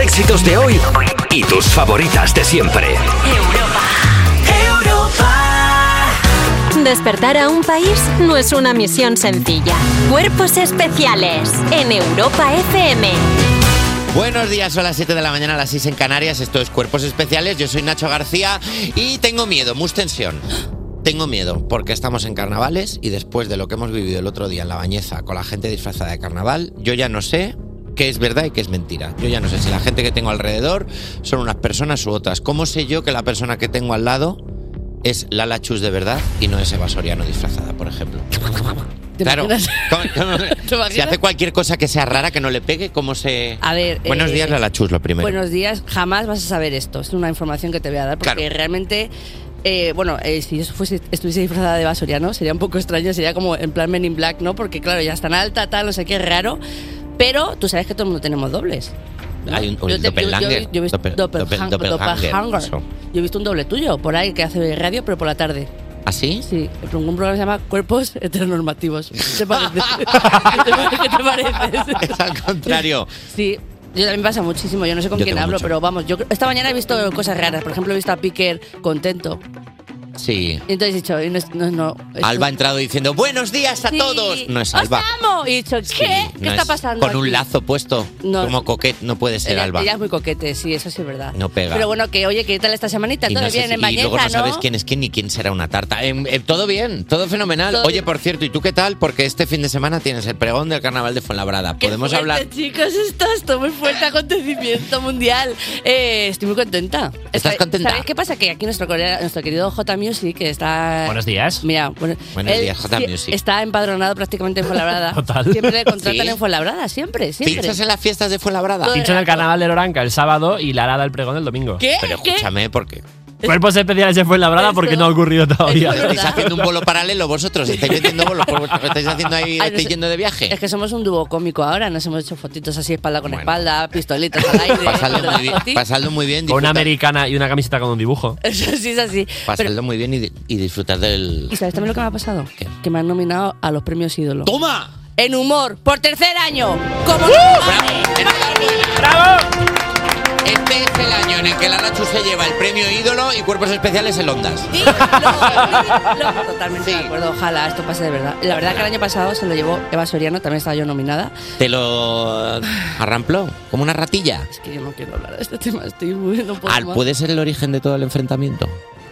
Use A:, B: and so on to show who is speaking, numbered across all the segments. A: éxitos de hoy y tus favoritas de siempre.
B: Despertar a un país no es una misión sencilla. Cuerpos especiales en Europa FM.
C: Buenos días, son las 7 de la mañana, a las 6 en Canarias. Esto es Cuerpos Especiales. Yo soy Nacho García y tengo miedo, mus tensión. Tengo miedo porque estamos en carnavales y después de lo que hemos vivido el otro día en la bañeza con la gente disfrazada de carnaval, yo ya no sé qué es verdad y qué es mentira. Yo ya no sé si la gente que tengo alrededor son unas personas u otras. ¿Cómo sé yo que la persona que tengo al lado es Lala Chus de verdad y no es Eva Soriano disfrazada, por ejemplo? Claro. ¿Cómo- cómo- si hace cualquier cosa que sea rara, que no le pegue, ¿cómo se...?
D: A ver.
C: Buenos
D: eh,
C: días, Lala Chus, lo primero.
D: Buenos días, jamás vas a saber esto. Es una información que te voy a dar porque
C: Claro.
D: realmente. eh, bueno, eh, si yo fuese, estuviese disfrazada de Basoriano sería un poco extraño, sería como en plan Men in Black, ¿no? Porque claro, ya es tan alta, tal, no sé qué, es raro. Pero tú sabes que todo el mundo tenemos dobles.
C: Hay un, un
D: Yo te- yo-
C: doppelganger.
D: yo- yo he visto
C: Doppel-
D: doppelhang-
C: doppel-
D: doppelhanger,
C: doppelganger,
D: eso.
C: eso.
D: Yo he visto un doble tuyo por ahí que hace radio, pero por la tarde.
C: ¿Ah, sí?
D: Sí, en un programa que se llama Cuerpos Heteronormativos. ¿Qué te parece? ¿Qué te parece?
C: Es al contrario.
D: Sí, yo también pasa muchísimo. Yo no sé con
C: Yo
D: quién
C: tengo
D: hablo,
C: mucho.
D: pero vamos, yo creo- esta mañana he visto cosas raras. Por ejemplo, he visto a Piquer contento.
C: Sí.
D: Y entonces he dicho, no, es- no, no, es-
C: Alba ha entrado diciendo ¡Buenos días a
D: Sí.
C: todos! No es Alba.
D: ¡Os amo! Y he dicho, ¿qué? ¿Qué
C: No
D: está
C: es-
D: pasando?
C: Con un
D: aquí?
C: lazo puesto.
D: No.
C: Como coquet, no puede ser
D: Ella,
C: Alba.
D: ella es muy coquete, sí, eso sí es verdad.
C: No pega.
D: Pero bueno, que oye, ¿qué tal esta semanita?
C: Y,
D: Todo
C: no sé
D: bien
C: si-
D: en
C: y
D: Bañeza,
C: luego no sabes
D: ¿no?
C: quién es quién ni quién será una tarta. Em, em, todo bien, todo fenomenal.
D: Todo
C: Oye,
D: bien.
C: por cierto, ¿y tú qué tal? Porque este fin de semana tienes el pregón del carnaval de Fuenlabrada.
D: Qué
C: Podemos
D: fuerte,
C: hablar.
D: Chicos, esto es todo muy fuerte acontecimiento mundial. Eh, estoy muy contenta.
C: ¿Estás
D: Sa-
C: contenta?
D: ¿Sabéis qué pasa? Que aquí nuestro, colega- nuestro querido J Music que está.
E: Buenos días.
D: Mira, bueno,
C: Buenos
D: él
C: días, J
D: Eh, sí-
C: Music.
D: Está empadronado prácticamente en Fuenlabrada.
E: Total.
D: Siempre le contratan
C: Sí.
D: en Fuenlabrada, siempre, siempre.
C: ¿Pinchas en las fiestas de Fuenlabrada?
D: Todo el
E: Pincho en el
D: rato.
E: carnaval de Loranca el sábado y la arada el pregón el domingo.
D: ¿Qué?
C: Pero
D: ¿Qué?
C: escúchame, porque
E: Cuerpos especiales en Fuenlabrada
D: Esto-
E: porque no ha ocurrido
D: Esto-
E: todavía.
C: estáis
D: ¿Verdad?
C: haciendo un bolo paralelo vosotros. Estáis vendiendo bolos por vuestro- estáis haciendo ahí,
D: Ah, no
C: estáis
D: sé.
C: yendo de viaje.
D: Es que somos un dúo cómico ahora, nos hemos hecho fotitos así espalda con
C: Bueno.
D: espalda, pistolitos al aire.
C: Pasadlo
D: otras
C: muy bien,
D: fotitos.
C: pasadlo muy bien.
E: Con una
C: disfrutad-
E: americana y una camiseta con un dibujo.
D: Eso sí es así. Pero,
C: Pasadlo muy bien y, y disfrutar del.
D: ¿Y sabes también lo que me ha pasado?
C: ¿Qué?
D: Que me han nominado a los premios ídolo.
C: ¡Toma!
D: en humor por tercer año. Como normales.
C: Este es el año en el que la Nachu se lleva el premio ídolo y cuerpos especiales en Ondas.
D: Sí, lo- lo- Totalmente
C: Sí.
D: de acuerdo. Ojalá esto pase de verdad. La verdad que el año pasado se lo llevó Eva Soriano, también estaba yo nominada.
C: Te lo arrampló como una ratilla.
D: Es que yo no quiero hablar de este tema, estoy muy no puedo
C: Al,
D: más.
C: Ah, puede ser el origen de todo el enfrentamiento.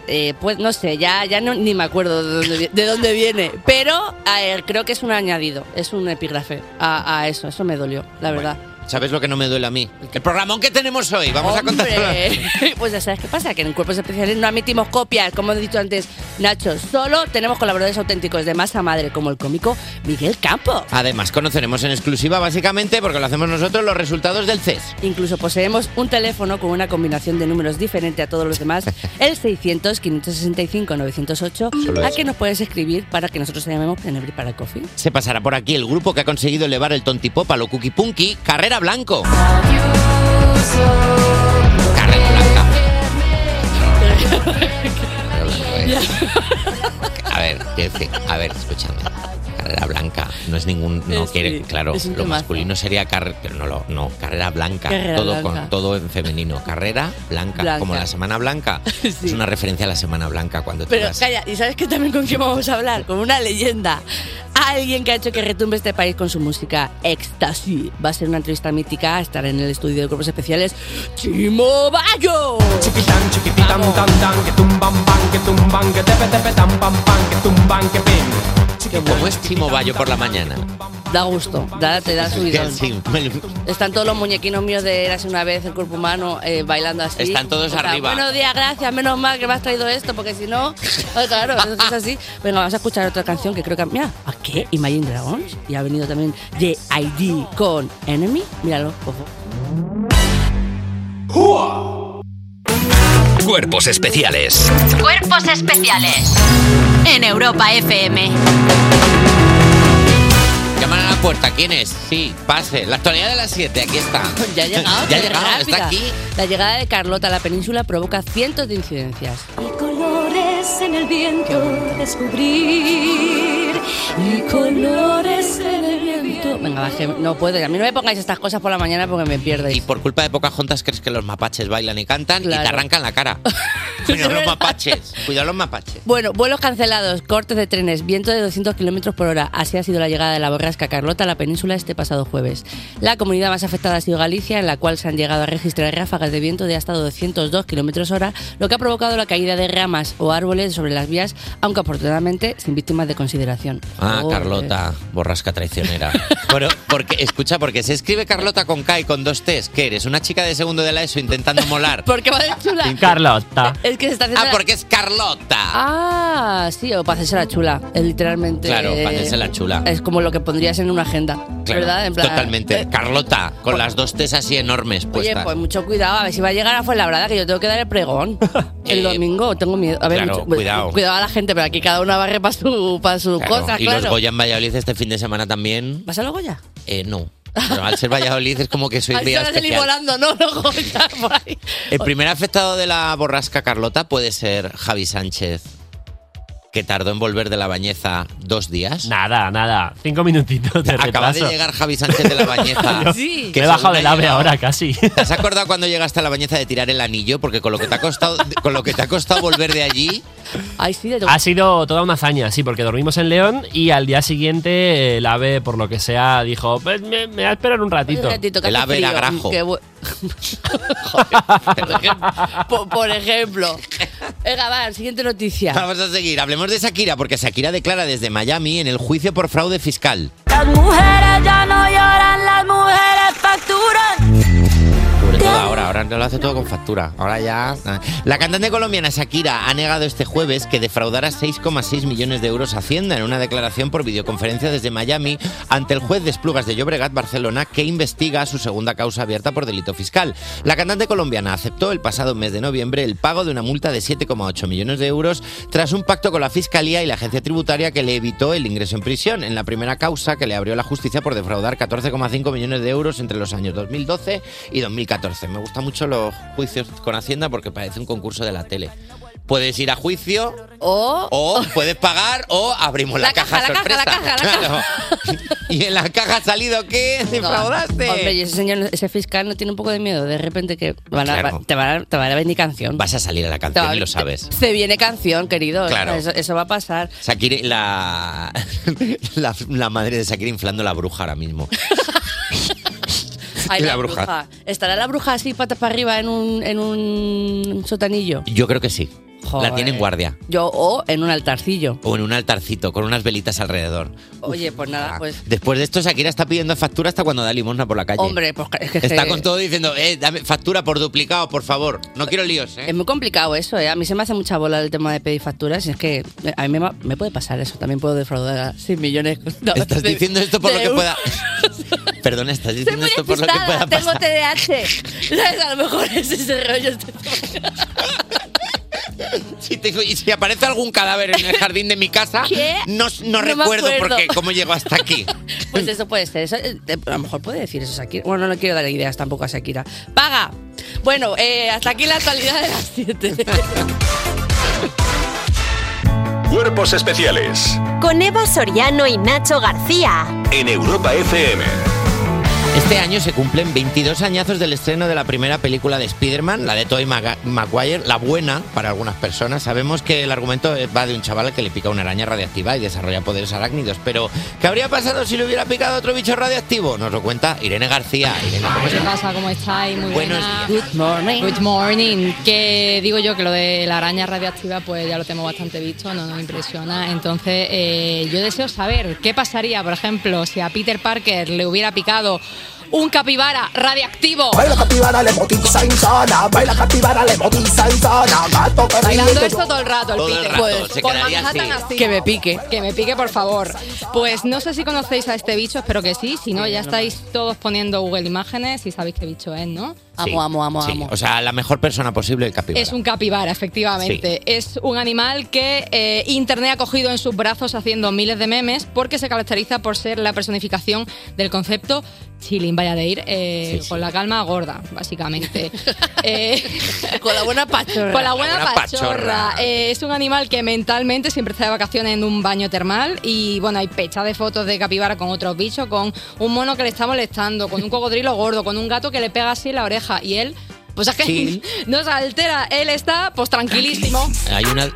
D: Eh, pues no sé, ya, ya no- ni me acuerdo de dónde, vi- de dónde viene. Pero a ver, creo que es un añadido, es un epígrafe a, a eso. Eso me dolió, la verdad.
C: ¿Sabes lo que no me duele a mí? El programón que tenemos hoy. Vamos a contar.
D: Hombre, Pues ya sabes qué pasa, que en cuerpos especiales no admitimos copias, como he dicho antes, Nacho. Solo tenemos colaboradores auténticos de masa madre, como el cómico Miguel Campo.
C: Además, conoceremos en exclusiva, básicamente, porque lo hacemos nosotros, los resultados del CES.
D: Incluso poseemos un teléfono con una combinación de números diferente a todos los demás, el 600-565-908, a que nos puedes escribir para que nosotros te llamemos Tenebri para el Coffee.
C: Se pasará por aquí el grupo que ha conseguido elevar el tontipop a lo cookie punky, Carrera Blanco. Carrera Blanca. Carrera Blanco es- A ver, quiero decir, a ver, escúchame. Carrera Blanca no es ningún no
D: Sí,
C: quiere, claro,
D: es un
C: lo
D: temazo.
C: masculino sería carrera, pero no lo no, Carrera Blanca,
D: Carrera
C: todo
D: Blanca.
C: con todo en femenino, Carrera Blanca,
D: Blanca.
C: como la Semana Blanca.
D: Sí.
C: Es una referencia a la Semana Blanca cuando tú
D: Pero
C: vas-
D: calla, ¿y sabes qué también con quién vamos a hablar? Con una leyenda. Alguien que ha hecho que retumbe este país con su música Ecstasy. Va a ser una entrevista mítica, estará en el estudio de cuerpos especiales Chimo Bayo.
F: Chiquitán, chiquitán, tan, tan, que tumban, pan, que tumban, que tepe, tepe, tan, pan, pan, que tumban, que pin.
C: ¿Cómo es Chimo Bayo por la mañana?
D: Da gusto, da, te da subidón.
C: Sí, me-
D: Están todos los muñequinos míos de Eras una vez el cuerpo humano eh, bailando así.
C: Están todos arriba.
D: Buenos días, gracias. Menos mal que me has traído esto, porque si no. pues claro, entonces así. Venga, vamos a escuchar otra canción que creo que. Mira, ¿a qué? Imagine Dragons. Y ha venido también The ID con Enemy. Míralo, ojo.
A: Cuerpos especiales
B: Cuerpos especiales en Europa FM.
C: Llaman a la puerta, ¿quién es? Sí, pase. La actualidad de las 7, aquí está.
D: Ya ha llegado,
C: ya ha
D: qué
C: llegado,
D: rápida.
C: está aquí.
D: La llegada de Carlota a la península provoca cientos de incidencias.
G: Y colores en el viento descubrir. Y colores en el viento
D: yo, venga, baje, no puedo. A mí no me pongáis estas cosas por la mañana porque me pierdes.
C: Y por culpa de Pocahontas crees que los mapaches bailan y cantan y te
D: Claro.
C: arrancan la cara. Cuidado los mapaches, cuidado los mapaches.
D: Bueno, vuelos cancelados, cortes de trenes, viento de 200 kilómetros por hora. Así ha sido la llegada de la borrasca Carlota a la península este pasado jueves. La comunidad más afectada ha sido Galicia, en la cual se han llegado a registrar ráfagas de viento de hasta 202 kilómetros hora, lo que ha provocado la caída de ramas o árboles sobre las vías, aunque afortunadamente sin víctimas de consideración.
C: Ah,
D: Oh,
C: Carlota, borrasca traicionera. Pero, porque, escucha, porque se escribe Carlota con K y con dos T's, que eres una chica de segundo de la ESO intentando molar.
D: Porque va de chula.
E: Carlota.
D: Es que se está haciendo.
C: Ah, porque es Carlota.
D: Ah, sí, o para hacerse la chula. Es literalmente.
C: Claro, para hacerse la chula.
D: Eh, Es como lo que pondrías en una agenda.
C: Claro,
D: ¿Verdad? En plan,
C: totalmente.
D: eh,
C: Carlota, con las dos T's así enormes
D: Oye,
C: puestas.
D: pues mucho cuidado, a ver si va a llegar a Fuenlabrada, que yo tengo que dar el pregón. El
C: Eh,
D: domingo, tengo miedo. A ver,
C: claro,
D: mucho-
C: cuidado.
D: cuidado a la gente, pero aquí cada una barre para su, para su
C: Claro,
D: cosa,
C: y los
D: claro.
C: Goya en Valladolid este fin de semana también,
D: ¿Vas a los Goya?
C: eh, no. Pero al ser Valladolid es como que soy
D: Ahí
C: día
D: están
C: especial.
D: volando, ¿no? Los Goya, por ahí.
C: El primer afectado de la borrasca Carlota puede ser Javi Sánchez, que tardó en volver de la bañeza dos días.
E: Nada, nada. Cinco minutitos de
C: Acaba
E: retraso.
C: de llegar Javi Sánchez de la bañeza.
D: Sí.
E: Me he bajado del ave ahora casi.
C: ¿Te has acordado cuando llegaste a la bañeza de tirar el anillo? Porque con lo que te ha costado, con lo que te ha costado volver de allí,
D: Ay, sí, de
E: Ha sido toda una hazaña, sí, porque dormimos en León y al día siguiente el ave, por lo que sea, dijo, pues me, me va a esperar un ratito.
D: Un ratito, que
C: El
D: hace
C: ave era
D: frío.
C: grajo.
D: Qué bu- Joder, por, ejemplo, por, por ejemplo. Venga, va, siguiente noticia.
C: Vamos a seguir. Hablemos de Shakira, porque Shakira declara desde Miami en el juicio por fraude fiscal.
H: Las mujeres ya no lloran, las mujeres facturan.
C: Sobre todo ahora, ahora no lo hace todo con factura. Ahora ya. ah. La cantante colombiana Shakira ha negado este jueves que defraudara 6,6 millones de euros a Hacienda en una declaración por videoconferencia desde Miami ante el juez de Esplugas de Llobregat, Barcelona, que investiga su segunda causa abierta por delito fiscal. La cantante colombiana aceptó el pasado mes de noviembre el pago de una multa de 7,8 millones de euros tras un pacto con la Fiscalía y la Agencia Tributaria que le evitó el ingreso en prisión en la primera causa que le abrió la justicia por defraudar 14,5 millones de euros entre los años 2012 y 2014. Me gustan mucho los juicios con Hacienda porque parece un concurso de la tele. Puedes ir a juicio
D: O
C: o puedes pagar o abrimos la,
D: La caja, la caja,
C: sorpresa.
D: la caja, la
C: Claro. Y en la caja ha salido que defraudaste.
D: Hombre, y ese señor, ese fiscal no tiene un poco de miedo. De repente que van a-
C: Claro.
D: te, van a, te van a venir canción.
C: Vas a salir a la
D: Te va-
C: canción y lo sabes.
D: te- Se viene canción, querido.
C: Claro.
D: Eso, eso va a pasar.
C: Shakira, la, la, la madre de Shakira inflando la bruja ahora mismo.
D: Ay,
C: La bruja.
D: ¿Estará la bruja así patas para arriba en un, en un sotanillo?
C: Yo creo que sí.
D: Joder.
C: La tiene en guardia.
D: Yo, o en un altarcillo.
C: O en un altarcito con unas velitas alrededor.
D: Oye, pues nada, pues.
C: Después de esto, Shakira está pidiendo factura hasta cuando da limosna por la calle.
D: Hombre, pues es que.
C: Está con todo diciendo, eh, dame factura por duplicado, por favor. No quiero líos,
D: Es
C: eh.
D: muy complicado eso, ¿eh? A mí se me hace mucha bola el tema de pedir facturas. y Es que eh, a mí me, va- me puede pasar eso. También puedo defraudar a 6 millones. no,
C: Estás
D: de-
C: diciendo esto por lo
D: de
C: que
D: euros.
C: pueda. Perdona, estás
D: Estoy
C: diciendo
D: muy
C: esto por lo que
D: despistada,
C: pueda pasar.
D: tengo TDAH. ¿Sabes? A lo mejor es ese rollo. este
C: Si, te- y si aparece algún cadáver en el jardín de mi casa,
D: ¿Qué?
C: no, no
D: No me
C: recuerdo
D: acuerdo.
C: porque cómo llegó hasta aquí.
D: Pues eso puede ser. eso, eh, a lo mejor puede decir eso Shakira. Bueno, no le quiero dar ideas tampoco a Shakira. ¡Paga! Bueno, eh, hasta aquí la actualidad de las 7.
I: Cuerpos especiales
B: Con Eva Soriano y Nacho García.
I: en Europa FM.
C: Este año se cumplen 22 añazos del estreno de la primera película de Spider-Man, la de Tobey Maga- Maguire, la buena para algunas personas. Sabemos que el argumento eh, va de un chaval que le pica una araña radiactiva y desarrolla poderes arácnidos, pero ¿qué habría pasado si le hubiera picado otro bicho radiactivo? Nos lo cuenta Irene García. Irene, ¿cómo
J: ¿Qué
C: estás?
J: pasa? ¿Cómo estáis? Muy
C: Buenos
J: buenas.
D: Good morning.
J: Good morning. Que digo yo que lo de la araña radiactiva, pues ya lo tenemos bastante visto, no nos impresiona. Entonces, eh, yo deseo saber qué pasaría, por ejemplo, si a Peter Parker le hubiera picado un capibara radiactivo. Bailando esto todo el rato, el
C: Todo el
J: Peter.
C: rato,
J: pues,
C: se
J: por
C: quedaría
J: Manhattan
C: así.
J: así.
D: Que me pique.
J: Que me pique, por favor. Pues no sé si conocéis a este bicho, espero que sí. Si no, ya estáis todos poniendo Google Imágenes y sabéis qué bicho es, ¿no? Amo,
C: Sí,
J: amo, amo,
C: sí.
J: amo.
C: O sea, la mejor persona posible el capibara.
J: Es un capibara, efectivamente. Es un animal que eh, Internet ha cogido en sus brazos haciendo miles de memes porque se caracteriza por ser la personificación del concepto chilling, vaya de ir, eh,
K: Sí, sí.
J: con la calma gorda, básicamente. Eh,
D: con la buena pachorra.
J: Con la buena,
K: La buena
J: pachorra.
K: pachorra.
J: Eh, es un animal que mentalmente siempre está de vacaciones en un baño termal y bueno, hay pecha de fotos de capibara con otros bichos, con un mono que le está molestando, con un cocodrilo gordo, con un gato que le pega así en la oreja y él... Pues es que
C: Sí.
J: no se altera, él está pues tranquilísimo.
C: Hay una.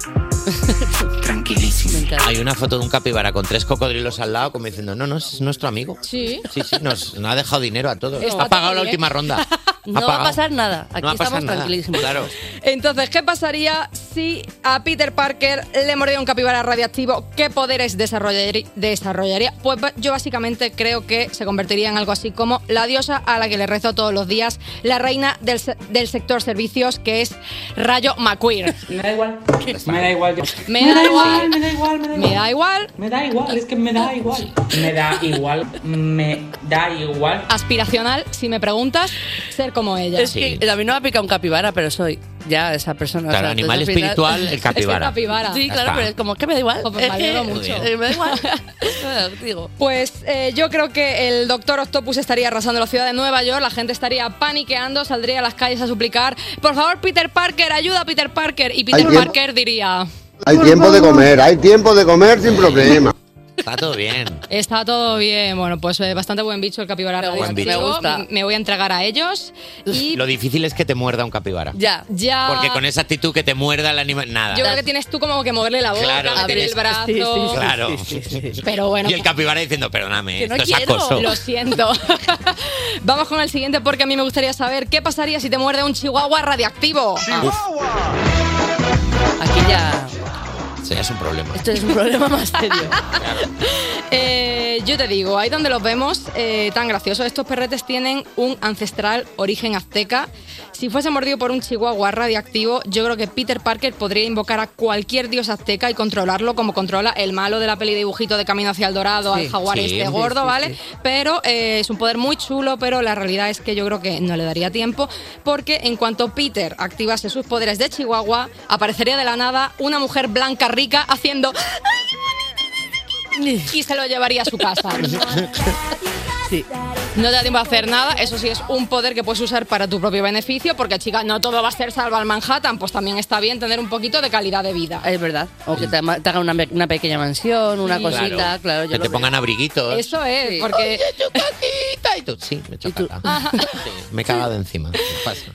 C: Tranquilísimo. Hay una foto de un capibara con tres cocodrilos al lado, como diciendo, no, no, es nuestro amigo.
J: Sí.
C: Sí, sí, nos, nos ha dejado dinero a todos.
J: Está
C: ha pagado la
J: todo bien.
C: última ronda. Ha
J: No va a
C: pagado.
J: pasar nada. Aquí
C: no va a pasar
J: estamos
C: nada.
J: tranquilísimos.
C: Claro.
J: Entonces, ¿qué pasaría si a Peter Parker le mordía un capibara radiactivo? ¿Qué poderes desarrollar- desarrollaría? Pues ba- yo básicamente creo que se convertiría en algo así como la diosa a la que le rezo todos los días, la reina del, se- del sector servicios, que es Rayo McQueen.
L: Me da igual. Me da igual.
J: Me da igual,
L: me da igual, me da igual.
J: Me da igual.
L: Me da igual, es que me da igual. Me da igual. Me da igual.
J: Aspiracional, si me preguntas, ser como ella.
D: Es que a mí no me ha picado un capibara, pero soy ya esa persona.
C: Claro, animal espiritual, el capibara.
D: Sí,
C: Ya
D: claro,
C: está.
D: pero es como que me da igual.
J: Ojo, pues
D: Es
J: me
D: que-
J: alegro mucho.
D: eh, Me da igual. Digo.
J: Pues eh, yo creo que el doctor Octopus estaría arrasando la ciudad de Nueva York, la gente estaría paniqueando, saldría a las calles a suplicar, por favor Peter Parker, ayuda a Peter Parker. Y Peter
M: Ay, bien.
J: Parker diría,
M: Hay tiempo de comer, hay tiempo de comer sin problema.
C: Está todo bien.
J: está todo bien, bueno, pues eh, bastante buen bicho el capibara.
C: Buen bicho.
J: radioactivo,
C: Me gusta.
J: m- Me voy a entregar a ellos y
C: Lo difícil es que te muerda un capibara.
J: ya, ya.
C: Porque con esa actitud que te muerda el animal. Nada.
J: Yo creo que tienes tú como que moverle la boca,
C: Claro,
J: meter
C: tienes-
J: el brazo.
C: Claro.
J: Pero bueno,
C: Y el capibara diciendo, perdóname,
J: Que no
C: esto es
J: quiero,
C: acoso.
J: lo siento. Vamos con el siguiente porque a mí me gustaría saber qué pasaría si te muerde un chihuahua Ah. radiactivo.
D: Aquí ya.
C: Eso ya es un problema.
D: Esto es un problema más serio.
J: Eh, yo te digo, ahí donde los vemos, eh, tan graciosos, estos perretes tienen un ancestral origen azteca. Si fuese mordido por un chihuahua radiactivo, yo creo que Peter Parker podría invocar a cualquier dios azteca y controlarlo como controla el malo de la peli de dibujito de Camino hacia el Dorado,
K: Sí,
J: al jaguar
K: sí,
J: este
K: sí,
J: gordo,
K: sí,
J: ¿vale?
K: sí.
J: Pero eh, es un poder muy chulo, pero la realidad es que yo creo que no le daría tiempo, porque en cuanto Peter activase sus poderes de chihuahua, aparecería de la nada una mujer blanca rica haciendo... y se lo llevaría a su casa. No te da tiempo a hacer nada, eso sí es un poder que puedes usar para tu propio beneficio, porque chica, no todo va a ser salva al Manhattan, pues también está bien tener un poquito de calidad de vida.
D: Es verdad. O que te, ama- te haga una, me- una pequeña mansión, una
J: Sí.
D: cosita, claro. yo
C: que
D: lo
C: te
D: veo.
C: pongan abriguitos.
J: Eso es, porque...
C: Y tú, sí, me he hecho caca. Sí, Me he cagado encima. ¿Qué pasa?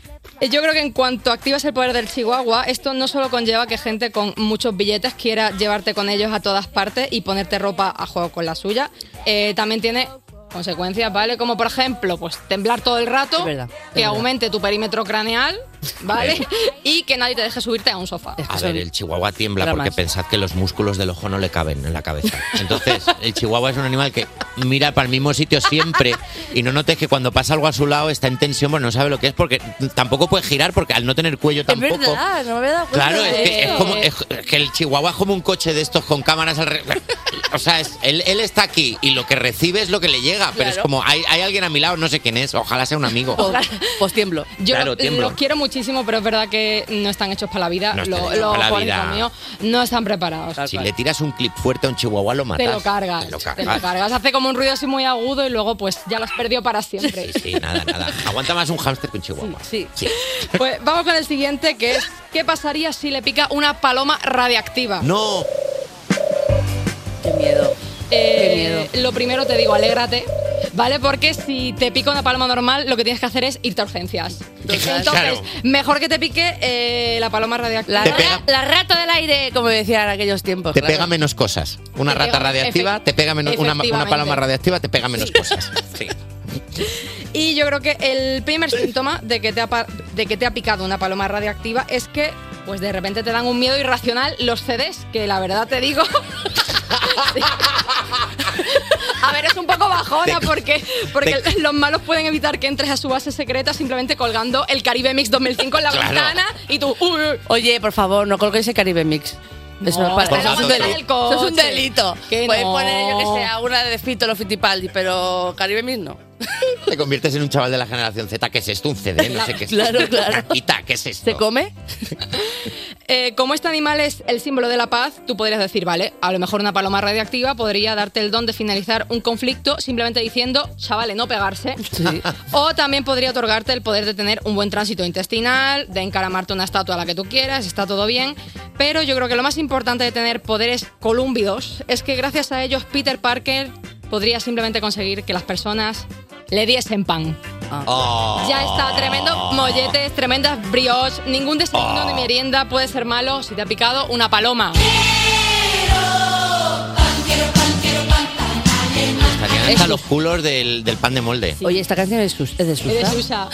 J: Eh, Yo creo que en cuanto activas el poder del Chihuahua, esto no solo conlleva que gente con muchos billetes quiera llevarte con ellos a todas partes y ponerte ropa a juego con la suya, eh, también tiene consecuencias, ¿vale? Como por ejemplo, pues temblar todo el rato,
D: Es verdad, es
J: que
D: verdad.
J: aumente tu perímetro craneal, ¿vale? y que nadie te deje subirte a un sofá.
C: A ver, el chihuahua tiembla
J: Ramas.
C: porque pensad que los músculos del ojo no le caben en la cabeza. Entonces, el chihuahua es un animal que mira para el mismo sitio siempre y no notes que cuando pasa algo a su lado está en tensión, bueno, no sabe lo que es porque tampoco puede girar porque al no tener cuello
D: Es
C: tampoco.
D: verdad, no me había dado cuenta.
C: Claro,
D: de
C: es que, es
D: esto.
C: como,
J: eh.
C: es que el chihuahua es como un coche de estos con cámaras alrededor. O sea, es- él, él está aquí y lo que recibe es lo que le llega, pero es
J: Claro.
C: como hay, hay alguien a mi lado, no sé quién es, ojalá sea un amigo.
D: Pues tiemblo.
J: Yo
C: Claro,
J: lo-
C: tiemblo.
J: los quiero muchísimo, pero es verdad que no están hechos para la vida.
C: No están
J: lo-
C: hechos
J: lo
C: para la
J: ponen
C: vida.
J: conmigo, no están preparados.
C: Si le tiras un clip fuerte a un chihuahua lo matas.
J: Te lo cargas.
C: Te lo
J: Te
C: cargas.
J: lo cargas. Hace como un ruido así muy agudo y luego pues ya lo has perdido para siempre.
C: Sí, nada, nada. Aguanta más un hámster que un chihuahua.
J: Sí.
C: Sí.
J: Pues vamos con el siguiente que es ¿qué pasaría si le pica una paloma radiactiva?
C: No.
D: Qué miedo.
J: Eh, Lo primero te digo, alégrate. ¿Vale? Porque si te pica una paloma normal, lo que tienes que hacer es irte a urgencias. Entonces,
D: Claro.
J: mejor que te pique eh, la paloma radiactiva.
D: La, ra- la rata del aire, como decían en
J: Pues
D: aquellos tiempos.
C: Te
D: claro.
C: pega menos cosas. Una
D: Te
C: rata
D: pega-
C: radiactiva
D: efect-
C: te pega menos. Una, una
J: efectivamente.
C: paloma radiactiva te pega menos cosas. Sí.
J: Y yo creo que el primer síntoma de que te ha, pa- de que te ha picado una paloma radiactiva es que, pues de repente te dan un miedo irracional los CDs, que la verdad te digo. A ver, es un poco bajona porque, porque los malos pueden evitar que entres a su base secreta simplemente colgando el Caribe Mix 2005 en la
D: Claro.
J: ventana y tú... "Uy, uy".
D: Oye, por favor, no colguéis el Caribe Mix. Eso
J: No,
D: para-
J: por
D: eso es un
J: favor.
D: delito. Oh. Eso es un
J: Coche.
D: delito. Pues
J: Que
D: Puedes
J: no.
D: poner, yo que sé, a una de Fito los Fitipaldi, pero Caribe Mil no.
C: Te conviertes en un chaval de la generación Z. ¿Qué es esto? Un CD, no sé qué es.
D: Claro, claro.
C: Taquita, ¿qué es esto?
J: ¿Se come? Eh, como este animal es el símbolo de la paz, tú podrías decir, vale, a lo mejor una paloma radioactiva podría darte el don de finalizar un conflicto simplemente diciendo, chavales, no pegarse. O también podría otorgarte el poder de tener un buen tránsito intestinal, de encaramarte una estatua a la que tú quieras, está todo bien. Pero yo creo que lo más importante de tener poderes colúmbidos es que gracias a ellos Peter Parker podría simplemente conseguir que las personas le diesen pan.
H: Ah.
J: Ya está, tremendo molletes, tremendas brioches, ningún desayuno ni merienda puede ser malo si te ha picado una paloma.
C: Estarían hasta los culos del, del pan de molde.
D: Oye, esta canción es, sus- es de Susa. ¡Ah!
J: de Susa.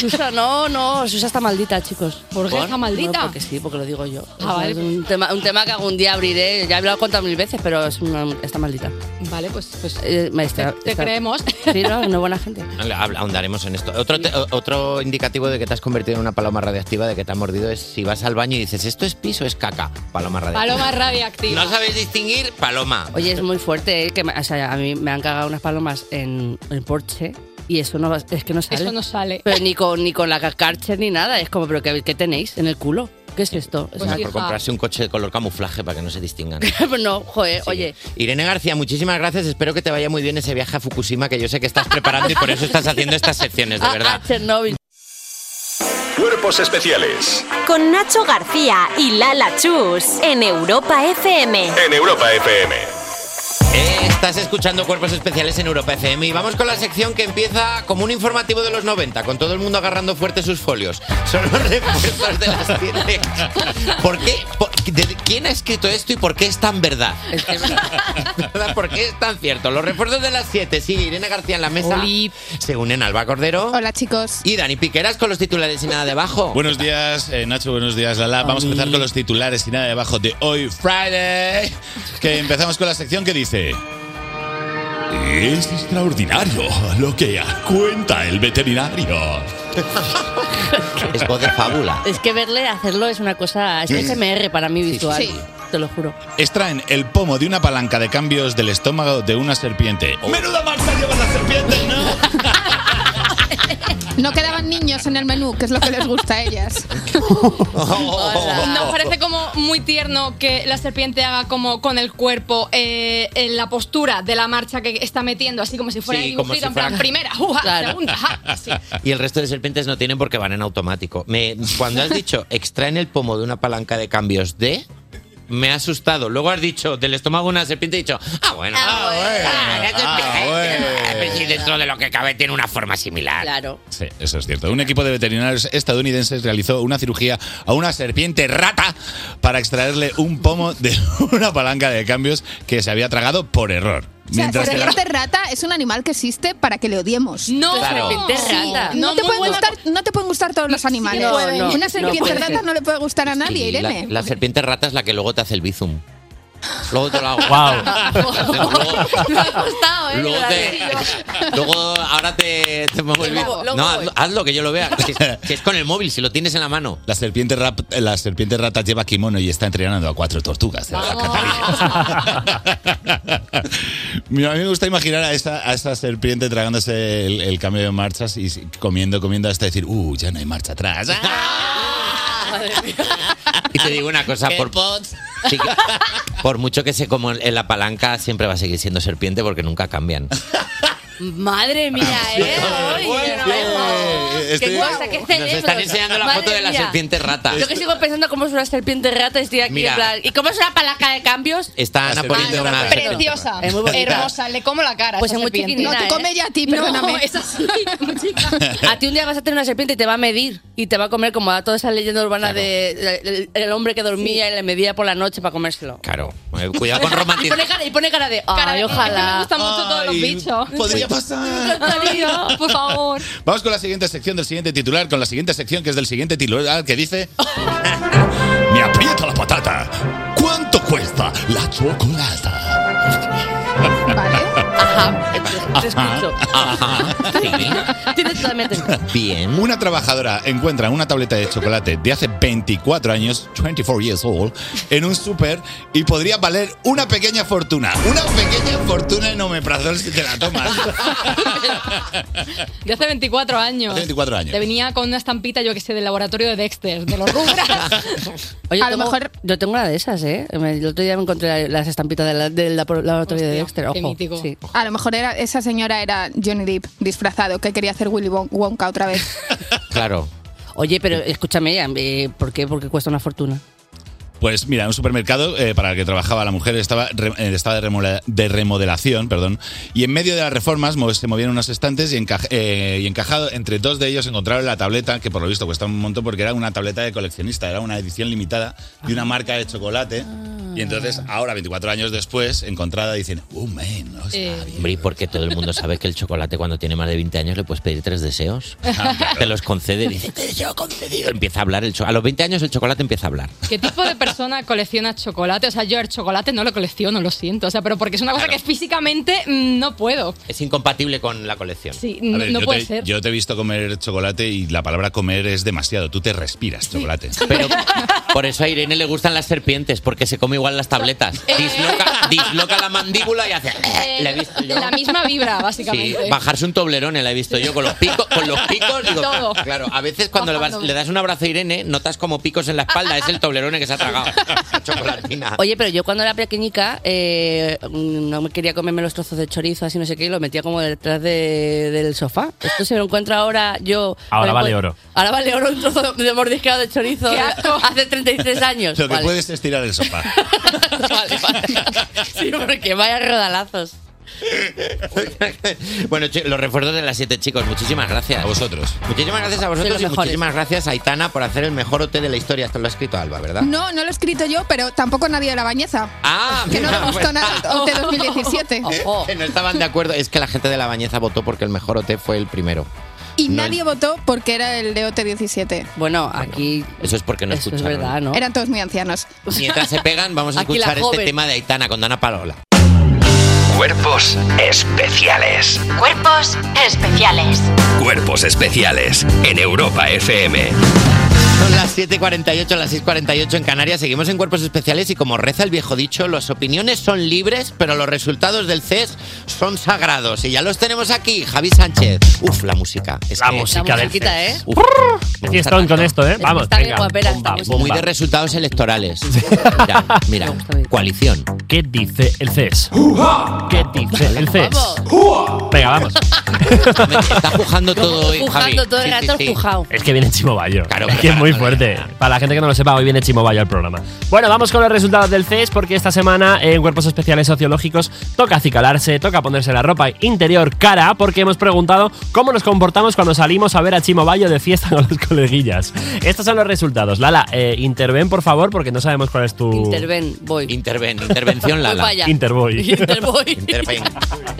D: Susa, no, no, Susa está maldita, chicos. ¿Por
J: qué está maldita?
D: porque sí, porque lo digo yo.
J: Ah, vale.
D: es un tema, un tema que algún día abriré. Ya he hablado contado mil veces, pero es una- está maldita.
J: Vale, pues, pues
D: Eh, me está-
J: te
D: está-
J: creemos.
D: Sí, no, no buena gente.
C: Habla- Ahondaremos en esto. Otro, te- o- otro indicativo de que te has convertido en una paloma radiactiva, de que te ha mordido, es si vas al baño y dices, ¿esto es piso o es caca? Paloma radiactiva.
J: Paloma radioactiva.
C: No sabéis distinguir paloma.
D: Oye, es muy fuerte, ¿eh? que me- o sea, a mí me han cagado unas palomas en el Porsche y eso no va- es que no sale.
J: Eso no sale.
D: Pero ni con, ni con la carcher ni nada. Es como, ¿pero qué, qué tenéis en el culo? ¿Qué es esto? O
C: Bueno,
J: Pues,
D: sea,
C: por comprarse un coche de color camuflaje para que no se distingan.
D: pues no, joder, oye.
C: Irene García, muchísimas gracias. Espero que te vaya muy bien ese viaje a Fukushima que yo sé que estás preparando y por eso estás haciendo estas secciones, de
D: a-
C: verdad.
D: a Chernóbil.
I: Cuerpos especiales
B: Con Nacho García y Lala Chus en Europa FM.
I: en Europa FM.
C: Estás escuchando Cuerpos Especiales en Europa FM y vamos con la sección que empieza como un informativo de los 90, con todo el mundo agarrando fuerte sus folios. Son los refuerzos de las tiendas. ¿Por qué? Por- de- ¿Quién ha escrito esto y por qué es tan verdad? ¿Verdad? ¿Por qué es tan cierto? Los refuerzos de las 7 sigue Irene García en la mesa. Se unen Alba Cordero. Hola
K: chicos.
C: Y Dani Piqueras con los titulares y nada debajo.
N: Buenos días, eh, Nacho. Buenos días, Lala. Vamos a empezar con los titulares y nada debajo de hoy, Friday. Que empezamos con la sección que dice. Es extraordinario lo que cuenta el veterinario.
C: es voz de fábula.
D: Es que verle hacerlo es una cosa. Es
N: Sí.
D: SMR para mí visual.
N: sí.
D: Te lo juro.
N: Extraen el pomo de una palanca de cambios del estómago de una serpiente. ¡Menuda marcha lleva la serpiente!
K: No quedaban niños en el menú, que es lo que les gusta a ellas.
C: Oh.
J: Nos parece como muy tierno que la serpiente haga como con el cuerpo eh, en la postura de la marcha que está metiendo, así como si fuera
C: Sí,
J: el
C: como
J: dibujito,
C: si
J: en plan
C: fuera-
J: primera, uja,
C: Claro.
J: segunda, ja.
C: Ah, Y el resto de serpientes no tienen porque van en automático. Me, cuando has dicho extraen el pomo de una palanca de cambios de, me ha asustado. Luego has dicho del estómago de una serpiente, he dicho, ah, bueno. Ah, bueno. Ah, pero si dentro de lo que cabe tiene una forma similar.
D: Claro.
N: Sí, eso es cierto. Un equipo de veterinarios estadounidenses realizó una cirugía a una serpiente rata para extraerle un pomo de una palanca de cambios que se había tragado por error.
K: O sea,
N: que la-
K: serpiente rata es un animal que existe para que le odiemos.
J: No,
N: Claro. serpiente
D: rata.
K: No,
D: No,
K: te
D: muy
K: pueden
D: buena-
K: gustar, no te pueden gustar todos los animales.
D: No, no, no
K: Una serpiente
D: puede
K: rata
D: ser.
K: no le puede gustar a nadie,
C: Y la,
K: Irene.
C: la serpiente rata es la que luego te hace el bizum. Luego te lo hago.
D: ¿eh?
C: Luego, te- luego ahora te, te muevo el
N: Luego-
C: bizum.
N: luego
C: No,
N: voy.
C: hazlo, hazlo, que yo lo vea. Si, si es con el móvil, si lo tienes en la mano.
N: La serpiente, rap- la serpiente rata lleva kimono y está entrenando a cuatro tortugas. de la Catalina. Mira, a mí me gusta imaginar a esa, a esa serpiente tragándose el, el cambio de marchas y si- comiendo, comiendo hasta decir, uh, ya no hay marcha atrás. Ah,
D: Ah,
C: Y te digo una cosa, por, sí que- por mucho que se como en la palanca, siempre va a seguir siendo serpiente porque nunca cambian.
D: Madre mía,
N: Ah,
D: ¿eh? Ay,
C: Eh, estoy-
D: qué cosa, qué
C: Nos están
D: cerebros.
C: enseñando la
D: Madre
C: foto de la
D: mía.
C: serpiente rata.
D: Yo que sigo pensando cómo es una serpiente rata y estoy aquí
C: Mira.
D: en plan. ¿Y cómo es una palanca de cambios?
C: Están
N: serpiente
C: poniendo
N: rata.
C: una.
J: Preciosa,
C: Es muy bonita.
J: hermosa, le como la cara. a
D: Pues
J: esa
D: es muy
J: serpiente.
D: chiquitina, No, tú ¿eh? come
K: ya a ti,
J: No,
D: perdóname.
J: es así, muy chica.
D: A ti un día vas a tener una serpiente y te va a medir y te va a comer como a toda esa leyenda urbana de, de- el, el hombre que dormía y le medía por la noche para comérselo.
C: Claro, eh, cuidado con
D: Y
C: romanticismo.
D: pone cara, y pone cara de, ay, ojalá.
J: me gustan mucho todos los
N: Ay,
J: bichos.
N: podría
C: Pues,
N: pasar.
J: Encantaría, por favor.
N: Vamos con la siguiente sección del siguiente titular, con la siguiente sección que es del siguiente titular que dice... Me aprieta la patata. ¿Cuánto cuesta la chocolata?
D: Ajá. Te escucho.
C: Ah,
D: Tienes totalmente.
N: Bien. Una trabajadora encuentra una tableta de chocolate de hace 24 años, 24 years old, en un súper y podría valer una pequeña fortuna. Una pequeña fortuna en omeprazol si te la tomas.
J: De hace 24 años.
N: Hace 24 años.
J: Te venía con una estampita, yo que sé, del laboratorio de Dexter, de los Rugrats.
D: Oye, a lo mejor. Yo tengo una de esas, ¿eh? Me- El otro día me encontré las estampitas de la- del lapor- laboratorio de Dexter. Ojo. Sí.
K: A lo mejor era, esa señora era Johnny Depp disfrazado, que quería hacer Willy Won- Wonka otra vez.
N: Claro.
D: Oye, pero escúchame, eh, ¿por qué? Porque cuesta una fortuna.
N: Pues mira, un supermercado eh, para el que trabajaba la mujer estaba, re- eh, estaba de, remodela- de remodelación, perdón, y en medio de las reformas mo- se movían unos estantes y, encaj- eh, y encajado entre dos de ellos encontraron la tableta, que por lo visto cuesta un montón porque era una tableta de coleccionista, era una edición limitada de
C: Ah.
N: una marca de chocolate. Y entonces, ahora, 24 años después, encontrada, dicen, ¡Oh, man! no sé".
D: Eh.
O: Hombre, ¿y por qué todo el mundo sabe que el chocolate cuando tiene más de 20 años le puedes pedir tres deseos?
N: Ah, claro.
O: Te los concede y dice, "Te deseo concedido". Empieza a hablar el chocolate. A los 20 años el chocolate empieza a hablar.
J: ¿Qué tipo de persona colecciona chocolate? O sea, yo el chocolate no lo colecciono, lo siento. O sea, pero porque es una cosa
N: Claro.
J: que físicamente mm, no puedo.
C: Es incompatible con la colección.
J: Sí, no- no
N: yo
J: puede
N: te,
J: ser.
N: Yo te he visto comer chocolate y la palabra comer es demasiado. Tú te respiras chocolate.
C: Pero
O: Por eso a Irene le gustan las serpientes, porque se come igual las tabletas.
C: Eh.
O: Disloca, disloca la mandíbula y hace... "Eh", la he visto yo.
J: La misma vibra,
O: Sí,
J: básicamente.
O: bajarse un
C: eh,
O: toblerone la he visto yo con los picos, con los picos, digo,
J: Todo.
O: claro, a veces cuando le, vas-
D: Bajándome.
O: le das un abrazo a Irene, notas como picos en la espalda, es el toblerone que se ha tragado. La
E: Ah.
O: chocolatina.
D: Oye, pero yo cuando era pequeñica eh, no me quería comerme los trozos de chorizo así no sé qué y lo metía como detrás de- del sofá. Esto se lo encuentro ahora yo. me
E: Ahora
D: lo
E: vale
D: encuent-
E: oro.
D: Ahora vale oro un trozo de mordisqueado de chorizo
J: Qué
D: hace 33 años.
N: Lo que
D: Vale.
N: puedes es tirar el sofá.
D: Sí, porque vaya rodalazos.
C: Bueno, chi- los refuerzos de las siete, chicos. Muchísimas gracias. A
N: vosotros.
C: Muchísimas gracias a
K: Sois
C: vosotros
K: los
C: y
K: mejores.
C: muchísimas gracias a Aitana por hacer el mejor OT de la historia. Esto lo ha escrito Alba, ¿verdad?
K: No, no lo he escrito yo, pero tampoco nadie de la bañeza.
C: Ah,
K: que no
C: mira,
K: le gustó
C: pues-
K: nada OT 2017.
C: Que no estaban de acuerdo. Es que la gente de la Bañeza votó porque el mejor OT fue el primero.
K: Y
C: No,
K: nadie votó porque era el de OT 17.
D: Bueno, aquí.
C: Eso es porque no
D: Eso es
C: escucharon.
D: verdad, ¿no?
K: Eran todos muy ancianos.
C: Mientras se pegan, vamos a
K: Aquí la
C: escuchar este
K: joven.
C: tema de Aitana con Dana Parola.
A: Cuerpos especiales.
B: Cuerpos especiales.
A: Cuerpos especiales en Europa FM.
C: Son las 7.48, las 6.48 en Canarias. Seguimos en cuerpos especiales y como reza el viejo dicho, las opiniones son libres, pero los resultados del CES son sagrados. Y ya los tenemos aquí, Javi Sánchez. Uf, la música. Es
E: La
C: que-
E: música La del musiquita, CES. ¿eh?
C: Uf, me
E: Aquí
C: gusta
E: estoy con
C: tanto.
E: esto, ¿eh? Vamos,
C: Está bien
E: venga.
C: guapera esta
E: bomba,
C: música.
E: bomba.
C: Muy de resultados electorales. Mira, mira, coalición.
E: ¿Qué dice el CES? ¿Qué dice el E CES? Venga, vamos.
C: Está pujando todo hoy,
D: Pujando
E: Javi.
D: todo el
E: Sí, sí,
D: rato
E: sí.
D: pujao.
E: Es que viene Chimo Bayo.
C: Claro,
E: es que es muy fuerte. Para la gente que no lo sepa, hoy viene Chimo Bayo al programa. Bueno, vamos con los resultados del CES porque esta semana en Cuerpos Especiales Sociológicos toca acicalarse, toca ponerse la ropa interior cara porque hemos preguntado cómo nos comportamos cuando salimos a ver a Chimo Bayo de fiesta con los coleguillas. Estos son los resultados. Lala, eh, interven por favor porque no sabemos cuál es tu...
D: Interven, voy.
C: Interven, intervención
D: Lala. Voy para allá.
E: Intervoy.
D: Intervoy.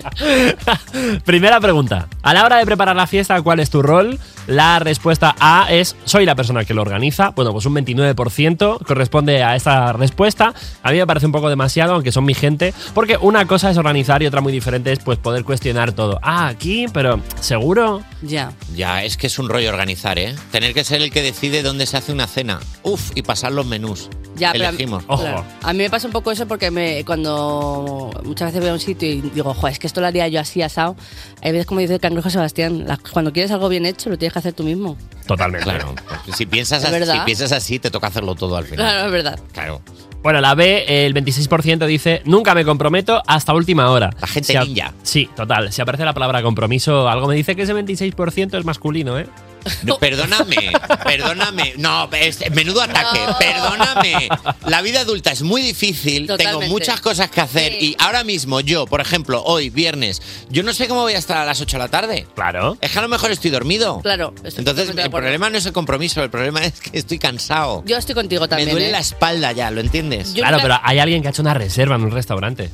E: Primera pregunta. A la hora de preparar la fiesta, ¿cuál es tu rol? La respuesta A es soy la persona que lo organiza. Bueno, pues un 29% corresponde a esta respuesta. A mí me parece un poco demasiado, aunque son mi gente, porque una cosa es organizar y otra muy diferente es pues poder cuestionar todo. Ah, aquí, pero seguro.
D: Ya.
C: Ya, es que es un rollo organizar, ¿eh? Tener que ser el que decide dónde se hace una cena. Uf, y pasar los menús.
D: Ya, pero a mí-
C: Elegimos.
D: claro. A mí me pasa un poco eso porque me, cuando muchas veces veo un sitio y digo, jo, es que esto lo haría yo así, asado. Hay veces como dice el cangrejo Sebastián, la- cuando quieres algo bien hecho, lo tienes que hacer tú mismo.
E: Totalmente.
C: Claro. pues Si piensas,
D: Es
C: así,
D: verdad.
C: si piensas así, te toca hacerlo todo al final.
D: Claro, es verdad.
C: Claro.
E: Bueno, la B, el 26% dice, nunca me comprometo hasta última hora. La gente
C: ninja.
E: Sí, total. Si aparece la palabra compromiso, algo me dice que ese 26% es masculino, ¿eh?
C: No, Perdóname, perdóname. No, es- menudo ataque. Perdóname. La vida adulta es muy difícil.
O: Totalmente.
C: Tengo muchas cosas que hacer. Y ahora mismo, yo, por ejemplo, hoy, viernes, yo no sé cómo voy a estar a las 8 de la tarde.
E: Claro.
C: Es que a lo mejor estoy dormido.
D: Claro.
C: Entonces, el problema no es el compromiso, el problema es que estoy cansado.
D: Yo estoy contigo también.
C: Me duele
D: ¿eh?
C: la espalda ya, ¿lo entiendes?
D: Yo
E: claro,
D: una-
E: pero hay alguien que ha hecho una reserva en un restaurante.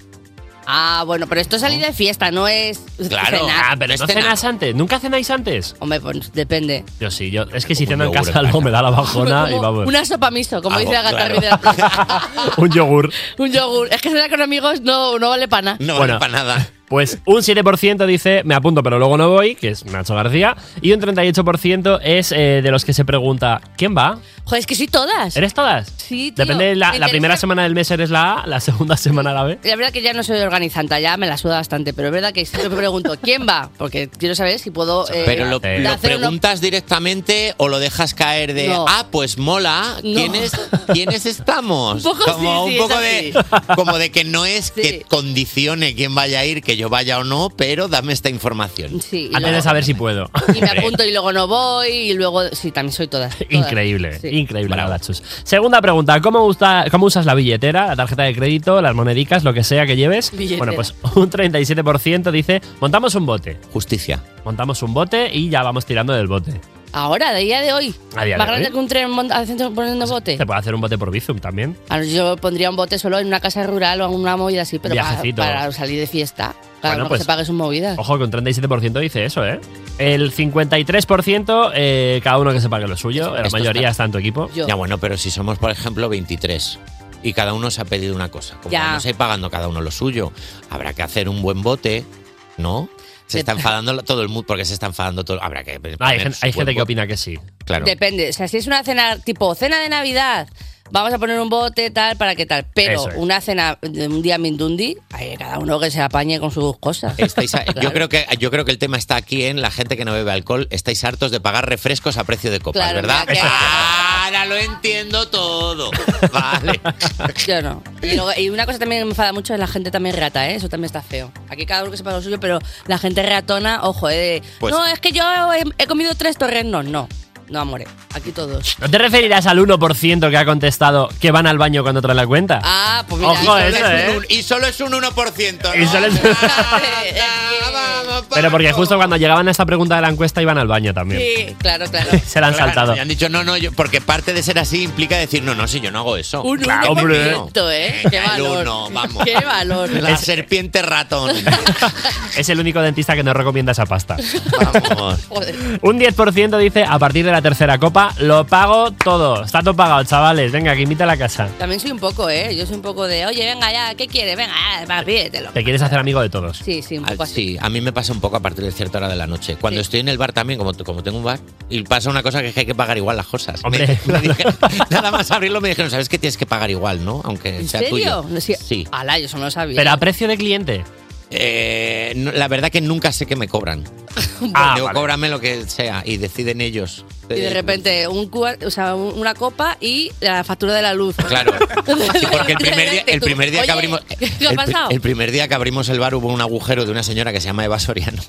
D: Ah, bueno, pero esto es salir de fiesta, no es cenar.
E: Ah, pero no cenas antes. ¿Nunca cenáis antes?
D: Hombre, pues depende.
E: Yo sí, yo. Es que si
D: Un
E: ceno en
D: yogur
E: casa
D: en
E: luego me da la bajona y
D: Como
E: vamos.
D: Una sopa miso, como
E: Algo,
D: dice Agatha
E: claro.
D: Ruiz de la-
E: Un yogur.
D: Un yogur. Es que cenar con amigos no, no vale para nada.
E: No vale Bueno. pa'
C: nada.
E: Pues un 7% dice, me apunto pero luego no voy, que es Nacho García, y un 38% es eh, de los que se pregunta, ¿quién va?
D: Joder, es que soy todas.
E: ¿Eres todas?
D: Sí, tío.
E: Depende, de
D: Me
E: la, la
D: interesa-
E: primera semana del mes eres la A, la segunda semana la B.
D: La verdad que ya no soy organizante, ya me la suda bastante, pero es verdad que siempre me pregunto, ¿quién va? Porque quiero saber si puedo... eh,
C: Pero lo,
D: hacer
C: lo
D: unos-
C: preguntas directamente o lo dejas caer de
D: No.
C: ah, pues mola, ¿quiénes, ¿quiénes estamos?
P: Un poco
C: como
P: sí, sí,
C: un poco
P: es
C: de como de que no es que condicione quién vaya a ir, que yo vaya o no, pero dame esta información.
D: Sí, y
C: Antes
D: luego-
C: de
E: saber si puedo.
D: Y me apunto y luego no voy y luego... Sí, también soy todas. todas.
E: Increíble, increíble, la verdad, Chus. Segunda pregunta, ¿cómo, gusta- ¿cómo usas la billetera, la tarjeta de crédito, las monedicas, lo que sea que lleves?
D: Billetera.
E: Bueno, pues un 37% dice, montamos un bote.
C: Justicia.
E: Montamos un bote y ya vamos tirando del bote.
D: Ahora, de día de hoy.
E: A día de
D: Más grande
E: hoy. Pues,
D: que un tren mont- haciendo- poniendo bote.
E: Se puede hacer un bote por Bizum también.
D: Ah, Yo pondría un bote solo en una casa rural o en una movida así, pero para,
E: Viajecito.
D: para salir de fiesta. Claro,
E: Bueno,
D: no
E: pues-
D: se pague sus movidas.
E: Ojo, que un 37% dice eso, ¿eh? El 53%, eh, cada uno que se pague lo suyo, la
C: Esto
E: mayoría
C: está-
E: está en tu equipo.
C: Ya bueno, pero si somos por ejemplo 23 y cada uno se ha pedido una cosa, como
D: Ya.
C: vamos a ir pagando cada uno lo suyo, habrá que hacer un buen bote, ¿no? Se está enfadando todo el mundo porque se está enfadando todo. Habrá que
E: Ah, hay gen- hay gente que opina que sí.
C: Claro.
D: Depende. O sea, si es una cena tipo cena de Navidad, vamos a poner un bote, tal, para qué tal. Pero
C: Eso es.
D: una cena de un día mindundi, ahí cada uno que se apañe con sus cosas.
C: Estáis a- yo, creo que, yo creo que el tema está aquí en la gente que no bebe alcohol. Estáis hartos de pagar refrescos a precio de copas,
D: Claro,
C: ¿verdad?
D: ya que-
C: Ahora lo entiendo todo. Vale.
D: Yo no. Y, luego- y una cosa también que me enfada mucho es la gente también rata, ¿eh? Eso también está feo. Aquí cada uno que se paga lo suyo, pero la gente ratona, ojo, ¿eh?
E: Pues-
D: no, es que yo he, he comido tres torrenos. No, no, amore. Aquí todos.
E: ¿No te referirás al 1% que ha contestado que van al baño cuando traen la cuenta?
D: Ah, pues mira.
E: Ojo, eso, ¿eh?
C: Y solo es un 1%.
E: Y solo es- Pero porque justo cuando llegaban a esta pregunta de la encuesta iban al baño también.
D: Sí, claro, claro.
E: Oh, Se la han
C: Claro,
E: saltado.
C: me han dicho, no, no, yo- porque parte de ser así implica decir, no, no, si yo no hago eso.
D: Un
C: Claro,
D: 1%, ¿eh? Qué
C: El
D: valor.
C: uno, vamos.
D: Qué valor.
C: La serpiente "Este ratón.
E: Es el único dentista que nos recomienda esa pasta.
C: Vamos.
E: Un 10% dice, a partir de la tercera copa, lo pago todo. Está todo pagado, chavales. Venga, que invita a la casa.
D: También soy un poco, ¿eh? Yo soy un poco de, oye, venga ya, ¿qué quieres? Venga, ah, va, pídetelo.
E: Te quieres hacer amigo de todos.
D: Sí, sí, un
C: Ah,
D: poco así.
C: Sí, a mí me pasa un poco a partir de cierta hora de la noche. Cuando estoy en el bar también, como, como tengo un bar, y pasa una cosa que es que hay que pagar igual las cosas. Me- me dijeron- nada más abrirlo me dijeron, sabes que tienes que pagar igual, ¿no? Aunque
D: ¿En
C: sea
D: serio?
C: tuyo.
D: No, sí.
C: Sí.
D: Ala, yo eso no lo sabía.
E: precio de cliente?
C: Eh, la verdad que nunca sé qué me cobran.
E: Ah,
C: Digo,
E: vale.
C: cóbrame lo que sea y deciden ellos. Eh,
D: Y de repente, un cua- o sea, un- una copa y la factura de la luz.
C: Claro. Sí, porque el primer día, el primer día que
D: Oye,
C: abrimos.
D: ¿qué ha
C: el pri-
D: pasado?
C: el primer día que abrimos el bar hubo un agujero de una señora que se llama Eva Soriano.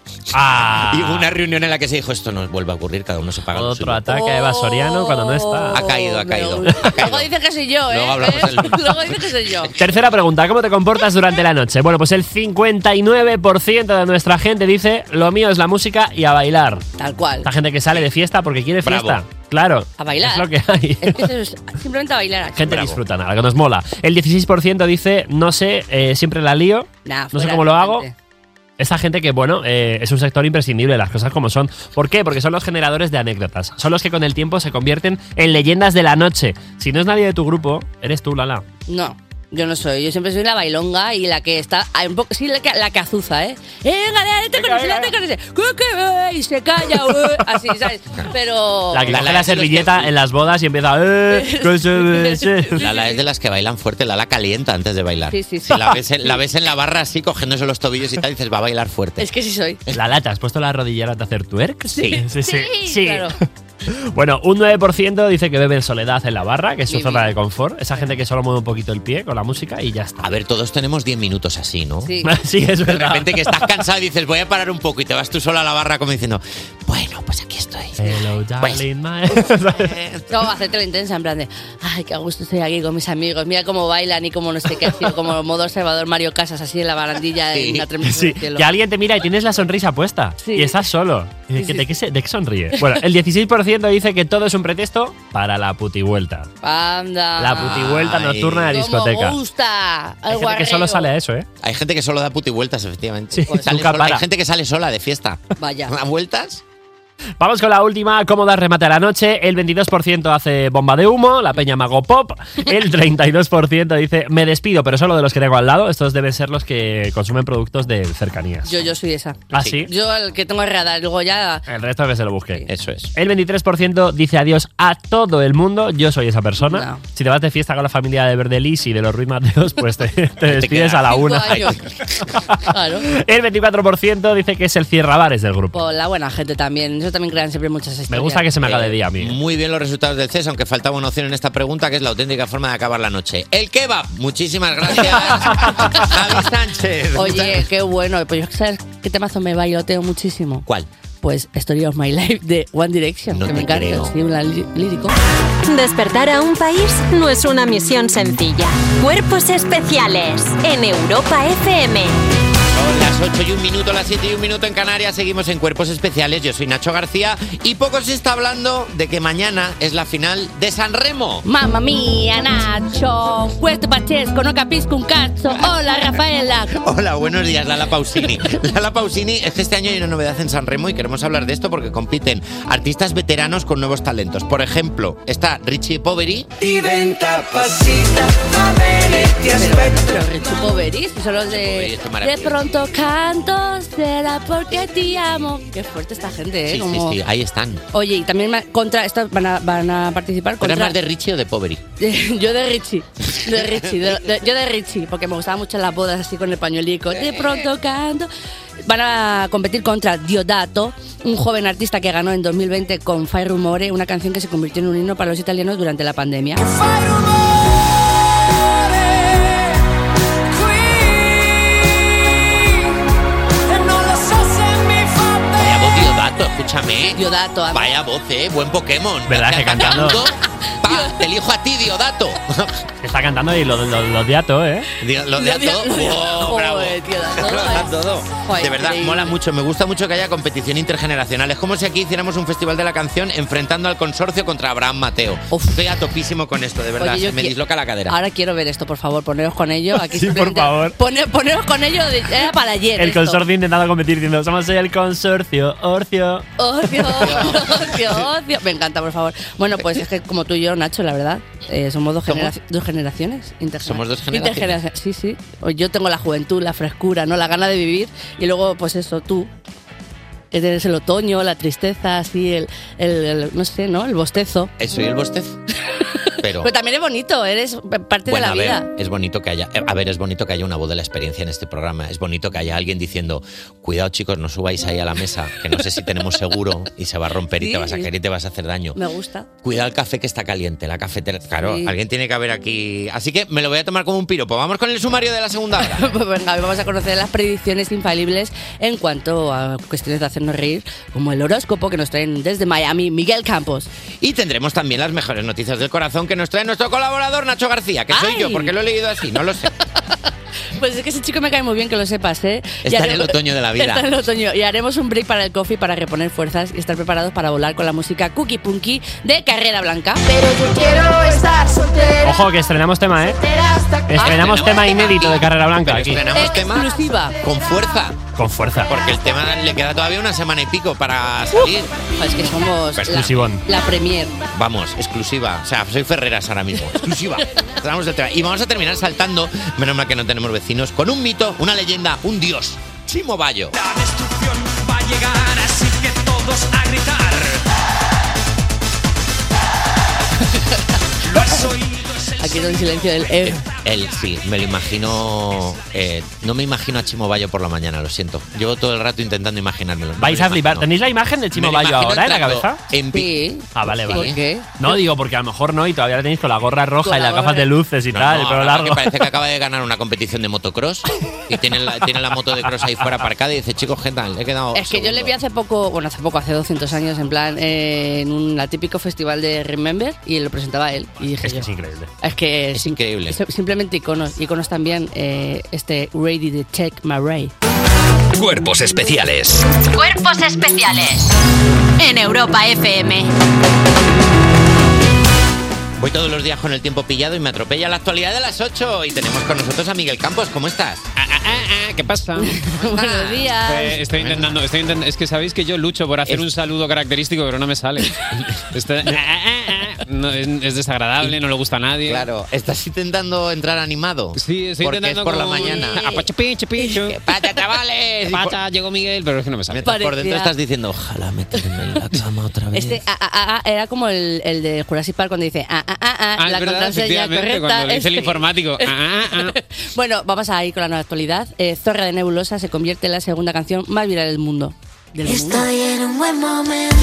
C: Y hubo una reunión en la que se dijo esto no vuelve a ocurrir, cada uno se paga lo
E: Ah. Otro
C: suyo".
E: ataque a Eva Soriano cuando no está.
C: Ha caído, ha caído.
D: Luego dice que soy yo, ¿eh?
E: Luego hablamos del-
D: Luego dice que soy yo.
E: Tercera pregunta, ¿cómo te comportas durante la noche? Bueno, pues el 59% de nuestra gente dice, lo mío es la música y a bailar.
D: Tal cual.
E: La gente que sale de fiesta porque quiere
D: Bravo.
E: fiesta. Claro.
D: A bailar.
E: Es lo que hay.
D: Es que eso es simplemente a bailar.
E: Gente disfruta, nada, que nos mola. El 16% dice, no sé, eh, siempre la lío,
D: Nah,
E: no sé
D: fuera
E: cómo lo
D: de
E: hago.
D: gente.
E: Esta gente que, bueno, eh, es un sector imprescindible, las cosas como son. ¿Por qué? Porque son los generadores de anécdotas. Son los que con el tiempo se convierten en leyendas de la noche. Si no es nadie de tu grupo, eres tú, Lala.
D: No, yo no soy. Yo siempre soy la bailonga y la que está. ah, un poco- Sí, la que, la que azuza, ¿eh? ¡Eh, venga, dale, te con ese, dale, con ese! ¡Que, que, eh! Y se calla, eh, Así, ¿sabes? Pero.
E: La que coge la servilleta en las bodas y empieza. "Eh, que se bese".
C: Lala es de las que bailan fuerte, Lala calienta antes de bailar.
D: Sí, sí, sí.
C: Si la ves, en, la ves en la barra así, cogiéndose los tobillos y tal, dices, va a bailar fuerte.
D: Es que sí soy.
E: Lala, ¿te has puesto la rodillera de hacer twerk? sí, sí.
D: Sí. Claro.
E: Bueno, un 9% dice que bebe en soledad en la barra, que es su zona de confort. Esa gente que solo mueve un poquito el pie con la música y ya está.
C: A ver, todos tenemos 10 minutos así, ¿no?
E: Sí. Sí, es
C: De
E: verdad.
C: repente que estás cansado y dices, voy a parar un poco y te vas tú sola a la barra como diciendo, bueno, pues aquí estoy. Pues,
E: Hello, darling, my-
D: No, hacértelo intensa, en plan de. ¡Ay, qué gusto estoy aquí con mis amigos! Mira cómo bailan y cómo no sé qué ha sido, como modo Salvador Mario Casas, así en la barandilla, en la tremenda
E: Sí, que alguien te mira y tienes la sonrisa puesta y estás solo. Y de, que- ¿de qué se- de qué sonríe? Bueno, el 16% dice que todo es un pretexto para la putivuelta.
D: ¡Panda!
E: La putivuelta nocturna de discoteca.
D: ¡Me gusta!
E: Hay gente que solo sale a eso, ¿eh?
C: Hay gente que solo da putivueltas, efectivamente. Sale
E: nunca
C: sola-
E: para.
C: Hay gente que sale sola de fiesta.
D: Vaya.
C: ¿Da vueltas?
E: Vamos con la última, cómo dar remate a la noche. El 22% hace bomba de humo, la peña mago pop. El 32% dice, me despido, pero solo de los que tengo al lado. Estos deben ser los que consumen productos de cercanías.
D: Yo, yo soy esa.
E: ¿Ah, sí?
D: Yo el que tengo radar, luego ya.
E: El resto que se lo busque.
C: Eso es.
E: El 23% dice adiós a todo el mundo. Yo soy esa persona. Si te vas de fiesta con la familia de Verdelis y de los Ruiz Mateos, pues te, te despides a la
D: Cinco
E: una.
D: años. claro.
E: El 24% dice que es el cierravares del grupo.
D: Por la buena gente también. Eso también crean siempre muchas historias.
E: de día a mí. ¿eh?
C: Muy bien los resultados del CES, aunque faltaba una opción en esta pregunta, que es la auténtica forma de acabar la noche. El kebab. Muchísimas gracias, Javi Sánchez.
D: Oye, qué bueno. Pues yo, ¿sabes qué temazo me bailoteo muchísimo?
C: ¿Cuál?
D: Pues Story of My Life de One Direction, que me encanta.
C: creo.
D: Sí, un lí- lírico.
B: Despertar a un país no es una misión sencilla. Cuerpos especiales en Europa FM.
C: Son las 8 y un minuto, las 7 y un minuto en Canarias. Seguimos en Cuerpos Especiales. Yo soy Nacho García y poco se está hablando de que mañana es la final de San Remo.
D: Mamma mía, Nacho. Puesto Pachesco, no capisco un cacho. Hola, Rafaela.
C: Hola, buenos días, Lala Pausini. Lala Pausini, es que este año hay una novedad en San Remo y queremos hablar de esto porque compiten artistas veteranos con nuevos talentos. Por ejemplo, está Richie Poveri.
K: Y venta pasita a ver este aspecto.
D: Chupo Beris, que son los de.
C: es
D: De
C: maravilloso.
D: pronto canto, será porque te amo. Qué fuerte esta gente, ¿eh?
C: Sí, sí,
D: Como-
C: sí, ahí están.
D: Oye, y también ma- contra esto van a, van a participar
C: ¿Pero
D: contra.
C: es más de Richie o de Poveri?
D: yo de Richie, de Richie, de- de- yo de Richie, porque me gustaban mucho las bodas así con el pañuelico. De pronto canto. Van a competir contra Diodato, un joven artista que ganó en 2020 con Fai Rumore, una canción que se convirtió en un himno para los italianos durante la pandemia.
C: Vaya voz Diodato, escúchame.
D: Diodato, amo.
C: Vaya voz, eh. Buen Pokémon.
E: ¿Verdad que cantando?
C: Pa, te elijo a ti, Diodato.
E: Está cantando y los lo, lo de Ato, ¿eh?
C: Lo de a todo. Oh, bravo. Lo
D: ¿eh?
C: de a todo.
E: Joder,
C: De verdad,
E: increíble.
C: mola mucho. Me gusta mucho que haya competición intergeneracional. Es como si aquí hiciéramos un festival de la canción enfrentando al consorcio contra Abraham Mateo. Estoy a topísimo con esto, de verdad.
D: Oye, yo
C: Se me
D: qui-
C: disloca la cadera.
D: Ahora quiero ver esto, por favor, poneros con ello. Aquí
E: Sí, por
D: simplemente-
E: favor.
D: Pone- poneros con ello, de- era para ayer.
E: El
D: esto.
E: consorcio intentando competir diciendo, somos el consorcio, Orcio.
D: Ocio, ocio, ocio. Me encanta, por favor. Bueno, pues es que como tú y yo, Nacho, la verdad, eh, somos dos,
C: ¿Somos?
D: genera- dos generaciones. intergener-
C: Somos dos generaciones.
D: intergeneraciones, Sí, sí. O Yo tengo la juventud, la frescura, ¿no? La gana de vivir. Y luego, pues eso, tú. Que tienes el otoño, la tristeza, así, el, el- el- no sé, ¿no? El bostezo.
C: Eso y Eh, el bostezo. Pero.
D: Pero también es bonito, eres parte
C: Bueno,
D: de la
C: a ver,
D: vida.
C: es bonito que haya, eh, a ver, es bonito que haya una voz de la experiencia en este programa. Es bonito que haya alguien diciendo, cuidado chicos, no subáis ahí a la mesa, que no sé si tenemos seguro y se va a romper y
D: Sí.
C: te vas a caer y te vas a hacer daño.
D: Me gusta.
C: Cuidado el café que está caliente, la cafetera. Claro,
D: Sí.
C: alguien tiene que haber aquí. Así que me lo voy a tomar como un piropo. Vamos con el sumario de la segunda hora.
D: Pues venga, hoy vamos a conocer las predicciones infalibles en cuanto a cuestiones de hacernos reír, como el horóscopo que nos traen desde Miami Miguel Campos.
C: Y tendremos también las mejores noticias del corazón que nos trae nuestro colaborador Nacho García, que soy
D: ¡Ay!
C: yo, porque lo he leído así, no lo sé.
D: Pues es que ese chico me cae muy bien, que lo sepas, ¿eh?
C: Está en el otoño de la vida.
D: Está en el otoño. Y haremos un break para el coffee para reponer fuerzas y estar preparados para volar con la música Cookie Punky de Carrera Blanca. Pero yo quiero estar soltera.
E: Ojo, que estrenamos tema, ¿eh?
C: Ah,
E: Estrenamos tema inédito de Carrera Blanca aquí.
C: Estrenamos tema
D: Exclusiva.
C: con fuerza.
E: Con fuerza.
C: Porque el tema le queda todavía una semana y pico para
D: Uh.
C: salir.
D: Es Pues que somos la-
C: Exclusivón.
D: la premier.
C: Vamos, exclusiva. O sea, soy Ferreras ahora mismo. Exclusiva. Estrenamos el tema. Y vamos a terminar saltando, menos mal que no tenemos vecinos, con un mito, una leyenda, un dios. Chimo Bayo.
K: Va a llegar, así que todos a gritar. Lo has oído, es el
D: Aquí en silencio del eh.
C: Él, sí, me lo imagino. eh, no me imagino a Chimo Bayo por la mañana, lo siento. Llevo todo el rato intentando imaginármelo. No
E: Vais
C: me
E: a
C: lo
E: flipar.
C: imagino.
E: ¿Tenéis la imagen de Chimo
C: Me lo
E: Bayo
C: imagino
E: ahora en la
C: entrando
E: cabeza?
C: en vi-
E: Ah, vale,
C: Sí.
E: vale.
C: ¿Por qué?
E: No, digo porque a lo mejor no y todavía la tenéis con la gorra roja
C: Con
E: y
C: la
E: las gafas
C: gorra.
E: de luces y
C: No,
E: tal,
C: no,
E: el pelo
C: ahora
E: largo.
C: Que parece que acaba de ganar una competición de motocross y tiene la, tiene la moto de cross ahí fuera aparcada y dice, chicos, ¿qué tal? He
Q: Oh,
C: quedado.
D: Es que yo le vi hace poco, bueno, hace poco, hace 200 años, en plan, eh, en un atípico festival de Remember y lo presentaba él. Y dije
E: Es que
D: yo,
E: es increíble.
D: Es que
C: es increíble.
D: So- Simplemente iconos. Iconos también, eh, este Ready to Check My Ray.
R: Cuerpos especiales.
B: Cuerpos especiales en Europa FM.
C: Voy todos los días con el tiempo pillado y me atropella la actualidad de las 8. Y tenemos con nosotros a Miguel Campos. ¿Cómo estás?
Q: ¿Qué pasa?
D: Buenos días.
Q: Eh, estoy intentando, estoy intentando- es que sabéis que yo lucho por hacer un saludo característico, pero no me sale. Está- eh, no, es, es desagradable, no le gusta a nadie.
C: Claro, estás intentando entrar animado.
Q: Sí, estoy
C: Porque
Q: intentando
C: es por la
Q: como-
C: mañana.
Q: Apachapi, chapicho.
C: ¿Qué pasa, chavales?
Q: ¿Qué pasa? Llegó Miguel, pero es que no me sale.
D: Parecía-
C: Por dentro estás diciendo, ojalá meterme en la cama otra vez.
D: Este ah, ah, ah, ah, era como el, el de Jurassic Park cuando dice ah, ah, ah, ah,
Q: Ah, es verdad,
D: la contraseña
Q: efectivamente,
D: correcta.
Q: cuando le dice el
D: es-
Q: informático. Ah, ah, ah.
D: Bueno, vamos a ir con la nueva actualidad. Eh, Zorra de Nebulosa se convierte en la segunda canción más viral del mundo. Del mundo.
G: Estoy en un buen momento.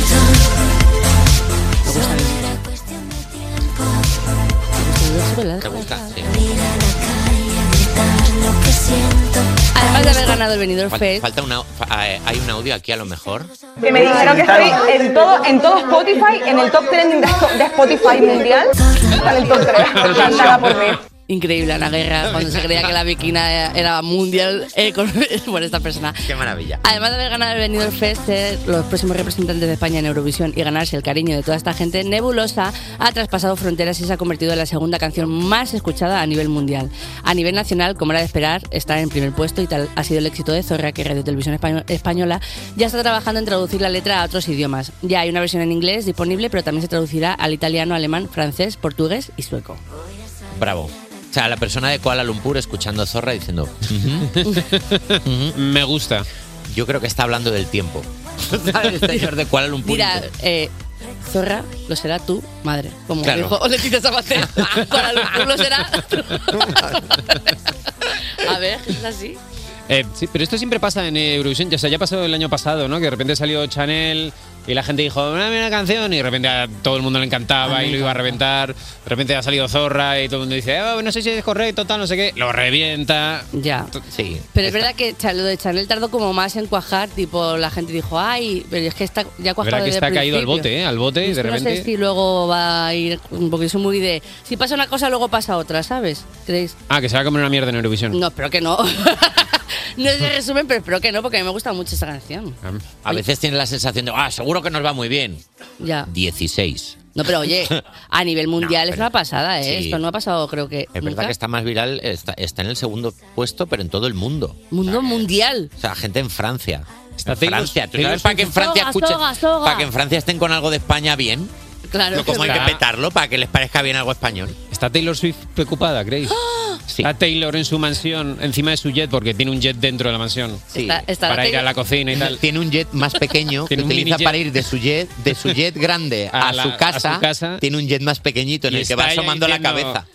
C: ¿Te gusta? Sí.
D: Además de haber ganado el Benidorm
C: Fal-
D: Fest.
C: falta una, fa- eh, hay un audio aquí a lo mejor.
S: Que me dijeron que estoy en todo, en todo Spotify, en el top trending de, de Spotify mundial. Está en el top 3. Encantada por mí.
D: Increíble, Ana Guerra, cuando se creía que la bikina era mundial eh, con- por esta persona.
C: Qué maravilla.
D: Además de haber ganado el Benidorm Fest, ser los próximos representantes de España en Eurovisión y ganarse el cariño de toda esta gente, Nebulosa ha traspasado fronteras y se ha convertido en la segunda canción más escuchada a nivel mundial. A nivel nacional, como era de esperar, está en primer puesto y tal ha sido el éxito de Zorra que Radio Televisión Españo- Española ya está trabajando en traducir la letra a otros idiomas. Ya hay una versión en inglés disponible, pero también se traducirá al italiano, alemán, francés, portugués y sueco.
C: Bravo. O sea, la persona de Kuala Lumpur escuchando Zorra diciendo.
Q: Me gusta.
C: Yo creo que está hablando del tiempo. ¿Sabes? Este señor de Kuala Lumpur.
D: Mira, eh, Zorra, lo será tu madre. Como
C: Claro.
D: dijo Leticia Sabater. Para los culos será. A ver, es así.
Q: Eh, sí, pero esto siempre pasa en Eurovisión. O sea, ya pasó el año pasado, ¿no? Que de repente salió Chanel y la gente dijo, una una canción, y de repente a todo el mundo le encantaba y lo iba a reventar. De repente ha salido Zorra y todo el mundo dice, "Ah, no sé si es correcto, tal, no sé qué. Lo revienta.
D: Ya.
C: Sí.
D: Pero es verdad que cha- lo de Chanel tardó como más en cuajar, tipo la gente dijo, ay, pero es que está ya cuajado
Q: verdad que
D: desde
Q: está
D: el
Q: caído al
D: principio".
Q: bote, ¿eh? Al bote y
D: Es
Q: de
D: que
Q: repente.
D: No sé si luego va a ir, porque soy muy de, si pasa una cosa, luego pasa otra, ¿sabes? ¿Creéis?
Q: Ah, que se va a comer una mierda en Eurovisión.
D: No, espero que no. no es el resumen, pero espero que no, porque a mí me gusta mucho esa canción.
C: A veces tiene la sensación de, ah, seguro que nos va muy bien.
D: Ya.
C: 16.
D: No, pero oye, a nivel mundial es una pasada, ¿eh?
C: sí.
D: Esto no ha pasado, creo que.
C: Es verdad
D: nunca.
C: que está más viral, está, está en el segundo puesto, pero en todo el mundo.
D: Mundo mundial.
C: O sea, gente en Francia. En
Q: Taylor-
C: Francia, ¿tú
Q: Taylor
C: sabes para que en Francia
D: Soga,
C: escuchen-
D: soga, soga.
C: para que en Francia estén con algo de España bien?
D: Claro.
C: No, como hay que
Q: Está-
C: petarlo para que les parezca bien algo español.
Q: ¿Está Taylor Swift preocupada, creéis?
D: ¡Ah!
Q: Está Taylor en su mansión, encima de su jet, porque tiene un jet dentro de la mansión.
C: Está- está
Q: para
C: la
Q: ir a
C: Taylor-
Q: la cocina y tal.
C: Tiene un jet más pequeño que
Q: Tiene un
C: utiliza
Q: mini jet.
C: para ir de su jet, de su jet grande a,
Q: A la-
C: su casa,
Q: a su casa.
C: Tiene un jet más pequeñito en
Q: Y
C: el que va
Q: está ella
C: asomando la
Q: diciendo,
C: cabeza.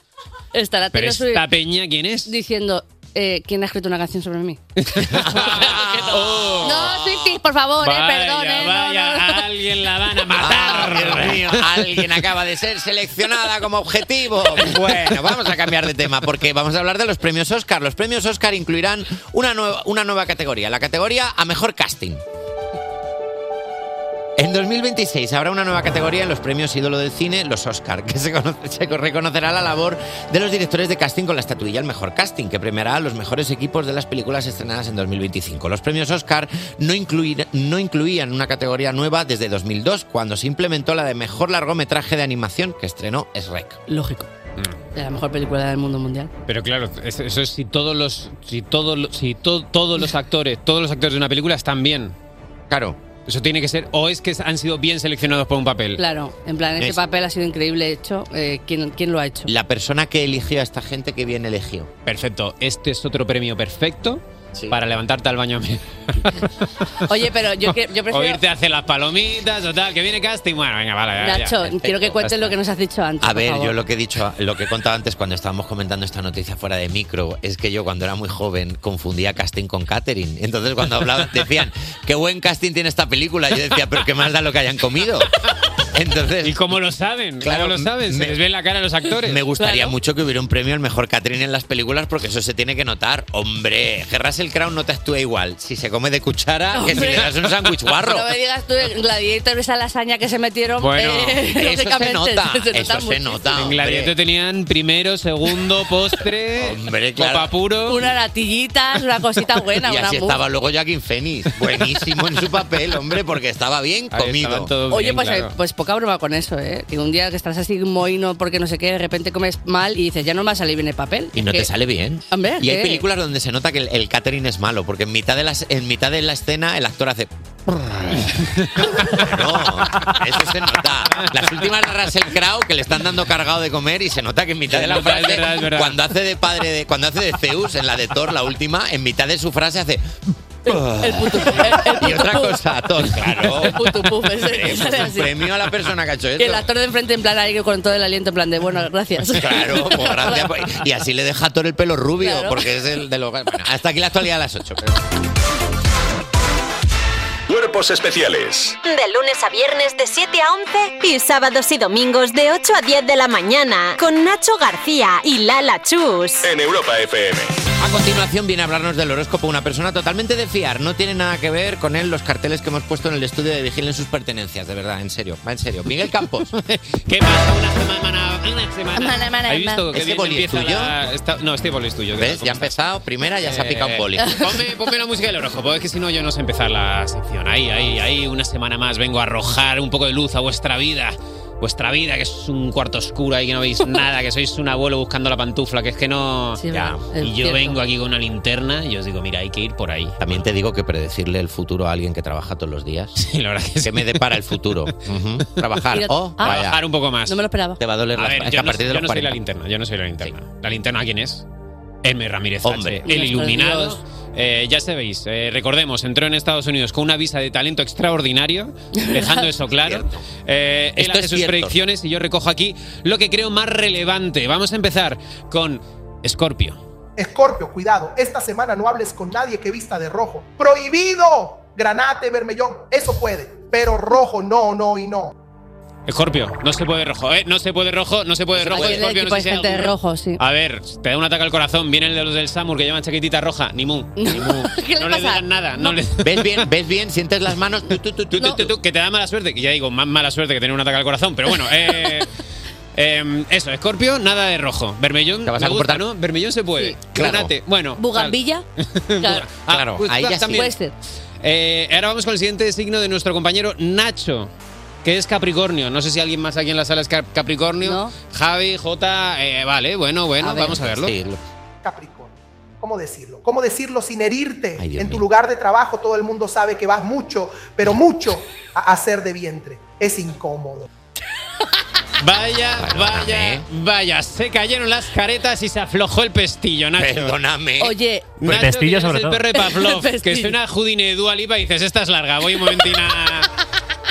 D: Estará
Q: Pero
D: Taylor Swift
Q: esta peña, ¿quién es?
D: diciendo. eh, ¿Quién ha escrito una canción sobre mí?
C: Oh.
D: No, Swifties, por favor, eh,
Q: Vaya,
D: perdón, eh, no,
Q: vaya,
D: no, no.
Q: alguien la van a matar.
C: Dios mío, alguien acaba de ser seleccionada como objetivo. Bueno, vamos a cambiar de tema porque vamos a hablar de los premios Oscar. Los premios Oscar incluirán una, nueva- una nueva categoría, la categoría a mejor casting. En 2026 habrá una nueva categoría en los premios ídolo del cine, los Oscar, que se, conoce- se reconocerá la labor de los directores de casting con la estatuilla El Mejor Casting, que premiará a los mejores equipos de las películas estrenadas en 2025. Los premios Oscar no, incluir- no incluían una categoría nueva desde 2002, cuando se implementó la de Mejor Largometraje de Animación, que estrenó Shrek.
D: Lógico. De la mejor película del mundo mundial.
Q: Mm. Pero claro, es- eso es si todos los si todos los- si to- todos los actores, todos los actores de una película están bien.
C: Claro.
Q: Eso tiene que ser o es que han sido bien seleccionados por un papel.
D: Claro, en plan, este
Q: Es-
D: papel ha sido increíble hecho. eh, ¿quién, ¿Quién lo ha hecho?
C: La persona que eligió a esta gente, que bien eligió.
Q: Perfecto. Este es otro premio perfecto para levantarte al baño a mí.
D: Oye, pero yo, que- yo
Q: O
D: prefiero.
Q: irte a hacer las palomitas o tal, que viene casting. Bueno, venga, vale. ya, ya.
D: Nacho, quiero que cuentes lo que nos has dicho antes.
C: A
D: por
C: ver,
D: favor.
C: yo lo que he dicho, lo que he contado antes cuando estábamos comentando esta noticia fuera de micro, es que yo cuando era muy joven confundía casting con catering. Entonces cuando hablaban decían, qué buen casting tiene esta película, yo decía, pero qué más da lo que hayan comido. Entonces,
Q: ¿Y cómo lo saben?
C: Claro,
Q: Claro, lo saben.
C: me-
Q: Se les ve en la cara a los actores.
C: me gustaría mucho que hubiera un premio al mejor catering en las películas porque eso se tiene que notar. Hombre, que Russell Crown no te actúa igual si se come de cuchara que si
D: Hombre.
C: le das un sándwich guarro.
D: No me digas tú, en Gladiator, esa lasaña que se metieron.
Q: Bueno,
D: eh,
C: Eso se
D: lógicamente,
C: nota,
D: se nota
C: eso se
D: muchísimo.
C: nota.
Q: En
C: hombre.
Q: Gladiator tenían primero, segundo, postre, copa puro.
D: Una natillita, una cosita buena,
C: y
D: una
C: así
D: mu-
C: estaba luego Joaquin Phoenix. Buenísimo en su papel, hombre, porque estaba bien
Q: Ahí
C: comido.
Q: estaban todos
D: Oye, pues, eh, pues poca poca broma con eso, ¿eh? Que un día que estás así mohino porque no sé qué, de repente comes mal y dices, ya no me va a salir bien el papel.
C: Y no
D: Es
C: te
D: que-
C: sale bien.
D: Hombre, eh.
C: Y hay
D: ¿qué?
C: películas donde se nota que el, el catering es malo, porque en mitad de, las, en mitad de la escena el actor hace. no, eso se nota. Las últimas de Russell Crowe que le están dando cargado de comer y se nota que en mitad de la
Q: Es verdad, es
C: frase,
Q: verdad, es verdad.
C: cuando hace de padre de, cuando hace de Zeus en la de Thor, la última, en mitad de su frase hace. y otra cosa, Thor, claro. Hombre, eso es un premio a la persona que ha hecho
D: Que el
C: esto.
D: actor de enfrente en plan ahí que con todo el aliento en plan de, bueno, gracias.
C: Claro, pues gracias. pues. Y así le deja a Thor el pelo rubio,
D: Claro.
C: porque es el de los. bueno, hasta aquí la actualidad a las 8.
I: Cuerpos especiales
B: De lunes a viernes de 7 a 11 y sábados y domingos de 8 a 10 de la mañana con Nacho García y Lala Chus.
I: en Europa FM.
C: A continuación viene a hablarnos del horóscopo una persona totalmente de fiar. No tiene nada que ver con él los carteles que hemos puesto en el estudio de Vigilen sus pertenencias, de verdad, en serio, va en serio. Miguel Campos. ¿Qué pasa?
Q: ¿Has visto que
C: ¿Este
Q: bien
C: boli es
Q: empieza
C: tuyo?
Q: la- esta- No, este boli es tuyo. ¿qué tal?
C: ¿Ves?
Q: ¿Cómo
C: Ya ha
Q: estás?
C: empezado, primera ya se ha picado un boli.
Q: Eh, Ponme, ponme la música del horóscopo, es que si no yo no sé empezar la sección. Ahí, ahí, ahí, una semana más vengo a arrojar un poco de luz a vuestra vida. Vuestra vida, que es un cuarto oscuro ahí que no veis nada, que sois un abuelo buscando la pantufla, que es que no...
D: Sí,
Q: Ya.
D: es
Q: Y yo
D: cierto.
Q: vengo aquí con una linterna y os digo, mira, hay que ir por ahí.
C: También te digo que predecirle el futuro a alguien que trabaja todos los días.
Q: Sí, la verdad que
C: me depara el futuro. Ujú. Trabajar.
D: Mira,
C: Oh,
D: ah.
C: vaya.
Q: Trabajar un poco más.
D: No me lo esperaba.
C: Te va a doler
Q: A
C: la
Q: ver,
C: es que
Q: yo
C: a
Q: no,
C: partir de
Q: yo
C: los
Q: no soy la
C: 40.
Q: linterna, yo no soy la linterna. ¿La linterna quién es? Hermes Ramírez
C: Hombre.
Q: H, el
C: Nuestro
Q: iluminado. Eh, ya sabéis, eh, recordemos, entró en Estados Unidos con una visa de talento extraordinario, dejando eso claro. Eh, él
C: Esto
Q: hace
C: es
Q: sus
C: cierto.
Q: predicciones y yo recojo aquí lo que creo más relevante. Vamos a empezar con Scorpio.
T: Escorpio, cuidado, esta semana no hables con nadie que vista de rojo. Prohibido. Granate, vermellón, eso puede. Pero rojo, no, no y no.
Q: Scorpio, no se puede rojo, ¿eh? No se puede rojo, no se puede rojo.
D: Aquí en el
Q: Scorpio, no sé
D: equipo Pues hay
Q: si hay
D: gente de
Q: alguno.
D: rojo, sí.
Q: A ver, te da un ataque al corazón, vienen de los del Samur que llevan chaquetita roja, ni mu, ni mu.
D: ¿Qué le
Q: no le
D: pasa?
Q: digan nada, no, le-
C: ¿Ves bien? ¿Ves bien? ¿Sientes las manos? Tú, tú, tú, tú,
Q: Tú, tú, tú, tú, que te da mala suerte, que ya digo, más mala suerte que tener un ataque al corazón, pero bueno, eh, em, eso, Escorpio, nada de rojo. Bermellón,
C: vas
Q: me
C: a
Q: gusta,
C: comportar-
Q: ¿no? Bermellón se puede.
C: claro.
Q: Granate, bueno.
D: Bugambilla. Claro.
Q: Ah,
C: Claro,
Q: pues,
C: ahí ya sí.
Q: también.
D: Puede ser.
Q: Eh, ahora vamos con el siguiente signo de nuestro compañero Nacho, que es Capricornio. No sé si alguien más aquí en la sala es Cap- Capricornio. Javi, J, eh, vale, bueno, bueno,
T: A ver.
Q: vamos a verlo.
T: ¿Cómo decirlo? ¿Cómo decirlo sin herirte?
Q: Ay, Dios
T: en tu
Q: mío.
T: lugar de trabajo todo el mundo sabe que vas mucho, pero mucho a hacer de vientre. Es incómodo.
Q: Vaya, vaya, vaya. Se cayeron las caretas y se aflojó el pestillo, Nacho.
C: Perdóname. Pues
D: Oye,
E: El pestillo sobre
Q: el
E: todo.
Q: perro de Pavlov, que
D: El pestillo.
Q: suena a Houdini de Dua Lipa y dices, esta es larga, voy un momentín a...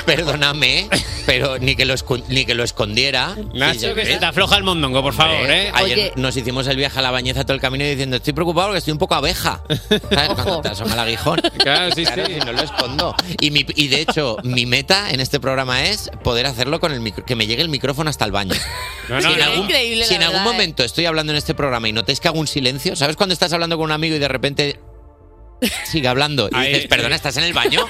C: Perdóname, pero ni que lo, escu- ni que lo escondiera. Y
Q: Nacho,
C: yo-
Q: que se te afloja el mondongo, por favor, ¿eh?
C: Ayer nos hicimos el viaje a la bañeza todo el camino diciendo, estoy preocupado porque estoy un poco abeja. ¿Sabes? Cuando te asoma el aguijón.
Q: Claro, sí, sí.
C: si no lo escondo. Y, mi- y de hecho, mi meta en este programa es poder hacerlo con el micro- que me llegue el micrófono hasta el baño.
Q: no,
C: si en
Q: no.
C: algún,
Q: Increíble, la
C: si en algún
Q: verdad, ¿eh?
C: momento estoy hablando en este programa y notéis que hago un silencio, ¿sabes cuando estás hablando con un amigo y de repente sigue hablando y dices, perdona, estás en el baño?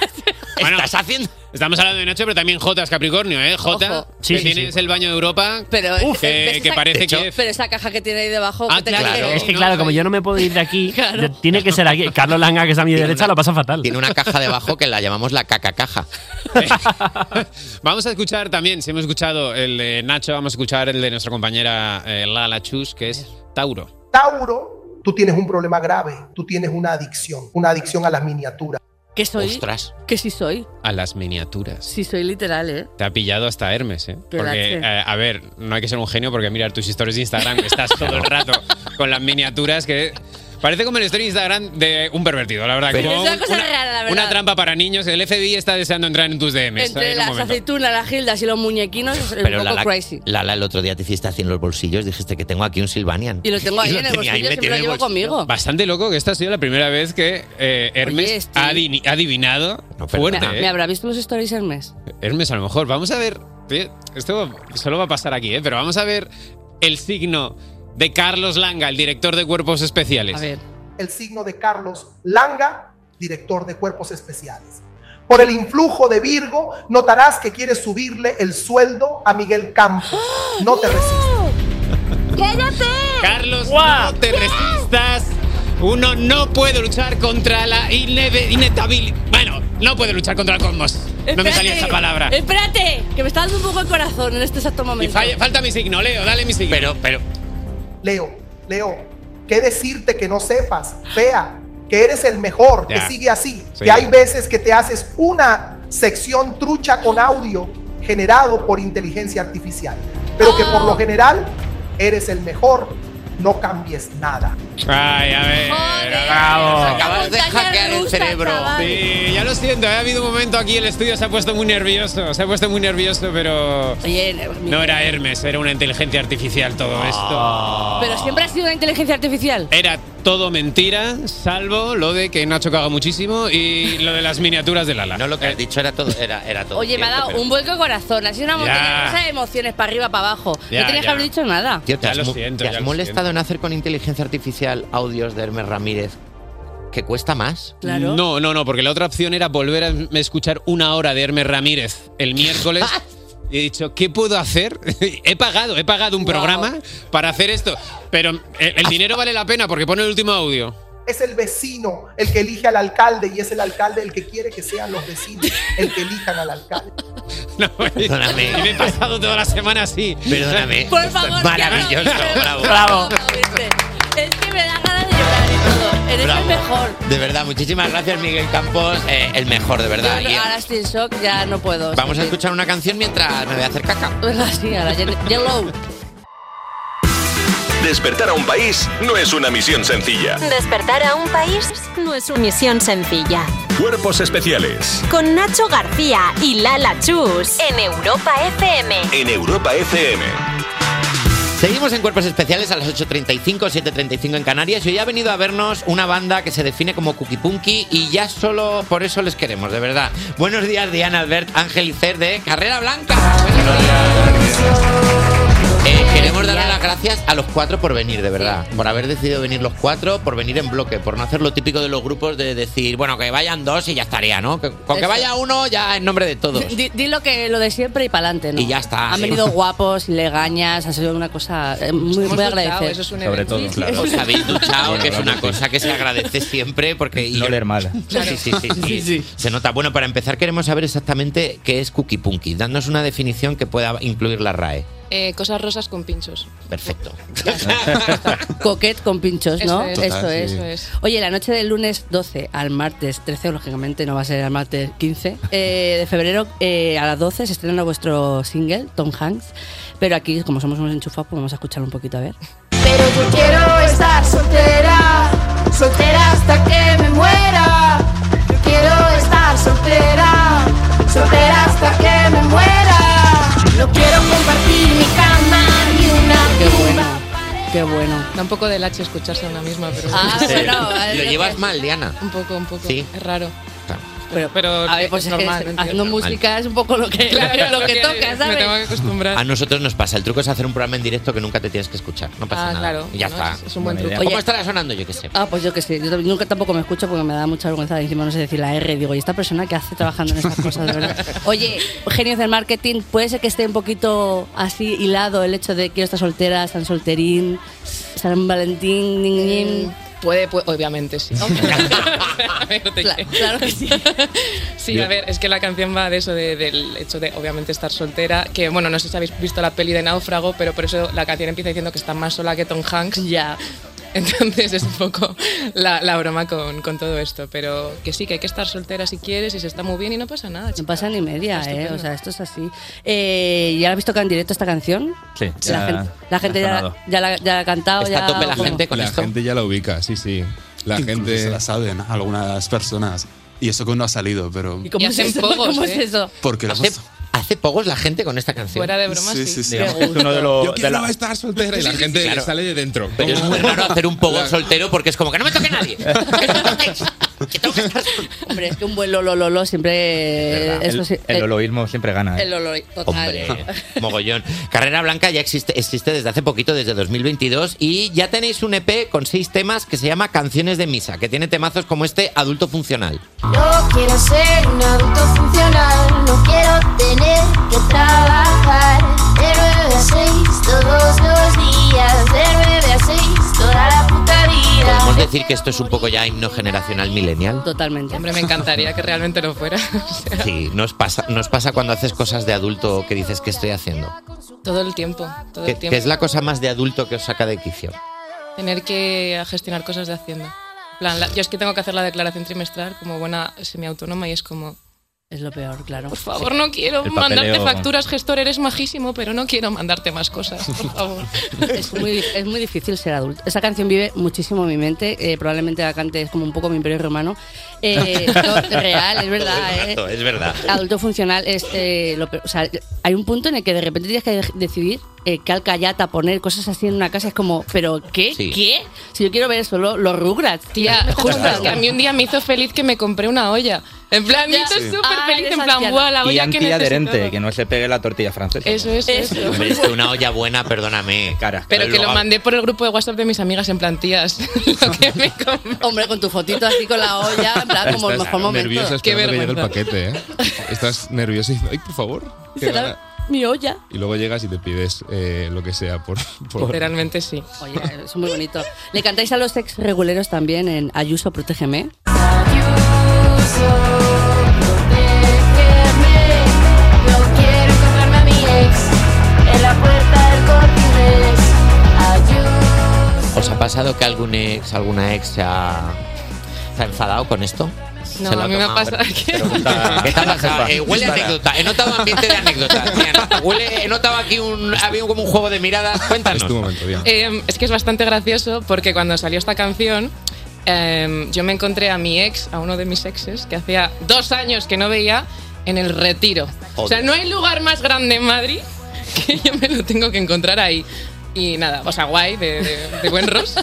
C: ¿Estás haciendo?
Q: eh. Estamos hablando de Nacho, pero también J es Capricornio, ¿eh? J,
C: Sí,
Q: que
C: sí,
Q: tienes el baño de Europa,
D: Pero
Q: Uf, que-
D: ¿ves
Q: que Ah,
D: esa-
Q: parece
D: de hecho-
Q: que-
D: Pero esa caja que tiene ahí debajo. que tenga que-
E: Es que claro, como yo no me puedo ir de aquí, tiene que ser aquí. Carlos Langa, que está a mi derecha, lo pasa fatal.
C: Tiene una caja debajo que la llamamos la caca caja.
Q: Vamos a escuchar también, si hemos escuchado el de Nacho, vamos a escuchar el de nuestra compañera eh, Lala Chus, que es Tauro.
T: Tauro, tú tienes un problema grave, tú tienes una adicción, una adicción a las miniaturas.
D: Que soy.
Q: Ostras.
D: Que sí soy.
Q: A las miniaturas.
D: Sí soy literal, ¿eh?
Q: Te ha pillado hasta Hermes, ¿eh?
D: Pero
Q: Porque,
D: la
Q: eh, a ver, no hay que ser un genio porque mirar tus historias de Instagram, que estás todo el rato con las miniaturas que... Parece como el story de Instagram de un pervertido, la verdad.
D: Pero
Q: como
D: es una
Q: un-
D: cosa rara, la verdad.
Q: una trampa para niños. El FBI está deseando entrar en tus DMs.
D: Entre
Q: en un
D: las
Q: momento.
D: aceitunas, las gildas y los muñequinos es un
C: Pero
D: poco
C: Lala,
D: crazy.
C: Lala, el otro día te hiciste así en los bolsillos, dijiste que tengo aquí un Silvanian.
D: Y lo tengo ahí en el
C: tenía
D: bolsillo, siempre
C: metido
D: lo
C: en el
D: llevo
C: bolsillo.
D: conmigo.
Q: Bastante loco que esta ha sido la primera vez que eh, Hermes
D: Oye, Steve.
Q: ha adini- ha adivinado
D: Me,
Q: fuerte. ¿eh?
D: me habrá visto los stories Hermes.
Q: Hermes, a lo mejor. Vamos a ver. tío, Esto solo va a pasar aquí, ¿eh? Pero vamos a ver el signo de Carlos Langa, el director de cuerpos especiales.
T: El signo de Carlos Langa, director de cuerpos especiales. Por el influjo de Virgo, notarás que quieres subirle el sueldo a Miguel Campos. No te resistas.
U: ¡Cállate!
Q: Carlos, no te resistas. Uno no puede luchar contra la inevitabilidad. Bueno, no puede luchar contra el cosmos. No me salía
D: Espérate,
Q: esa palabra.
D: Espérate, que me está dando un poco el corazón en este exacto
Q: Y
D: momento.
Q: falla- falta mi signo, Leo, dale mi signo. Pero,
C: pero.
T: Leo, Leo, ¿qué decirte que no sepas? Fea, que eres el mejor,
Q: Ya.
T: que sigue así.
Q: Sí.
T: Que hay veces que te haces una sección trucha con audio generado por inteligencia artificial. Pero que
Q: Ah.
T: por lo general eres el mejor, no cambies nada.
Q: Ay, a ver.
T: bravo.
Q: Acabas de hackear el cerebro. Sí, ya lo siento, ha habido un momento aquí el estudio se ha puesto muy nervioso, se ha puesto muy nervioso, pero
D: Oye,
Q: no era Hermes, era una inteligencia artificial todo esto.
D: pero siempre ha sido una inteligencia artificial.
Q: Era todo mentira, salvo lo de que Nacho caga muchísimo y lo de las miniaturas Eh, de Lala. No
C: lo que has dicho era todo, era, era todo.
D: Oye, me ha dado un vuelco de corazón, ha sido una montaña
C: Ya.
D: rusa de emociones para arriba, para abajo.
C: Ya,
D: no tenías
C: ya.
D: que haber dicho nada.
C: Tío, te
Q: Ya
C: has,
Q: lo
C: mo-
Q: siento,
C: te
Q: ya
C: has
Q: lo
C: molestado en hacer con inteligencia artificial audios de Hermes Ramírez que cuesta más.
Q: No, no, no, porque la otra opción era volver a escuchar una hora de Hermes Ramírez el miércoles. Y he dicho, ¿qué puedo hacer? he pagado, he pagado un programa para hacer esto. Pero el, el dinero vale la pena porque pone el último audio.
T: Es el vecino el que elige al alcalde y es el alcalde el que quiere que sean los vecinos el que elijan al alcalde.
C: Perdóname.
Q: Y me he pasado toda la semana así.
C: Perdóname.
D: Por favor,
C: Maravilloso, bravo.
D: Bravo. Es que me da ganas de llorar y todo. Eres
C: Bravo.
D: el mejor.
C: De verdad, muchísimas gracias, Miguel Campos. eh, el mejor, de verdad.
D: Yo
C: Y, eh,
D: ahora estoy en shock, ya no puedo.
C: vamos a escuchar una canción mientras me voy a hacer caca.
D: Sí, ahora, ye- Yellow.
I: Despertar a un país no es una misión sencilla.
B: Despertar a un país no es una misión sencilla.
I: Cuerpos especiales
B: Con Nacho García y Lala Chus en Europa FM.
I: en Europa FM.
C: Seguimos en Cuerpos Especiales a las 8.35, 7.35 en Canarias. Y hoy ha venido a vernos una banda que se define como Cookie Punky y ya solo por eso les queremos, de verdad. Buenos días, Diana, Albert, Ángel y Cer de Carrera Blanca. Eh, queremos dar las gracias a los cuatro por venir, de verdad. Por haber decidido venir los cuatro, por venir en bloque, por no hacer lo típico de los grupos de decir, bueno, que vayan dos y ya estaría, ¿no? Que- con que
D: Eso.
C: vaya uno ya en nombre de todos.
D: Di, di lo que lo de siempre y para adelante, ¿no?
C: Y ya está.
D: Han
C: Sí.
D: venido guapos, legañas, ha sido una cosa eh, muy, muy agradecer.
C: Sobre todo, claro. Os habéis duchado,
F: Bueno,
C: que es una
F: vamos,
C: cosa que se agradece siempre porque... y
F: No
C: yo-
F: leer mal.
C: Sí, sí, sí, sí. Se nota. Bueno, para empezar queremos saber exactamente qué es Cookie Punky. Dándonos una definición que pueda incluir la RAE.
V: Eh, cosas rosas con pinchos.
C: Perfecto.
D: Coquet con pinchos, ¿no?
V: Eso
D: Eso
V: es. Total,
D: es.
V: sí. Eso es.
D: Oye, la noche del lunes 12 al martes 13, lógicamente no va a ser al martes 15, eh, de febrero eh, a las 12 se estrena vuestro single, Tom Hanks. Pero aquí, como somos unos enchufados, pues vamos a escuchar un poquito, a ver.
H: Pero yo quiero estar soltera, soltera hasta que me muera. Yo quiero estar soltera, soltera hasta que me muera. No quiero compartir mi cama ni una
D: Qué bueno, qué bueno.
V: Da un poco de lache escucharse a una misma, pero.
D: Ah,
C: Sí.
D: bueno,
C: Lo llevas mal, Diana.
V: Un poco, un poco.
C: Sí.
V: Es raro.
D: Pero, a ver,
V: es
D: pues es que
V: normal, no
D: haciendo
V: entiendo.
D: música es un poco lo que,
V: Claro,
D: lo que
V: lo que-
D: toca,
V: me
D: ¿sabes?
V: tengo que acostumbrar.
C: A nosotros nos pasa. El truco es hacer un programa en directo que nunca te tienes que escuchar. No pasa
D: Ah,
C: nada.
D: claro.
C: Y ya
D: Bueno,
C: está.
D: es- es un buen truco.
C: ¿Cómo
D: Oye-
C: estará sonando? Yo qué sé.
D: Ah, pues yo que sé. Yo tam- nunca tampoco me escucho porque me da mucha vergüenza de encima no sé decir la R. Digo, ¿y esta persona que hace trabajando en estas cosas? De verdad? Oye, genios del marketing, puede ser que esté un poquito así hilado el hecho de que está soltera, San Solterín, San Valentín, nin, nin.
V: Eh, Puede, puede, obviamente sí.
D: Cla- claro que sí.
V: Sí, a ver, es que la canción va de eso, de- del hecho de obviamente estar soltera, que bueno, no sé si habéis visto la peli de Náufrago, pero por eso la canción empieza diciendo que está más sola que Tom Hanks.
D: Ya.
V: Entonces es un poco la, la broma con, con todo esto, pero que sí, que hay que estar soltera si quieres y se está muy bien y no pasa nada.
D: No pasa ni media,
V: Está
D: ¿eh?
V: estupendo.
D: O sea, esto es así. Eh, ¿Ya la habéis tocado en directo esta canción?
F: Sí,
D: la gente, la gente
F: ha
D: ya,
F: sonado.
D: ya la, ya la ha cantado. ya, ¿cómo?
F: la gente ya la ubica, sí, sí. La gente se la
N: saben algunas personas. Y eso que no ha salido, pero.
D: ¿Y cómo,
V: Y
D: es
V: hacen
D: eso?
V: pogos,
D: ¿Cómo es
V: ¿eh?
D: eso?
N: Porque lo hemos-
C: Hace pocos la gente con esta canción.
V: Fuera de broma, sí.
F: Digamos que es uno de los.
N: Yo
F: de la-
N: quiero estar soltera y la
F: Sí, sí,
N: gente
F: sí, claro.
N: sale de dentro.
C: Pero es muy raro hacer un pogo soltero porque es como que no me toque nadie.
D: Hombre, es que un buen lolo lolo siempre.
F: el,
D: eso sí,
F: el
D: eh,
F: loloísmo siempre gana. ¿eh?
D: El olor, total.
C: Hombre, mogollón. Carrera Blanca ya existe, existe desde hace poquito, desde 2022, y ya tenéis un EP con seis temas que se llama Canciones de Misa, que tiene temazos como este Adulto Funcional.
G: Yo quiero ser un adulto funcional, no quiero tener que trabajar. De 9 a 6 todos los días, de 9 a 6 toda la puta vida.
C: Podemos decir que esto es un poco ya himno generacional millennial?
D: Totalmente.
V: Hombre, me encantaría que realmente lo fuera. O sea,
C: Sí, nos pasa, nos pasa cuando haces cosas de adulto que dices que estoy haciendo.
V: todo el tiempo, todo
C: Que,
V: el
C: que
V: tiempo.
C: es la cosa más de adulto que os saca de quicio.
V: Tener que gestionar cosas de Hacienda. En plan, la- yo es que tengo que hacer la declaración trimestral como buena semiautónoma y es como,
D: Es lo peor, claro.
V: por favor, no quiero
D: El
V: mandarte
D: papeleo.
V: facturas, gestor, eres majísimo, pero no quiero mandarte más cosas, por favor.
D: Es muy, es muy difícil ser adulto. Esa canción vive muchísimo en mi mente. eh, probablemente la cante es como un poco mi imperio romano. Eh, no, es real, es verdad. eh.
C: Es verdad.
D: Adulto funcional es eh, lo peor. O sea, hay un punto en el que de repente tienes que de- decidir eh, qué alcayata poner, cosas así en una casa. Es como, ¿pero qué?
V: Sí.
D: ¿Qué? Si yo quiero ver solo los Rugrats, tía. Justo.
V: Es que a mí un día me hizo feliz que me compré una olla. En plan, me hizo
D: Sí.
V: súper
D: Ah,
V: feliz,
D: eres
V: en plan,
D: anciana.
V: guau, la
W: Y
V: olla que
W: antiadherente,
V: necesitaba.
W: que no se pegue la tortilla francesa.
V: Eso es, eso.
C: Hombre, es que una olla buena, perdóname.
V: Pero que lo mandé por el grupo de WhatsApp de mis amigas en plan, tías, lo que me compré.
D: Hombre, con tu fotito así con la olla, en plan, como el
X: Estás
D: mejor momento.
X: nerviosa esperando que llegue el paquete, ¿eh? Estás nerviosa y diciendo, ay, por favor. qué
D: Será
X: gana".
D: mi olla.
X: Y luego llegas y te pides eh, lo que sea por... por-
V: Literalmente sí.
D: Oye, Eh, es muy bonito. Le cantáis a los ex reguleros también en Ayuso, protégeme.
G: No quiero encontrarme a mi ex en la puerta del corte inglés. Ayú-
C: ¿Os ha pasado que algún ex, alguna ex se ha, se ha enfadado con esto?
V: No,
C: Se lo
V: a
C: ha
V: mí me ha
C: tomado,
V: pasado que...
C: ¿Qué te ha pasado?
O: Dispara,
C: Eh, huele a
O: dispara.
C: anécdota. He notado ambiente de anécdotas. Bien, Huele, he notado aquí un. Había como un juego de miradas. Cuéntanos.
X: Es
E: este
X: tu momento, Diana.
V: Eh, es que es bastante gracioso porque cuando salió esta canción, eh, yo me encontré a mi ex, a uno de mis exes, que hacía dos años que no veía, en el retiro. O sea,
Y: Joder.
V: no hay lugar más grande en Madrid que yo me lo tengo que encontrar ahí. Y nada, o sea, guay, de, de- de buen ros.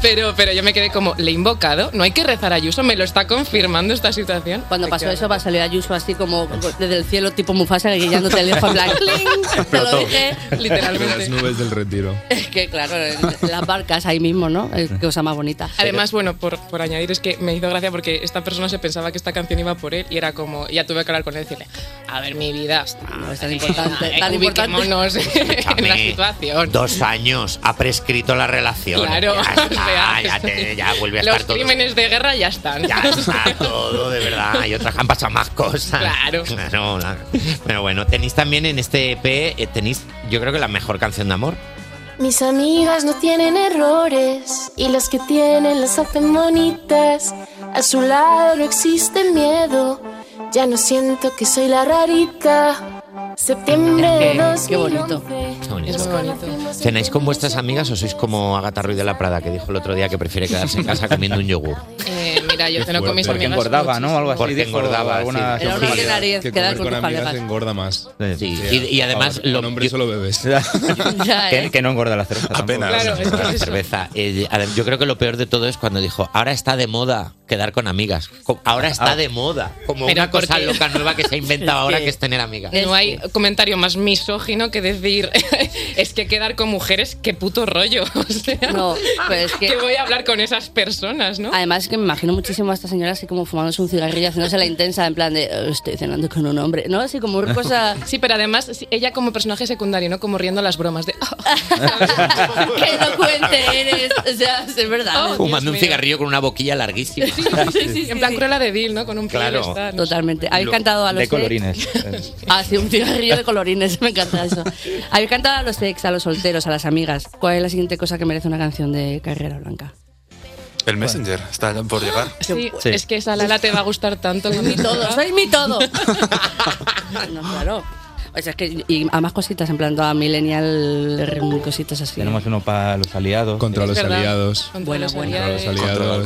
V: Pero, pero yo me quedé como, le he invocado, no hay que rezar a Ayuso, me lo está confirmando esta situación.
D: Cuando pasó eso va a salir Ayuso así como desde el cielo tipo Mufasa guiándote el teléfono en plan ¡cling! Te lo
X: Explotó.
D: dije
X: De Las
D: literalmente.
X: nubes del retiro.
D: Es que claro, las barcas ahí mismo, ¿no? Es la cosa más bonita.
V: Además, bueno, por, por añadir, es que me hizo gracia porque esta persona se pensaba que esta canción iba por él y era como, ya tuve que hablar con él y decirle, a ver, mi vida,
C: Ah,
D: es tan importante, tan importante.
V: ubiquémonos ¿eh? en la
C: Escúchame,
V: situación.
C: Dos años. Ha prescrito la relación.
V: Claro,
C: Ya, está,
V: o sea,
C: ya, te- ya vuelve a
V: Los
C: estar todo.
V: crímenes de guerra ya están.
C: Ya está todo, de verdad. Y otras que han pasado más cosas.
V: Claro.
C: Claro, claro. Pero bueno, tenéis también en este EP, eh, tenéis, yo creo que la mejor canción de amor.
G: Mis amigas no tienen errores y las que tienen las hacen bonitas. A su lado no existe el miedo, ya no siento que soy la rarita. Septiembre de dos
D: Qué bonito.
C: Qué bonito. ¿Cenáis con vuestras amigas o sois como Agatha Ruiz de la Prada, que dijo el otro día que prefiere quedarse en casa comiendo un yogur?
V: Eh, mira, yo ceno con mis
C: Porque
V: amigas.
C: engordaba, ¿no? Algo así.
X: Porque
C: dijo
X: engordaba.
C: alguna-
X: sí.
V: Era una de nariz,
X: Que
V: quedar
X: comer con
V: con tus
X: amigas
V: colegas.
X: engorda más.
C: Sí. Y- y además
X: lo,
C: lo-
X: con hombres solo bebes.
D: Ya,
X: Que-
D: ¿eh?
X: que
W: no engorda la cerveza.
X: Apenas.
C: Claro, la cerveza. Eh, adem- Yo creo que lo peor de todo es cuando dijo, ahora está de moda quedar con amigas. Co- Ahora está de moda. Como
V: Pero
C: una cosa
V: porque-
C: loca nueva que se ha inventado
V: Es
C: ahora
V: que-
C: que es tener amigas.
V: No hay
C: Este.
V: comentario más misógino que decir es que quedar con mujeres, qué puto rollo. O sea,
D: No, pero
C: pues
D: es que-
V: que voy a hablar con esas personas, ¿no?
D: Además es que me imagino muchísimo a esta señora así como fumándose un cigarrillo, haciéndose la intensa en plan de "Eh, estoy cenando con un hombre, ¿no? Así como una cosa...
V: Sí, pero además sí, ella como personaje secundario, ¿no? Como riendo a las bromas de... "Oh".
D: ¡Qué elocuente eres! O sea, es verdad.
C: Fumando un cigarrillo con una boquilla larguísima.
V: en plan Cruella de Vil, ¿no? Con un
C: Claro.
V: estar, ¿no?
D: Totalmente. Habéis
C: Lo-
D: cantado a los ex? Ah, sí, un cigarrillo de colorines, me encanta eso. Habéis cantado a los ex, a los solteros, a las amigas. ¿Cuál es la siguiente cosa que merece una canción de Carrera Blanca?
X: El Messenger está por llegar.
V: Sí, es que esa Lala te va a gustar tanto. Soy
D: mi todo, soy mi todo. No, claro. O sea, Pues es que, y a más cositas, en plan toda millennial, cositas así.
W: Tenemos uno para los aliados.
X: Contra
D: Es
X: los
D: verdad.
X: aliados.
D: Contra Bueno, los bueno.
X: Contra los
D: aliados.
X: aliados.
W: Contra las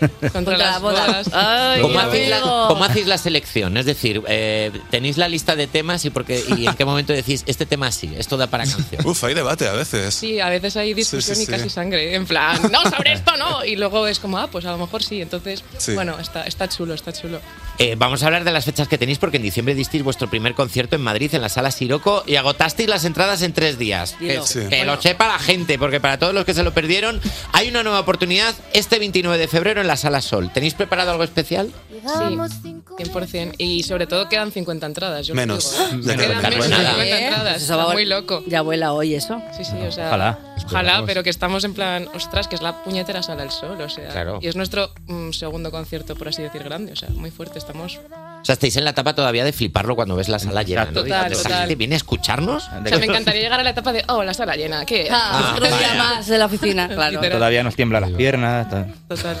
X: bodas.
D: Contra las bodas. Ay,
C: ¿Cómo
D: amigo.
C: hacéis, la, cómo hacéis la selección? Es decir, eh, tenéis la lista de temas y, porque, y en qué momento decís, este tema sí, esto da para canción.
X: Uf, hay debate a veces.
V: Sí, a veces hay discusión
X: sí, sí.
V: y casi sangre. En plan, no, sobre esto no. Y luego es como, ah, pues a lo mejor sí. Entonces,
X: Sí.
V: bueno, está, está chulo, está chulo.
C: Eh, vamos a hablar de las fechas que tenéis porque en diciembre disteis vuestro primer concierto en Madrid en la sala Siroco y agotasteis las entradas en tres días. Que,
O: Dilo. Sí.
C: que
O: Bueno.
C: lo sepa la gente, porque para todos los que se lo perdieron, hay una nueva oportunidad este 29 de febrero en la sala Sol. ¿Tenéis preparado algo especial?
V: Sí, 100%. Y sobre todo quedan 50 entradas. Yo os
C: Menos.
V: digo, ¿eh?
C: Menos.
V: Quedan
C: Menos.
V: menos de
C: Nada.
V: 50 entradas.
D: Pues Eso va-
V: Está muy loco.
D: Ya vuela hoy eso.
V: Sí, sí, o sea,
D: Ojalá.
V: Ojalá,
D: Esperemos.
V: pero que estamos en plan, ostras, que es la puñetera sala del sol, o sea.
C: Claro.
V: Y es nuestro mm, segundo concierto, por así decir, grande, o sea, muy fuerte, estamos.
C: O sea, estáis en la etapa todavía de fliparlo cuando ves la sala llena. ¿no?
V: Total,
C: Dices, "Esta
V: total.
C: gente viene a escucharnos?
V: O sea, me encantaría llegar a la etapa de, oh, la sala llena, ¿qué?
D: Ah, otro día más de la oficina, claro.
W: Todavía nos tiemblan las piernas. tal.
V: Total,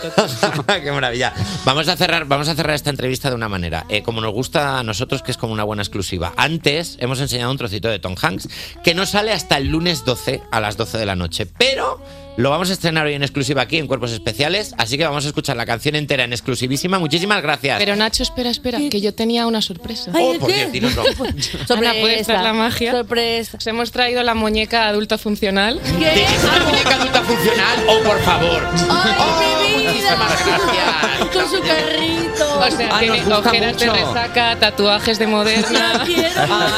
V: total.
C: Qué maravilla. Vamos a cerrar, vamos a cerrar esta entrevista de una manera, eh, como nos gusta a nosotros, que es como una buena exclusiva. Antes hemos enseñado un trocito de Tom Hanks que no sale hasta el lunes 12 a las 12 de la noche, pero lo vamos a estrenar hoy en exclusiva aquí en Cuerpos Especiales, así que vamos a escuchar la canción entera en exclusivísima. Muchísimas gracias.
V: Pero Nacho, espera, espera, que yo tenía una sorpresa.
C: Oh, por Dios, dinoslo.
V: Ana, ¿puedes traer la magia? Sorpresa. Os hemos traído la muñeca adulta funcional.
C: ¿Qué? ¿Una muñeca adulta funcional? Oh, por favor.
D: Con su carrito.
V: O sea,
C: Ah,
V: tiene
C: nos gusta
V: ojeras de
C: mucho.
V: resaca, tatuajes de moderna.
C: Ah,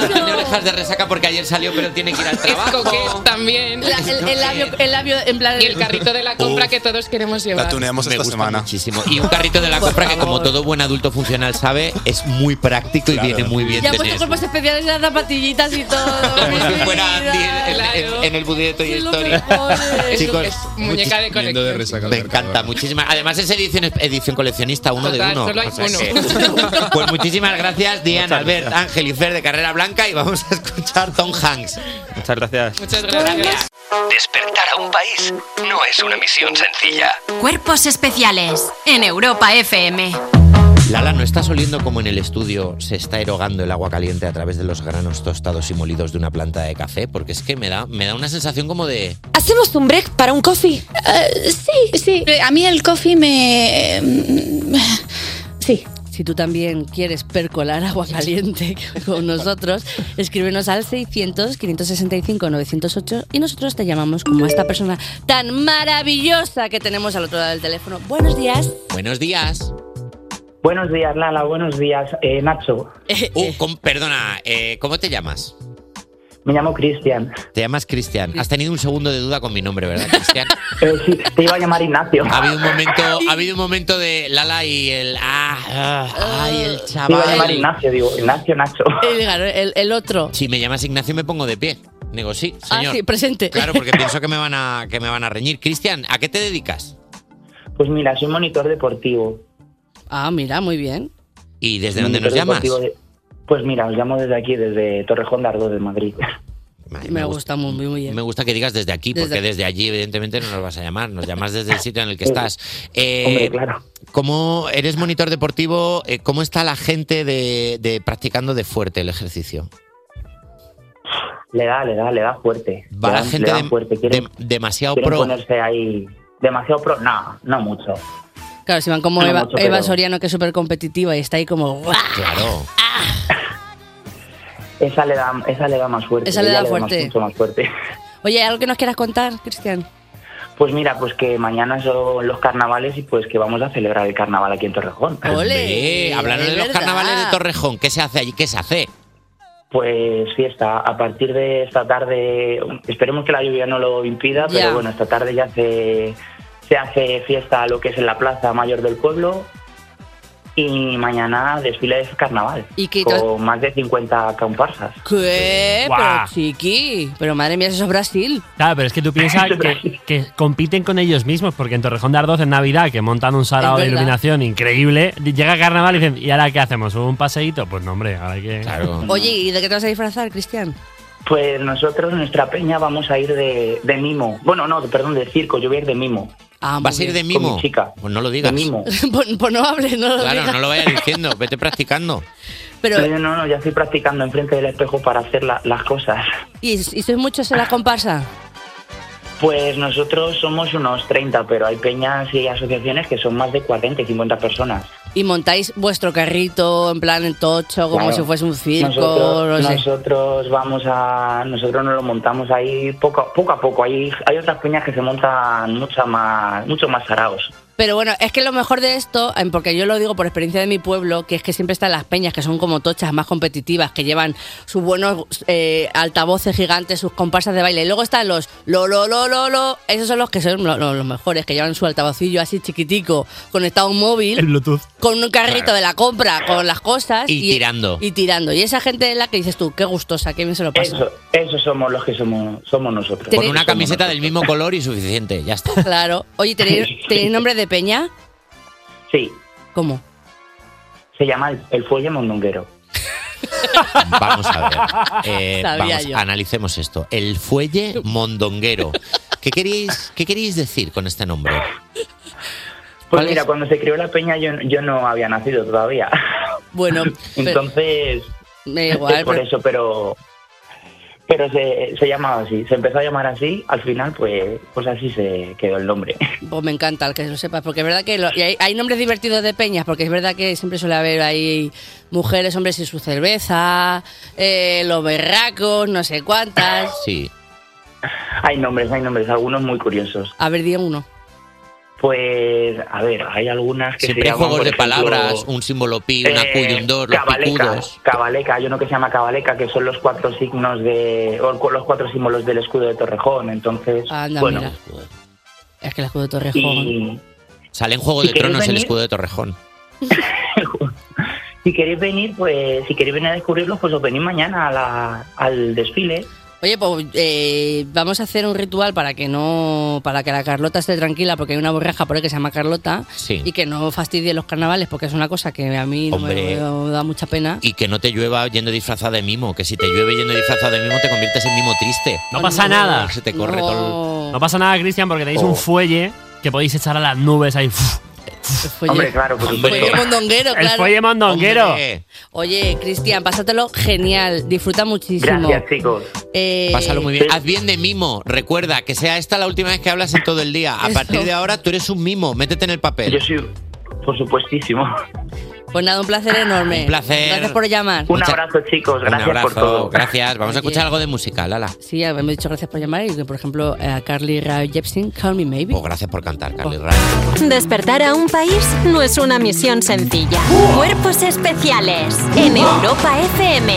C: tiene orejas de resaca porque ayer salió, pero tiene que ir al
V: Es
C: trabajo.
V: coquet también.
D: La- el, el labio, el labio en plan.
V: Y el carrito de la compra que todos queremos llevar.
C: Me gusta muchísimo. Y un carrito de la compra que, como todo buen adulto funcional sabe, es muy práctico y viene muy bien
D: Ya ha puesto
C: tener.
D: cuerpos especiales en las zapatillitas y todo.
C: Como si fuera Andy en, en- en el budget y Story. Chicos,
V: muñeca de
C: muchis-
V: colección. Viendo de
C: Me encanta, muchísimas. Además, es edición, edición coleccionista, uno
V: Total,
C: de uno.
V: solo hay uno.
C: que- pues muchísimas gracias, Diana,
W: Muchas
C: Albert,
W: gracias.
C: Ángel y Fer de Carrera Blanca. Y vamos a escuchar Tom Hanks.
W: Muchas gracias.
V: Muchas gracias.
A: Despertar a un país no es una misión sencilla.
B: Cuerpos especiales en Europa FM.
C: Lala, ¿no estás oliendo como en el estudio se está erogando el agua caliente a través de los granos tostados y molidos de una planta de café? Porque es que me da, me da una sensación como de.
L: ¿Hacemos un break para un coffee?
D: Eh,
L: sí, sí. Eh, A mí el coffee me... mm, Sí.
D: Si tú también quieres percolar agua caliente con nosotros, escríbenos al 600-565-908 y nosotros te llamamos como a esta persona tan maravillosa que tenemos al otro lado del teléfono. Buenos días.
C: Buenos días.
Y: Buenos días, Lala. Buenos días, eh, Nacho.
C: Uh, com- perdona, eh, ¿cómo te llamas?
Y: Me llamo Cristian.
C: Te llamas Cristian. Has tenido un segundo de duda con mi nombre, ¿verdad, Cristian?
Y: Eh, sí, te iba a llamar Ignacio.
C: Ha habido un momento, ha habido un momento de Lala y el ah, ah, ay, el
Y: Te iba a
C: chaval.
Y: llamar Ignacio, digo, Ignacio, Nacho.
D: El, el- el otro.
C: Si me llamas Ignacio me pongo de pie. Digo, sí,
D: Ah,
C: señor.
D: sí, presente.
C: Claro, porque pienso que me van a que me van a reñir. Cristian, ¿a qué te dedicas?
Y: Pues mira, soy monitor deportivo.
D: Ah, mira, muy bien.
C: ¿Y desde dónde nos
Y: Monitor
C: llamas?
Y: Mm, deportivo de- Pues mira, os llamo desde aquí, desde Torrejón de Ardoz, de Madrid.
D: Me gusta muy, muy bien.
C: Me gusta que digas desde aquí, porque
D: Desde-
C: desde allí evidentemente no nos vas a llamar, nos llamas desde el sitio en el que
Y: Sí.
C: estás. Eh,
Y: Hombre, claro.
C: ¿Cómo eres monitor deportivo? eh, ¿Cómo está la gente de, de practicando de fuerte el ejercicio?
Y: Le da, le da, le da fuerte.
C: Va
Y: le
C: la
Y: da,
C: gente
Y: le da
C: de-
Y: fuerte. Quieren,
C: Demasiado
Y: quieren
C: pro.
Y: ponerse ahí... Demasiado pro... No, no mucho.
D: Claro, si van como
Y: No
D: Eva,
Y: mucho,
D: Eva
Y: pero-
D: Soriano, que es súper competitiva y está ahí como... ¡guau!
C: Claro.
Y: Esa le da, esa le da más fuerte.
D: Esa le
Y: ella
D: da
Y: más-
D: fuerte.
Y: mucho más fuerte.
D: Oye, ¿algo que nos quieras contar, Cristian?
Y: Pues mira, pues que mañana son los carnavales y pues que vamos a celebrar el carnaval aquí en Torrejón. Eh,
C: Ole, Eh, Hablaron de los carnavales
D: Ah.
C: de Torrejón. ¿Qué se hace allí? ¿Qué se hace?
Y: Pues fiesta, a partir de esta tarde, esperemos que la lluvia no lo impida,
D: Ya.
Y: pero bueno, esta tarde ya se, se hace fiesta a lo que es en la plaza mayor del pueblo y mañana desfile de carnaval
D: ¿Y qué tal?
Y: con más de 50 comparsas.
D: ¿Qué? Pero
Y: Guau.
D: chiqui, pero madre mía, eso es Brasil.
E: Claro, pero es que tú piensas que, que compiten con ellos mismos, porque en Torrejón de Ardoz en Navidad, que montan un sarao
D: Es
E: de
D: verdad.
E: iluminación increíble, llega carnaval y dicen, ¿y ahora qué hacemos? ¿Un paseíto? Pues no, hombre, ahora hay que...
Y: Claro.
D: Oye, ¿y de qué te vas a disfrazar, Cristian?
Y: Pues nosotros, nuestra peña, vamos a ir de, de mimo. Bueno, no, perdón, de circo, yo voy a ir de mimo.
D: Ah,
C: ¿Vas a ir de mimo?
Y: Con mi chica.
C: Pues no lo digas.
Y: De mimo.
D: pues, pues no hables, no lo
C: Claro,
D: digas.
C: no lo vayas diciendo, vete practicando.
D: Pero,
Y: No, no, no, ya estoy practicando enfrente del espejo para hacer la- las cosas.
D: ¿y, y sois muchos en la comparsa?
Y: Pues nosotros somos unos 30, pero hay peñas y asociaciones que son más de 40 y 50 personas.
D: ¿Y montáis vuestro carrito en plan en tocho, como
Y: Claro.
D: si fuese un circo?
Y: Nosotros,
D: no sé.
Y: nosotros vamos a. Nosotros nos lo montamos ahí poco, a- poco a poco. Hay, hay otras peñas que se montan mucha más, mucho más saraos.
D: Pero bueno, es que lo mejor de esto, eh, porque yo lo digo por experiencia de mi pueblo, que es que siempre están las peñas, que son como tochas más competitivas, que llevan sus buenos eh, altavoces gigantes, sus comparsas de baile. Y luego están los lo, lo, lo, lo, lo. Esos son los que son lo- lo- los mejores, que llevan su altavocillo así chiquitico, conectado a un móvil.
E: El Bluetooth.
D: Con un carrito
C: Claro.
D: de la compra, con las cosas.
C: Y tirando.
D: Y tirando. Y esa gente es la que dices tú, qué gustosa, qué bien se lo pasa.
Y: Eso, eso somos los que somos, somos nosotros.
D: Con una
C: Camiseta del mismo color y suficiente, ya está.
D: Claro. Oye, ¿tenéis, tenéis nombre de peña?
Y: Sí.
D: ¿Cómo?
Y: Se llama el, el fuelle mondonguero.
C: Vamos a ver. Eh,
Y: Sabía
C: vamos,
Y: yo.
C: analicemos esto. El fuelle mondonguero. ¿Qué queréis, ¿Qué queréis decir con este nombre?
Y: Pues mira, cuando se creó la peña yo, yo no había nacido todavía.
D: Bueno,
Y: entonces
D: me igual,
Y: es por
D: pero-
Y: eso, pero pero se, se llamaba así, se empezó a llamar así, al final pues pues así se quedó el nombre.
D: Pues me encanta el que lo sepas, porque es verdad que lo- y hay, hay nombres divertidos de peñas, porque es verdad que siempre suele haber ahí mujeres, hombres y su cerveza, eh, los berracos, no sé cuántas.
C: Sí.
Y: Hay nombres, hay nombres, algunos muy curiosos.
D: A ver, di uno.
Y: Pues a ver, hay algunas que
C: Siempre
Y: se
C: hay
Y: llaman,
C: juegos
Y: por
C: de
Y: ejemplo,
C: palabras, un símbolo pi, una
Y: eh,
C: Q y un dos, los
Y: Cabaleca,
C: picudos.
Y: Cabaleca, hay uno que se llama Cabaleca, que son los cuatro signos de. o cu- los cuatro símbolos del escudo de Torrejón. Entonces,
D: Anda,
Y: bueno.
D: mira. Es que el escudo de Torrejón.
Y: Y
C: Sale en Juego
Y: Si
C: de
Y: queréis
C: Tronos el
Y: venir-
C: escudo de Torrejón.
Y: si queréis venir, pues si queréis venir a descubrirlos, pues os venís mañana a la- al desfile.
D: Oye, pues eh, vamos a hacer un ritual para que no, para que la Carlota esté tranquila, porque hay una borraja por ahí que se llama Carlota
C: Sí.
D: y que no fastidie los carnavales, porque es una cosa que a mí no me
C: Hombre.
D: da mucha pena.
C: Y que no te llueva yendo disfrazada de mimo, que si te llueve yendo disfrazada de mimo te conviertes en mimo triste.
E: No pasa nada.
C: Se te corre
E: No.
C: todo
E: No pasa nada, Cristian, porque tenéis
C: Oh.
E: un fuelle que podéis echar a las nubes ahí.
Y: Hombre, claro, por
D: Hombre.
E: supuesto.
D: Fuelle mondonguero,
E: El
D: claro.
E: fuelle mondonguero.
D: Hombre. Oye, Cristian, pásatelo genial, disfruta muchísimo.
Y: chicos.
D: Eh,
C: Pásalo muy bien. Haz bien de mimo. Recuerda que sea esta la última vez que hablas en todo el día. A
D: Eso.
C: partir de ahora tú eres un mimo. Métete en el papel. Yo
Y: soy, por supuestísimo.
D: Pues nada, un placer enorme.
C: Un placer.
D: Gracias por llamar.
Y: Un abrazo, chicos.
C: Un
Y: Gracias por
C: abrazo.
Y: todo.
C: Gracias. Vamos a
D: Oye.
C: escuchar algo de música, Lala.
D: Sí, me he dicho gracias por llamar y que, por ejemplo, eh, a Carly Rae Jepsen, Call Me Maybe.
C: O Pues gracias por cantar,
Y: Oh.
C: Carly Rae.
B: Despertar a un país no es una misión sencilla. Cuerpos especiales en Europa FM.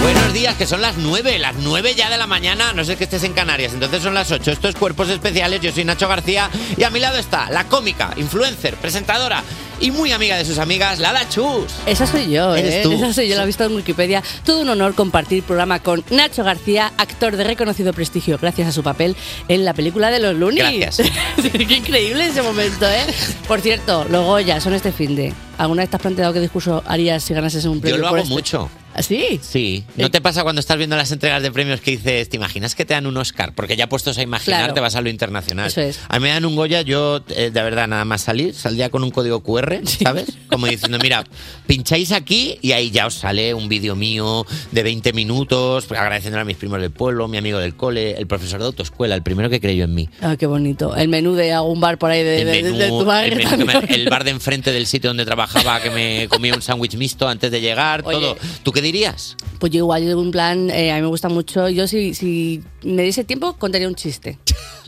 C: Buenos días, que son las 9, las 9 ya de la mañana, no sé que estés en Canarias, entonces son las 8. Estos cuerpos especiales, yo soy Nacho García y a mi lado está la cómica, influencer, presentadora y muy amiga de sus amigas, Lala Chus.
D: Esa soy yo,
C: Eres
D: ¿eh?
C: tú.
D: Esa soy yo, la he visto en Wikipedia. Todo un honor compartir programa con Nacho García, actor de reconocido prestigio gracias a su papel en la película de los Looney.
C: Gracias.
D: Qué increíble ese momento, ¿eh? Por cierto, los Goya son este fin de. ¿Alguna vez te has planteado qué discurso harías si ganases un premio?
C: Yo lo
D: por
C: hago
D: este?
C: mucho.
D: ¿Sí? Eh,
C: Sí. ¿No te pasa cuando estás viendo las entregas de premios que dices, te imaginas que te dan un Oscar? Porque ya puestos a imaginar,
D: Claro.
C: te vas a lo internacional.
D: Eso es.
C: A mí me dan un Goya, yo, eh, de verdad, nada más salir, saldría con un código QR, ¿sabes? Como diciendo, mira, pincháis aquí y ahí ya os sale un vídeo mío de 20 minutos, pues, agradeciéndole a mis primos del pueblo, mi amigo del cole, el profesor de autoescuela, el primero que creyó en mí.
D: Ah, qué bonito. El menú de algún bar por ahí de,
C: El,
D: de- de-
C: menú,
D: de tu barrio
C: el menú que me-
D: también.
C: el bar de enfrente del sitio donde trabajaba que me comía un sándwich mixto antes de llegar, todo. ¿Tú qué dirías?
D: Pues yo igual, yo en plan, eh, a mí me gusta mucho. Yo si, si me diese tiempo, contaría un chiste.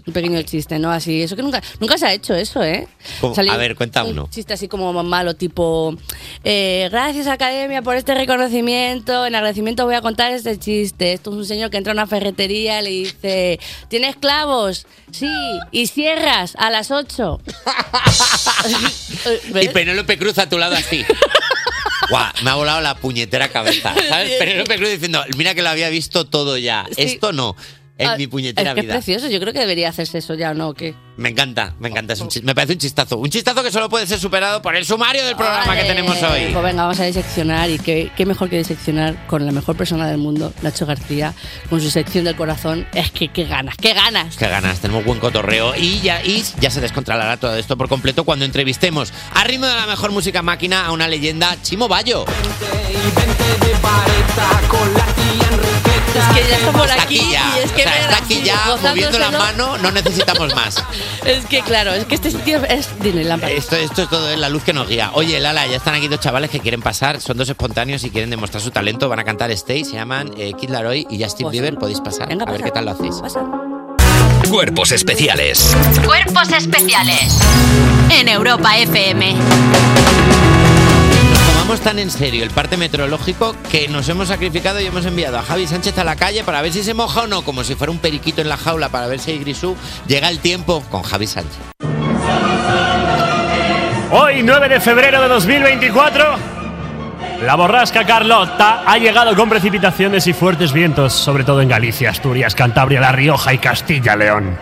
D: Un pequeño chiste, ¿no? Así, eso que nunca, nunca se ha hecho eso, ¿eh?
C: ¿Cómo?
D: Salir
C: A ver, cuenta
D: un
C: uno.
D: chiste así como malo, tipo, eh, gracias Academia por este reconocimiento, en agradecimiento voy a contar este chiste. Esto es un señor que entra a una ferretería y le dice, ¿tienes clavos? Sí, y cierras a las 8.
C: Y Penélope Cruz a tu lado así. Guau, me ha volado la puñetera cabeza. ¿Sabes? Penélope Cruz diciendo, mira que lo había visto todo ya. Esto no. Es mi puñetera
D: Ah, es que
C: vida.
D: Es precioso, yo creo que debería hacerse eso ya, ¿no? ¿O qué?
C: Me encanta, me encanta.
D: Oh.
C: Es un chis- me parece un chistazo. Un chistazo que solo puede ser superado por el sumario
D: Ah,
C: del programa que tenemos
D: Eh,
C: hoy.
D: Pues venga, vamos a diseccionar y qué, qué mejor que diseccionar con la mejor persona del mundo, Nacho García, con su sección del corazón. Es que qué ganas, qué ganas.
C: Qué ganas, tenemos buen cotorreo y ya, y ya se descontrolará todo esto por completo cuando entrevistemos a ritmo de la mejor música máquina a una leyenda, Chimo Bayo.
D: Es que ya está por aquí
C: ya.
D: y es que
C: O sea,
D: me
C: está aquí ya
D: gozándoselo.
C: moviendo la mano, no necesitamos más.
D: Es que claro, es que este sitio es Disneyland. para-
C: Esto, esto es todo, es la luz que nos guía. Oye, Lala, ya están aquí dos chavales que quieren pasar, son dos espontáneos y quieren demostrar su talento. Van a
D: Pues
C: cantar Stay, se llaman eh, Kid Laroi y Justin Bieber. Podéis pasar, a ver qué tal lo hacéis.
A: Cuerpos especiales.
B: Cuerpos especiales en Europa FM.
C: Nos tomamos tan en serio el parte meteorológico que nos hemos sacrificado y hemos enviado a Javi Sánchez a la calle para ver si se moja o no, como si fuera un periquito en la jaula para ver si hay grisú. Llega el tiempo con Javi Sánchez.
M: Hoy, 9 de febrero de 2024, la borrasca Carlota ha llegado con precipitaciones y fuertes vientos, sobre todo en Galicia, Asturias, Cantabria, La Rioja y Castilla-León.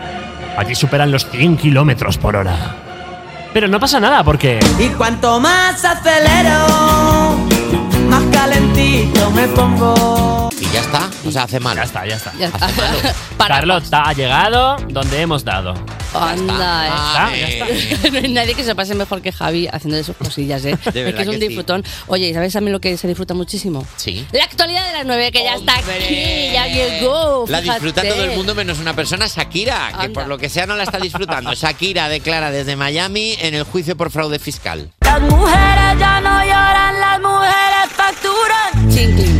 M: Allí superan los 100 kilómetros por hora. Pero no pasa nada porque.
N: Y cuanto más acelero, más calentito me pongo.
C: Y ya está, o sea, hace mal. Ya
E: está, ya está.
N: Ya está.
E: Carlota ha llegado donde hemos dado.
D: Anda, eh.
E: Ah, ya está.
D: no hay nadie que se pase mejor que Javi haciendo sus cosillas, ¿eh?
E: De
D: es
E: verdad
D: que es un
E: que sí.
D: disfrutón. Oye, ¿y ¿sabes a mí lo que se disfruta muchísimo?
C: Sí.
D: La actualidad de las 9, que ya está aquí, ya llegó.
C: La disfruta
D: fíjate.
C: todo el mundo menos una persona, Shakira, que por lo que sea no la está disfrutando. Shakira declara desde Miami en el juicio por fraude fiscal.
N: Las mujeres ya no lloran, las mujeres facturan.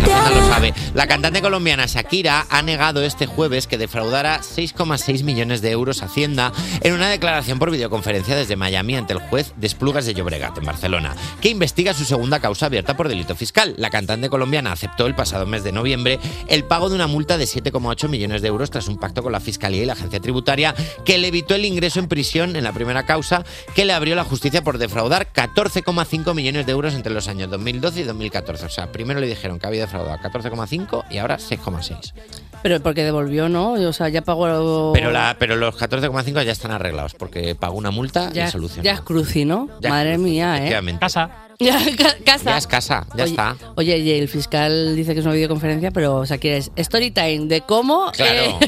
C: La gente lo sabe. La cantante colombiana Shakira ha negado este jueves que defraudara 6,6 millones de euros a Hacienda en una declaración por videoconferencia desde Miami ante el juez de Esplugas de Llobregat, en Barcelona, que investiga su segunda causa abierta por delito fiscal. La cantante colombiana aceptó el pasado mes de noviembre el pago de una multa de 7,8 millones de euros tras un pacto con la Fiscalía y la Agencia Tributaria que le evitó el ingreso en prisión en la primera causa que le abrió la justicia por defraudar 14,5 millones de euros entre los años 2012 y 2014. O sea, primero le dijeron que había defraudado 14,5 y ahora 6,6.
D: Pero porque devolvió, ¿no? O sea, ya pagó.
C: Pero, la, pero los 14,5 ya están arreglados porque pagó una multa
D: ya,
C: y solucionó.
D: ya es cruci, ¿no?
C: Ya
D: Madre mía, ¿eh?
C: Efectivamente.
D: Ya, ca- casa.
C: Ya es casa, ya
D: Oye-
C: está.
D: Oye, y el fiscal dice que es una videoconferencia, pero, o sea, que es story time de cómo.
C: Claro.
D: eh,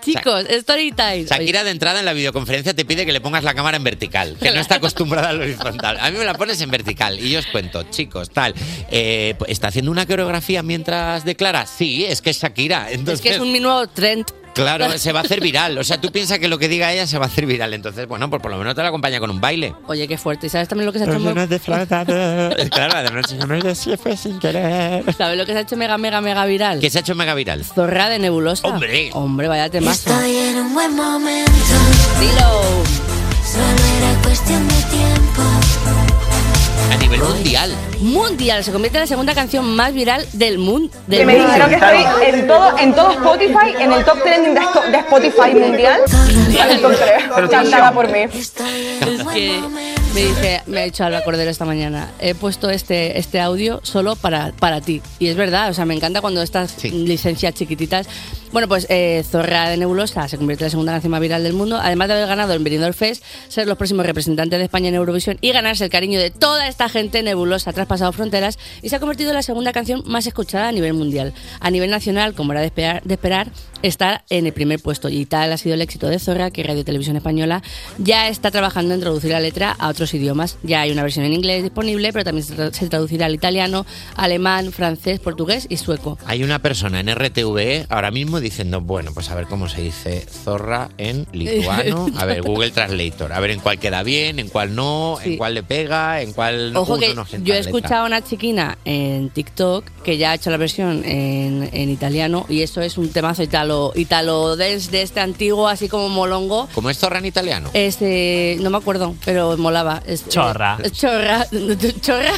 D: chicos, story time.
C: Shakira de entrada en la videoconferencia te pide que le pongas la cámara en vertical, que no está acostumbrada al horizontal. A mí me la pones en vertical y yo os cuento, chicos, tal. eh, ¿Está haciendo una coreografía mientras declara? Sí, es que es Shakira.
D: es
C: Entonces,
D: que es un mi nuevo trend.
C: Claro, se va a hacer viral. O sea, tú piensas que lo que diga ella se va a hacer viral. Entonces, bueno, pues por lo menos te la acompaña con un baile.
D: Oye, qué fuerte. ¿Y sabes también lo que se ha hecho?
C: Pero
D: muy-
C: Eh, Claro, además, no es de sí, fue sin querer.
D: ¿Sabes lo que se ha hecho mega, mega, mega viral?
C: Que se ha hecho mega viral.
D: Zorra de nebulosa.
C: Hombre.
D: Hombre, vaya temazo.
N: Estoy en un buen momento.
D: Dilo.
N: Solo era cuestión de tiempo.
C: A nivel mundial.
D: Mundial se convierte en la segunda canción más viral del mundo.
S: Que me dijeron que estoy en todo, en todo Spotify, en el top 10 de, esto- de Spotify mundial. Está en el top 3, cantada por mí.
D: Es que me dice, me ha dicho Alba Cordero esta mañana, he puesto este, este audio solo para, para ti. Y es verdad, o sea, me encanta cuando estas licencias chiquititas. Bueno, pues eh, Zorra de Nebulosa se convierte en la segunda canción más viral del mundo, además de haber ganado el Benidorm Fest, ser los próximos representantes de España en Eurovisión y ganarse el cariño de toda esta gente nebulosa, ha traspasado fronteras y se ha convertido en la segunda canción más escuchada a nivel mundial. A nivel nacional, como era de esperar, de esperar está en el primer puesto y tal ha sido el éxito de Zorra que Radio Televisión Española ya está trabajando en traducir la letra a otros idiomas. Ya hay una versión en inglés disponible, pero también se tra- se traducirá al italiano, alemán, francés, portugués y sueco.
C: Hay una persona en RTVE ahora mismo diciendo, bueno, pues a ver cómo se dice zorra en lituano. A ver, Google Translator. A ver en cuál queda bien, en cuál no, en cuál le pega, en cuál
D: Ojo
C: Uy,
D: que
C: no nos entra
D: yo he
C: la letra.
D: escuchado a una chiquina en TikTok que ya ha hecho la versión en, en italiano y eso es un temazo italo, italo dance de este antiguo, así como molongo.
C: ¿Cómo es zorra en italiano?
D: Este, no me acuerdo, pero molaba. Es-
C: Chorra.
D: eh, chorra. Chorra.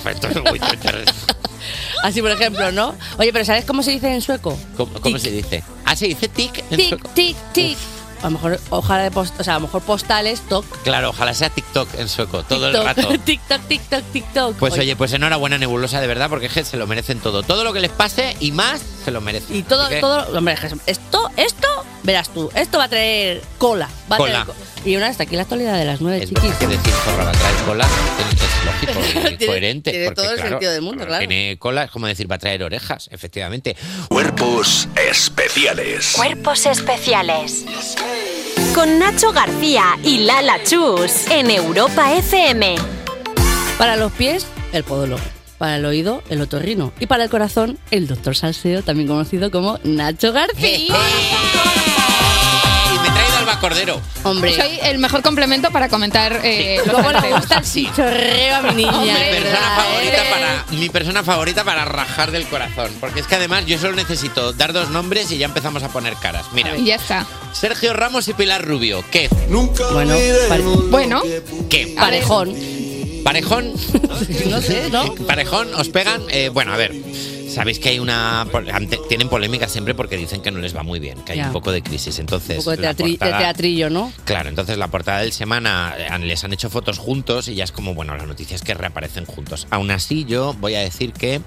D: Así por ejemplo, ¿no? Oye, pero ¿sabes cómo se dice en sueco?
C: ¿Cómo, cómo se dice? Ah, se dice tic. en
D: Tic,
C: sueco.
D: tic, tic. A lo mejor, ojalá de post, o sea, a lo mejor postales, toc,
C: Claro, ojalá sea TikTok en sueco, todo el
D: toc,
C: rato.
D: tic, toc, tic, toc, tic, toc.
C: Pues oye, pues enhorabuena Nebulosa, de verdad, porque es que se lo merecen todo. Todo lo que les pase y más, se lo merecen.
D: Y todo,
C: Así que-
D: todo, hombre, es que esto, esto, verás tú, esto va a traer cola. Va
C: Cola.
D: A traer co- y una hasta aquí la actualidad de las nueve, chiquis.
C: que decir zorra va a traer cola es lógico y
D: Tiene-
C: coherente.
D: tiene
C: porque,
D: todo el
C: claro,
D: sentido del mundo, claro.
C: Tiene cola, es como decir va a traer orejas, efectivamente.
I: Cuerpos especiales.
B: Cuerpos especiales con Nacho García y Lala Chus en Europa FM.
D: Para los pies, el podólogo. Para el oído, el otorrino. Y para el corazón, el doctor Salseo, también conocido como Nacho García.
C: Y me he traído al lleva cordero.
J: Soy Pues el mejor complemento para comentar eh, los
D: Cómo le
J: sorteos.
D: gusta el chichorreo a mi niña.
C: Mi
J: Hombre,
C: persona,
J: ¿verdad,
C: favorita
J: eh?
C: para, mi persona favorita para rajar del corazón. Porque es que además yo solo necesito dar dos nombres y ya empezamos a poner caras. Mira,
J: Y ya está.
C: Sergio Ramos y Pilar Rubio. ¿Qué? Nunca
D: Bueno, pare-
J: Bueno,
C: ¿Qué?
D: Parejón.
C: Parejón.
D: No sé, ¿no?
C: eh, Parejón, os pegan. Eh, bueno, a ver. Sabéis que hay una. pol- ante- Tienen polémica siempre porque dicen que no les va muy bien, que hay
D: Ya.
C: un poco de crisis. Entonces.
D: Un poco de,
C: la
D: teatri- de
C: portada-
D: teatrillo, ¿no?
C: Claro, entonces la portada del semana eh, han- les han hecho fotos juntos y ya es como, bueno, la noticia es que reaparecen juntos. Aún así, yo voy a decir que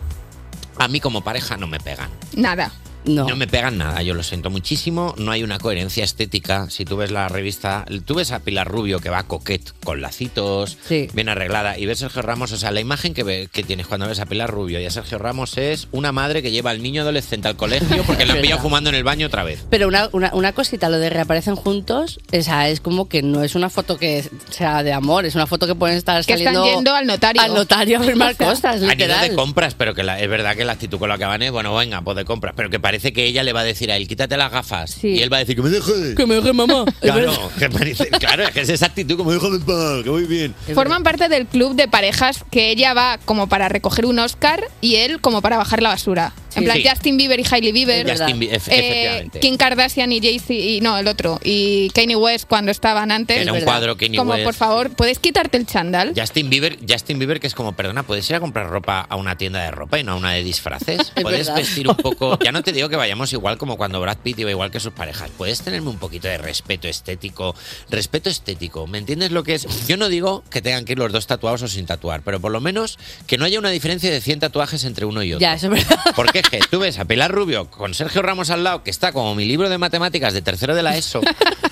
C: a mí como pareja no me pegan.
J: nada.
D: No.
C: me pegan nada, yo lo siento muchísimo. No hay una coherencia estética. Si tú ves la revista, tú ves a Pilar Rubio que va coquet con lacitos, bien arreglada, y ves Sergio Ramos, o sea, la imagen que, ve- que tienes cuando ves a Pilar Rubio y a Sergio Ramos es una madre que lleva al niño adolescente al colegio porque lo han pillado fumando en el baño otra vez.
D: Pero una, una, una cosita, lo de reaparecen juntos, esa es como que no es una foto que sea de amor, es una foto que pueden estar
J: Que están
D: saliendo
J: yendo al notario.
D: al notario a firmar
J: O sea,
D: cosas,
C: Han ido de
D: literal.
C: compras, pero que la- es verdad que la actitud con la que van es, bueno, venga, pues de compras, pero que parece que ella le va a decir a él, quítate las gafas. Y él va a decir, que me deje.
D: Que me deje mamá.
C: Claro, que parece- claro, es que es esa actitud, como déjame en paz, que voy bien.
J: Forman parte del club de parejas que ella va como para recoger un Oscar y él como para bajar la basura.
C: Sí.
J: En plan
C: Sí.
J: Justin Bieber y Hailey Bieber. Eh,
C: Justin Bie- efe- efectivamente.
J: Kim Kardashian y Jay-Z y no, el otro. Y Kanye West cuando estaban antes.
C: Era un
J: ¿verdad?
C: cuadro Kanye
J: Como
C: West.
J: por favor, ¿puedes quitarte el chándal?
C: Justin Bieber, Justin Bieber, que es como, perdona, ¿puedes ir a comprar ropa a una tienda de ropa y no a una de disfraces?
J: Es
C: ¿Puedes
J: verdad.
C: vestir un poco? Ya no te digo que vayamos igual como cuando Brad Pitt iba igual que sus parejas. ¿Puedes tenerme un poquito de respeto estético? Respeto estético, ¿me entiendes lo que es? Yo no digo que tengan que ir los dos tatuados o sin tatuar, pero por lo menos que no haya una diferencia de 100 tatuajes entre uno y otro.
D: Ya, eso es verdad.
C: Porque es que tú ves a Pilar Rubio con Sergio Ramos al lado, que está como mi libro de matemáticas de tercero de la ESO,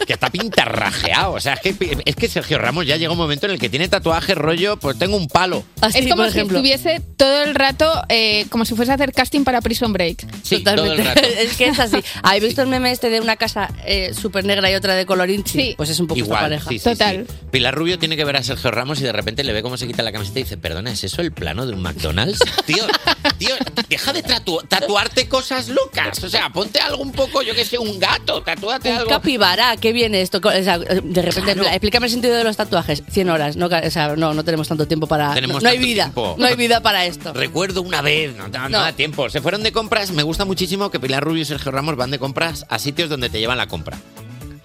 C: que está pintarrajeado. O sea, es que, es que Sergio Ramos ya llega un momento en el que tiene tatuaje rollo, pues tengo un palo.
J: es como si estuviese todo el rato, eh, como si fuese a hacer casting para Prison Break.
C: Sí, todo el rato.
D: es que es así. ¿Habéis visto el meme este de una casa eh, súper negra y otra de colorín? Sí. Pues es un poco
C: Igual,
D: esta pareja.
C: sí, sí, sí. Pilar Rubio tiene que ver a Sergio Ramos y de repente le ve cómo se quita la camiseta y dice, perdona, ¿es eso el plano de un McDonald's? Tío, tío, deja de tatu- tatuarte cosas locas. O sea, ponte algo un poco, yo que sé, un gato, tatúate
D: Un
C: algo.
D: capibara, qué bien esto. co- o sea, de repente, en plan, explícame el sentido de los tatuajes. 100 horas, no, ca- o sea, no, no tenemos tanto tiempo para.
C: Tenemos
D: no, no hay
C: tanto
D: vida,
C: tiempo.
D: no hay vida para esto.
C: Recuerdo una vez, no, no, no
D: No.
C: da tiempo. Se fueron de compras. Me gusta muchísimo que Pilar Rubio y Sergio Ramos van de compras a sitios donde te llevan la compra.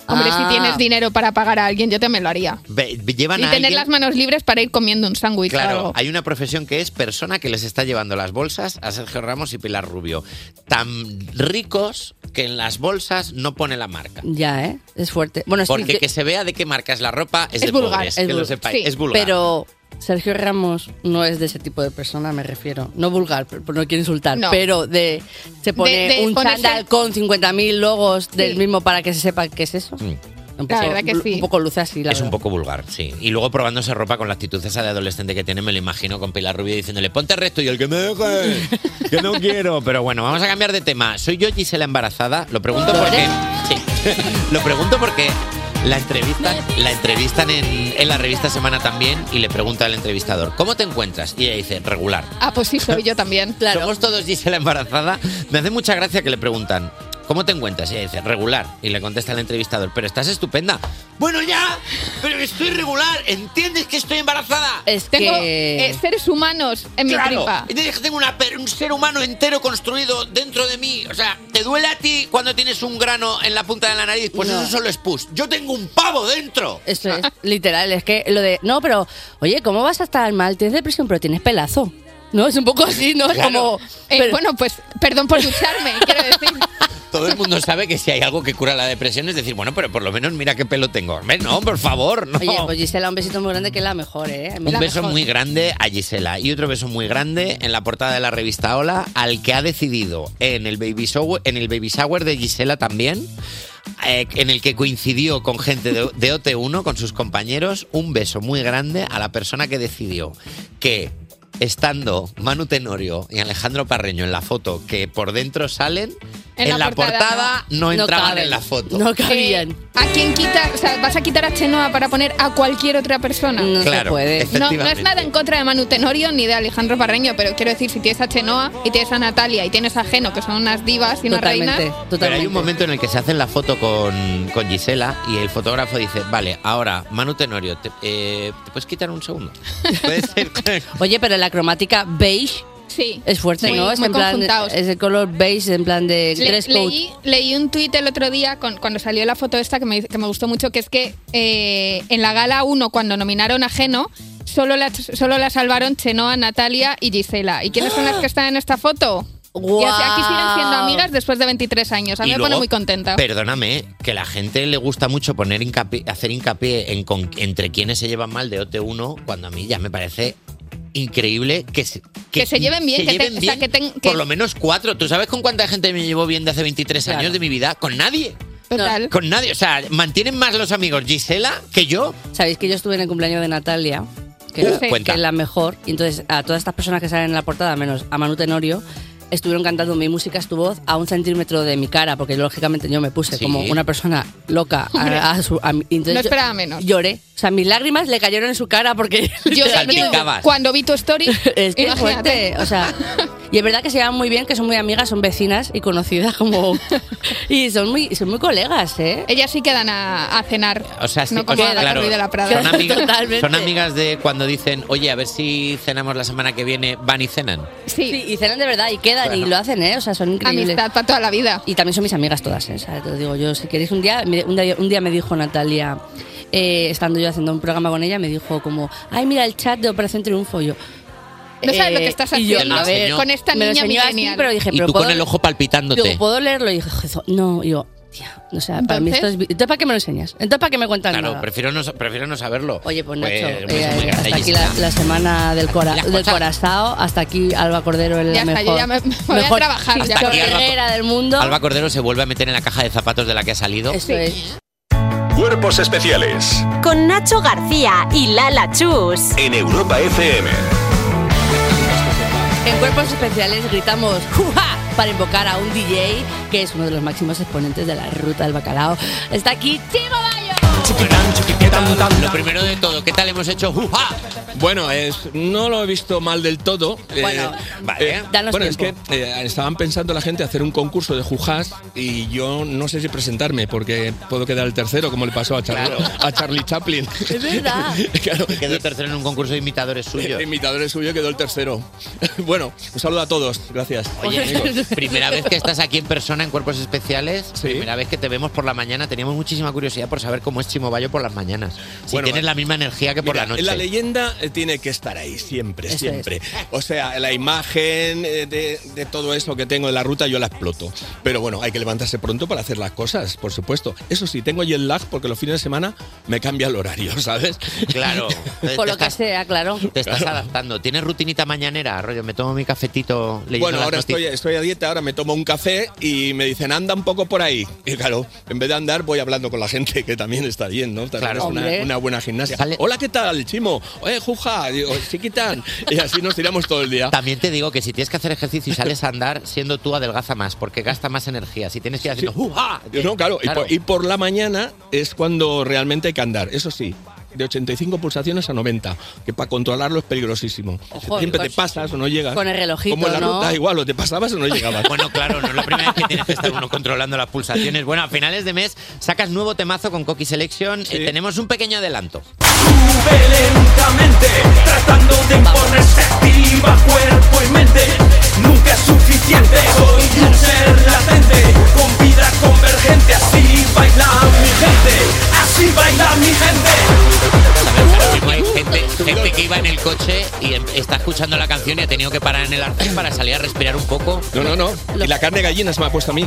J: Hombre,
C: Ah.
J: si tienes dinero para pagar a alguien, yo te me lo haría.
C: Ve- llevan
J: Y
C: a
J: tener
C: alguien-
J: las manos libres para ir comiendo un sándwich o
C: Claro,
J: algo.
C: hay una profesión que es persona que les está llevando las bolsas a Sergio Ramos y Pilar Rubio. Tan ricos que en las bolsas no pone la marca.
D: Ya, ¿eh? Es fuerte. Bueno, es
C: Porque que se vea de qué marca es la ropa es, de pobres, que lo
D: vul-
C: sepáis,
D: sí,
C: es vulgar.
D: Pero Sergio Ramos no es de ese tipo de persona, me refiero. No vulgar, pero- no quiero insultar,
J: No.
D: pero de se pone
J: De- de
D: un
J: ponerse-
D: chándal con 50.000 logos del
J: Sí.
D: mismo para que se sepa qué es eso. Un poco,
J: verdad que
D: bl-
J: sí.
D: Un poco luce así, la
C: Mm. Es un
D: verdad.
C: poco vulgar, sí. Y luego probándose ropa con la actitud esa de adolescente que tiene, me lo imagino con Pilar Rubio diciéndole, ponte recto y el que me deje, que no quiero. Pero bueno, vamos a cambiar de tema. ¿Soy yo Gisela embarazada? Lo pregunto porque... Sí. Lo pregunto porque la entrevistan, la entrevistan en, en la revista Semana también y le pregunta al entrevistador, ¿cómo te encuentras? Y ella dice, regular.
J: Ah, pues sí, soy yo también.
C: Claro. Somos todos Gisela embarazada. Me hace mucha gracia que le preguntan, ¿cómo te encuentras? Y ella dice, regular. Y le contesta el entrevistador, pero estás estupenda. Bueno, ya, pero estoy regular. ¿Entiendes que estoy embarazada?
D: Es
J: Tengo eh, seres humanos en mi
C: Claro,
J: tripa.
C: es que tengo una per- un ser humano entero construido dentro de mí. O sea, ¿te duele a ti cuando tienes un grano en la punta de la nariz? Pues
D: No.
C: eso solo es pus. Yo tengo un pavo dentro.
D: Eso es, literal, es que lo de, no, pero, oye, ¿cómo vas a estar mal? Tienes depresión, pero tienes pelazo. No, es un poco así, ¿no? Es
C: Claro.
D: como...
J: Eh, bueno, pues, perdón por lucharme, quiero decir.
C: Todo el mundo sabe que si hay algo que cura la depresión es decir, bueno, pero por lo menos mira qué pelo tengo. Hombre, no, por favor, no.
D: Oye, pues Gisela, un besito muy grande que es la mejor, ¿eh?
C: Un beso muy grande a Gisela y otro beso muy grande en la portada de la revista Hola al que ha decidido en el baby shower, en el baby shower de Gisela también, eh, en el que coincidió con gente de, de OT1, con sus compañeros, un beso muy grande a la persona que decidió que estando Manu Tenorio y Alejandro Parreño en la foto que por dentro salen, En, la, portada, no entraban en la foto.
D: No cabían.
L: Eh, ¿A quién quita? O sea, ¿vas a quitar a Chenoa para poner a cualquier otra persona?
C: No se Claro, puede.
L: No,
C: efectivamente.
L: no es nada en contra de Manu Tenorio ni de Alejandro Parreño, pero quiero decir, si tienes a Chenoa y tienes a Natalia y tienes a Geno, que son unas divas y unas reinas.
C: Pero hay un momento en el que se hacen la foto con, con Gisela y el fotógrafo dice, vale, ahora, Manu Tenorio, ¿te, eh, ¿te puedes quitar un segundo?
D: Oye, pero la cromática beige
L: sí.
D: es fuerte,
L: Muy-
D: ¿no? Es,
L: muy
D: en plan,
L: conjuntados.
D: es el color beige en plan de
L: Le-
D: dress code.
L: leí, leí un tuit el otro día con- cuando salió la foto esta que me, que me gustó mucho, que es que eh, en la gala 1, cuando nominaron a Geno, solo la, solo la salvaron Chenoa, Natalia y Gisela. ¿Y quiénes son las que están en esta foto? Y así- aquí siguen siendo amigas después de 23 años. A mí
C: Y
L: me
C: luego,
L: pone muy contenta.
C: Perdóname, que la gente le gusta mucho poner hincapié- hacer hincapié en con- entre quienes se llevan mal de OT1, cuando a mí ya me parece increíble que se,
L: que, se lleven bien, que, te-
C: lleven
L: o sea,
C: bien
L: que ten- que-
C: por lo menos cuatro. ¿Tú sabes con cuánta gente me llevo bien de hace 23 años de mi vida? Con nadie.
L: Total.
C: Con nadie. O sea, mantienen más los amigos Gisela que yo.
D: Sabéis que yo estuve en el cumpleaños de Natalia, que,
C: Uh,
D: es- que
C: cuenta.
D: es la mejor. Y entonces a todas estas personas que salen en la portada, menos a Manu Tenorio, estuvieron cantando mi música es tu voz a un centímetro de mi cara, porque lógicamente yo me puse
L: Sí.
D: como una persona loca. A, a su, a mi- entonces
L: No
D: yo
L: esperaba menos.
D: Lloré. O sea, mis lágrimas le cayeron en su cara Ah, porque...
L: Yo le digo, cuando vi tu story,
D: es que es
L: imagínate.
D: fuerte, o sea, y es verdad que se llevan muy bien, que son muy amigas, son vecinas y conocidas como y son muy son muy colegas, ¿eh?
L: Ellas sí quedan a, a cenar.
C: O sea, sí,
L: No
C: o
L: como
C: sea,
L: a la
C: claro,
L: Carmen de la Prada.
C: Son, amigas,
L: Totalmente.
C: son amigas de cuando dicen, oye, a ver si cenamos la semana que viene, van y cenan.
L: Sí.
D: y cenan de verdad y quedan
C: Bueno.
D: y lo hacen, ¿eh? O sea, son increíbles.
L: Amistad para toda la vida.
D: Y también son mis amigas todas, ¿eh? O sea, te lo digo yo, si queréis un día, me- un día, un día me dijo Natalia, eh, estando yo haciendo un programa con ella, me dijo como, ay, mira el chat de Operación Triunfo, Y yo...
L: No sabes lo
D: eh,
L: que estás
D: y yo,
L: haciendo
D: a ver,
L: con esta
D: me lo
L: niña
D: enseñó así,
L: millennial.
D: pero dije,
C: Y
D: pero
C: tú
D: puedo-
C: con el ojo palpitándote.
D: Digo, ¿puedo leerlo? Y dije, "Jezo, no, y yo, tía, o sea, para mí esto es... vi- Entonces, ¿para qué me lo enseñas? Entonces, ¿para qué me cuentas
C: Claro,
D: nada?
C: prefiero no, prefiero no saberlo. Oye,
D: pues
C: Nacho,
D: Hasta aquí la, la semana del, cora, del corazao, hasta aquí Alba Cordero el
L: Ya está,
D: mejor,
L: yo ya me- me voy a
D: mejor
L: trabajar, ya. Hasta aquí Alba-
D: chorrera del mundo.
C: Alba Cordero se vuelve a meter en la caja de zapatos de la que ha salido.
D: Eso es.
I: Cuerpos especiales
B: Con Nacho García y Lala Chus.
I: en Europa FM.
D: En cuerpos especiales gritamos ¡Juja! para invocar a un DJ que es uno de los máximos exponentes de la ruta del bacalao. Está aquí Chimo Bayo.
C: Lo primero de todo, ¿qué tal hemos hecho? ¡Juja!
F: Bueno, es, no lo he visto mal del todo.
C: eh, Bueno, vale. Danos
F: eh, bueno,
C: tiempo.
F: es que eh, estaban pensando la gente hacer un concurso de jujás y yo no sé si presentarme porque puedo quedar el tercero, como le pasó a, Char- a Charlie Chaplin.
D: Es verdad.
F: Quedó
C: tercero en un concurso de imitadores suyos.
F: Eh, imitadores suyos quedó el tercero. bueno, un saludo a todos. Gracias.
C: Oye,
F: amigos.
C: primera vez que estás aquí en persona en Cuerpos Especiales, primera vez que te vemos por la mañana, teníamos muchísima curiosidad por saber cómo es Chimo Bayo por las mañanas. Si
F: Bueno,
C: tienes la misma energía que por
F: Mira,
C: la noche.
F: La leyenda eh, tiene que estar ahí, siempre, siempre. O sea, la imagen eh, de, de todo eso que tengo en la ruta yo la exploto. Pero bueno, hay que levantarse pronto para hacer las cosas, por supuesto. Eso sí, tengo jet lag porque los fines de semana me cambia el horario, ¿sabes?
C: Claro.
D: Por lo que sea, claro.
C: Te estás adaptando. ¿Tienes rutinita mañanera? Rollo, me tomo mi cafetito leyendo
F: Bueno,
C: las
F: ahora
C: noticias.
F: estoy, estoy a dieta, ahora me tomo un café y me dicen, anda un poco por ahí. Y claro, en vez de andar, voy hablando con la gente, que también está bien, ¿no? También
C: Claro.
F: es
C: Hombre.
F: una, una buena gimnasia. Hola, ¿qué tal, Chimo? Oye, Juja, digo, Chiquitán. Y así nos tiramos todo el día.
C: También te digo que si tienes que hacer ejercicio y sales a andar, siendo tú adelgaza más, porque gasta más energía. Si tienes que ir haciendo ¡juja!
F: Ah, No, claro, y
C: Claro.
F: por- Y, por, la mañana es cuando realmente hay que andar, eso sí. De 85 pulsaciones a 90, que para controlarlo es peligrosísimo.
D: Ojo,
F: Siempre
D: con-
F: te pasas o no llegas.
D: con el relojito,
F: Como en la
D: ¿no?
F: ruta, igual, o te pasabas o no llegabas.
C: Bueno, claro, no es la primera vez que tienes que estar uno controlando las pulsaciones. Bueno, a finales de mes sacas nuevo temazo con Coqui Selection. Eh, tenemos un pequeño adelanto.
K: lentamente, tratando de imponerse activa cuerpo y mente. Nunca es suficiente, soy un ser latente, con vida convergente. Así baila mi gente, así baila mi
C: Como hay gente, gente que iba en el coche y em- está escuchando la canción y ha tenido que parar en el arcén para salir a respirar un poco.
F: No, no, no. Y la carne de gallinas me ha puesto a mí.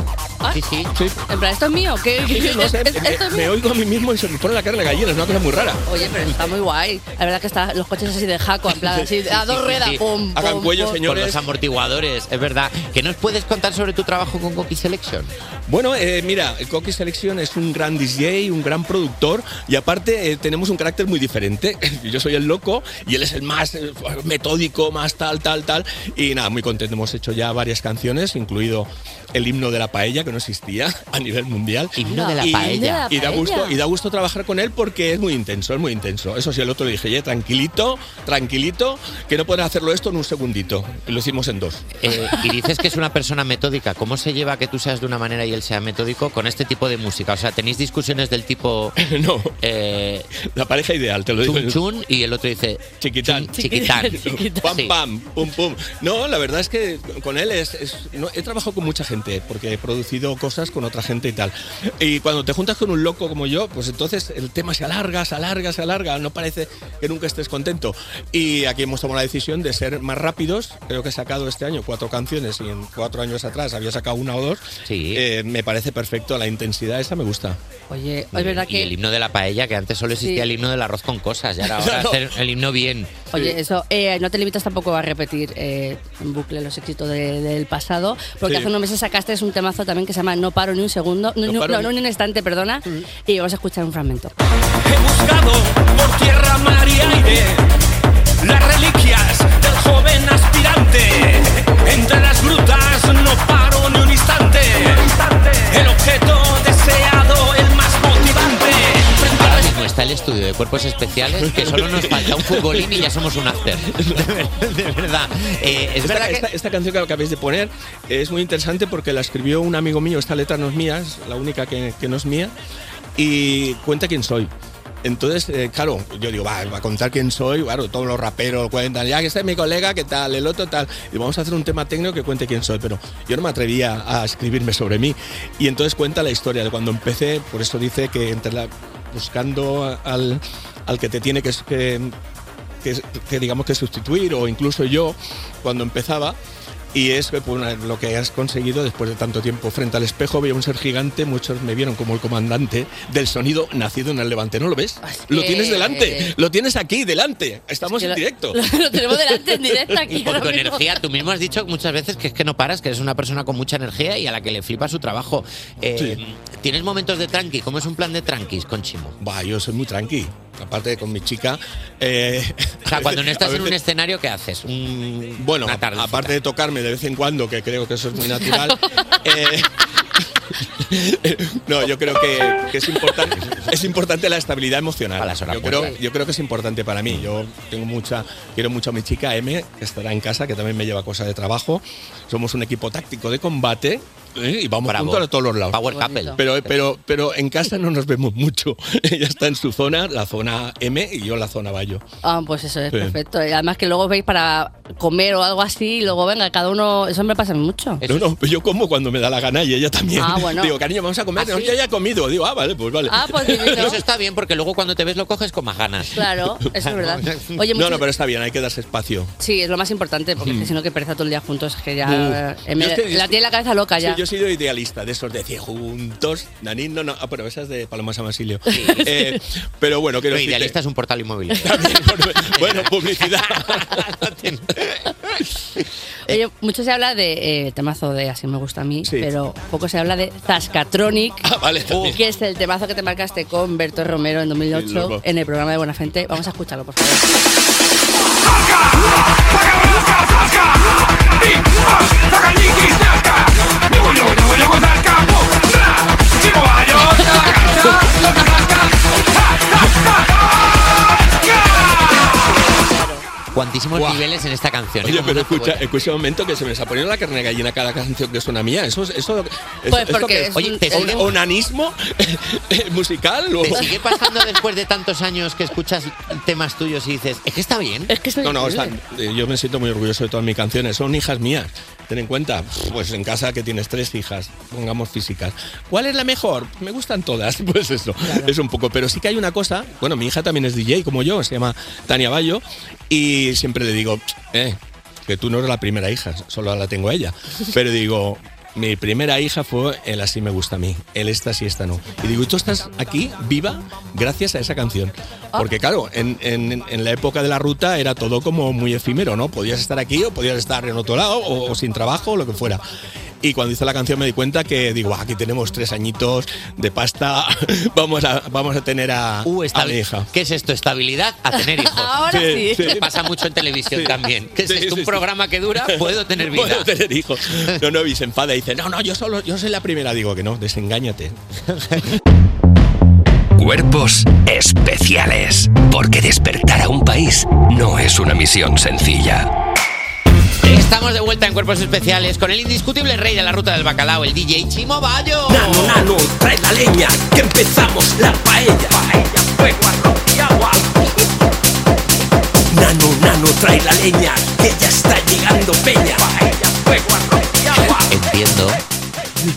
C: Sí, sí.
D: En plan, ¿esto es mío? ¿Qué, qué-
F: No sé,
D: es- esto es
F: me, me
D: mío?
F: oigo a mí mismo y se me pone la carne de gallinas, es una cosa muy rara.
D: Oye, pero está muy guay. La verdad que está, los coches así de jaco, en plan, así, a dos ruedas, pum, pum, pum.
C: Con los amortiguadores, es verdad. ¿Qué nos puedes contar sobre tu trabajo con Coqui Selection?
F: Bueno, eh, mira, el Coqui Selection es un gran DJ, un gran productor y aparte eh, tenemos un carácter muy diferente. Yo soy el loco y él es el más eh, metódico, más tal, tal, tal. Y nada, muy contento. Hemos hecho ya varias canciones, incluido el himno de la paella, que no existía a nivel mundial.
C: Himno de la paella.
F: Y da gusto,
C: Paella.
F: y da gusto trabajar con él porque es muy intenso, es muy intenso. Eso sí, el otro le dije, "Ye, tranquilito, tranquilito, que no puedes hacerlo esto en un segundito. Y lo hicimos en dos.
C: Eh, y dices que es una persona metódica. ¿Cómo se lleva que tú seas de una manera y él sea metódico con este tipo de música? O sea, tenéis discusiones del tipo.
F: No.
C: la
F: pareja ideal, te lo digo.
C: Chun chun y el otro dice.
F: Chiquitán.
C: chun, chiquitán.
F: Pam,
C: Sí.
F: pam, pum, pum. No, la verdad es que con él es. es- no, he trabajado con mucha gente porque he producido cosas con otra gente y tal. Y cuando te juntas con un loco como yo, pues entonces el tema se alarga, se alarga, se alarga. No parece que nunca estés contento. Y aquí hemos tomado la decisión de ser más rápidos. Creo que he sacado este año cuatro canciones y en cuatro años atrás había sacado una o dos. Eh, me parece perfecto. La intensidad esa me gusta.
D: Oye, es verdad
C: Y el
D: que.
C: himno de la paella, que antes solo existía
D: Sí.
C: el himno del arroz con cosas. Y ahora, ahora hacer el himno bien.
D: Oye, eso, eh, no te limitas tampoco a repetir eh, en bucle los éxitos de- del pasado, porque
C: Sí.
D: hace unos meses sacaste un temazo también que se llama No paro ni un segundo, no,
V: No
D: no-
V: paro
D: no,
V: ni-
D: no, ni un instante, perdona, y vamos a escuchar un fragmento.
K: por tierra, mar y aire. Las reliquias del joven aspirante. Entre las grutas no paro ni un instante. El objeto deseado, el más motivante.
C: Ahora mismo está el estudio de cuerpos especiales que solo nos falta un futbolín y ya somos un after. De, ver- de verdad. Eh, es
F: esta,
C: verdad que.
F: esta- esta canción que acabáis de poner es muy interesante porque la escribió un amigo mío. Esta letra no es mía, es la única que, que no es mía. Y cuenta quién soy. Entonces, eh, claro, yo digo, va, va a contar quién soy. Claro, todos los raperos cuentan, ya que este es mi colega, que tal, el otro tal. Y vamos a hacer un tema técnico que cuente quién soy. Pero yo no me atrevía a escribirme sobre mí. Y entonces cuenta la historia de cuando empecé. Por eso dice que entre la- buscando a- al, al que te tiene que- que que, que digamos que sustituir o incluso yo cuando empezaba y es pues, una- lo que has conseguido después de tanto tiempo frente al espejo veía un ser gigante muchos me vieron como el comandante del sonido nacido en el levante no lo ves lo
D: que-
F: tienes delante lo tienes aquí delante estamos en directo
D: Lo tenemos delante en directo aquí.
C: Y por
D: ahora
C: tu
D: mismo.
C: energía, tú mismo has dicho muchas veces que es que no paras, que eres una persona con mucha energía y a la que le flipa su trabajo. Eh, ¿Tienes momentos de tranqui? ¿Cómo es un plan de tranquis con Chimo?
F: va yo soy muy tranqui aparte con mi chica eh,
C: O sea, cuando no
F: a
C: estás en un
F: veces-
C: escenario, ¿qué haces?
F: bueno a- aparte de tocarme de vez en cuando que creo que eso es muy natural eh, No, yo creo que, que es, importante, es importante la estabilidad emocional. yo, creo, yo creo que es importante para mí. Yo tengo mucha, quiero mucho a mi chica M, que estará en casa, que también me lleva cosas de trabajo. Somos un equipo táctico de combate. ¿eh? Y vamos juntos a todos los lados.
C: Power couple.
F: Pero, pero, pero en casa no nos vemos mucho. Ella está en su zona, la zona M, y yo en la zona Bayo.
D: Ah, pues eso es
F: Sí.
D: perfecto. Y además que luego veis para comer o algo así, y luego venga, cada uno. Eso me pasa a mí mucho.
F: No, no, pero yo como cuando me da la gana y ella también.
D: Ah, bueno.
F: Digo, cariño, vamos a comer. No, yo ya he comido. Digo, ah, vale, pues vale.
D: Ah, pues divino.
C: Eso está bien porque luego cuando te ves lo coges con más ganas.
D: Claro, eso es verdad. Oye,
F: no,
D: muchas-
F: no, pero está bien, hay que darse espacio.
D: Sí, es lo más importante, porque es que
F: Mm.
D: si no, que pereza todo el día juntos. Es que ya.
F: Mm.
D: eh, me-
F: Yo es que-
D: la tiene la cabeza loca
F: Sí,
D: ya.
F: yo he sido idealista de esos de 100 juntos, Nanín, no, no, ah, pero esa es de Paloma San Basilio. Eh, pero bueno, quiero
C: Pero
F: decirte-
C: idealista es un portal inmobiliario.
F: bueno, publicidad. Eh.
D: Oye, mucho se habla de eh, temazo de Así me gusta a mí, pero poco se habla de Zascatronic,
F: Ah, vale, también.
D: que es el temazo que te marcaste con Berto Romero en
F: Sí,
D: 2008
F: loco.
D: en el programa de Buena Gente. Vamos a escucharlo, por favor.
C: Cuantísimos niveles en esta canción. ¿eh?
F: Oye, pero escucha, escucha un momento que se me está poniendo la carne de gallina cada canción que suena mía. Eso, es- eso, eso-
C: Pues
F: esto
C: porque
F: que-
C: es Oye, un- te sigue-
F: ¿o- onanismo musical. o-
C: ¿Te sigue pasando después de tantos años que escuchas temas tuyos y dices, es que está bien? Es
D: que
F: No, no, está- eh, yo me siento muy orgulloso de todas mis canciones. Son hijas mías. Ten en cuenta, pues en casa que tienes tres hijas, pongamos físicas. ¿Cuál es la mejor? Me gustan todas. Pues eso, es un poco. Pero sí que hay una cosa. Bueno, mi hija también es DJ, como yo, se llama Tania Bayo. Y siempre le digo, eh, que tú no eres la primera hija, solo la tengo a ella. Pero digo. Mi primera hija fue el así me gusta a mí, el esta sí, esta no. Y digo, ¿y tú estás aquí viva gracias a esa canción? Porque
C: Oh.
F: claro, en, en- en la época de la ruta era todo como muy efímero, ¿no? Podías estar aquí o podías estar en otro lado o, o sin trabajo o lo que fuera. y cuando hice la canción me di cuenta que digo, "Ah, aquí tenemos tres añitos de pasta, vamos a, vamos a tener a,
C: Uh,
F: a mi
C: estabil-
F: hija.
C: ¿Qué es esto? Estabilidad a tener hijos.
F: Ahora Sí, sí. sí.
C: Pasa mucho en televisión
F: Sí.
C: también. ¿Qué es
F: Sí,
C: esto?
F: sí,
C: Un
F: sí.
C: programa que dura, puedo tener vida.
F: Puedo tener hijos. No, no, y se enfada y dice, no, no, yo solo, yo soy la primera. Digo que no, desengáñate.
A: Cuerpos especiales. Porque despertar a un país no es una misión sencilla.
C: Estamos de vuelta en Cuerpos Especiales con el indiscutible rey de la ruta del bacalao, el DJ Chimo Bayo.
K: Nano, nano, trae la leña, que empezamos la paella. fuego, arroz y agua. Nano, nano, trae la leña, que ya está llegando Peña. fuego, arroz y agua.
C: Entiendo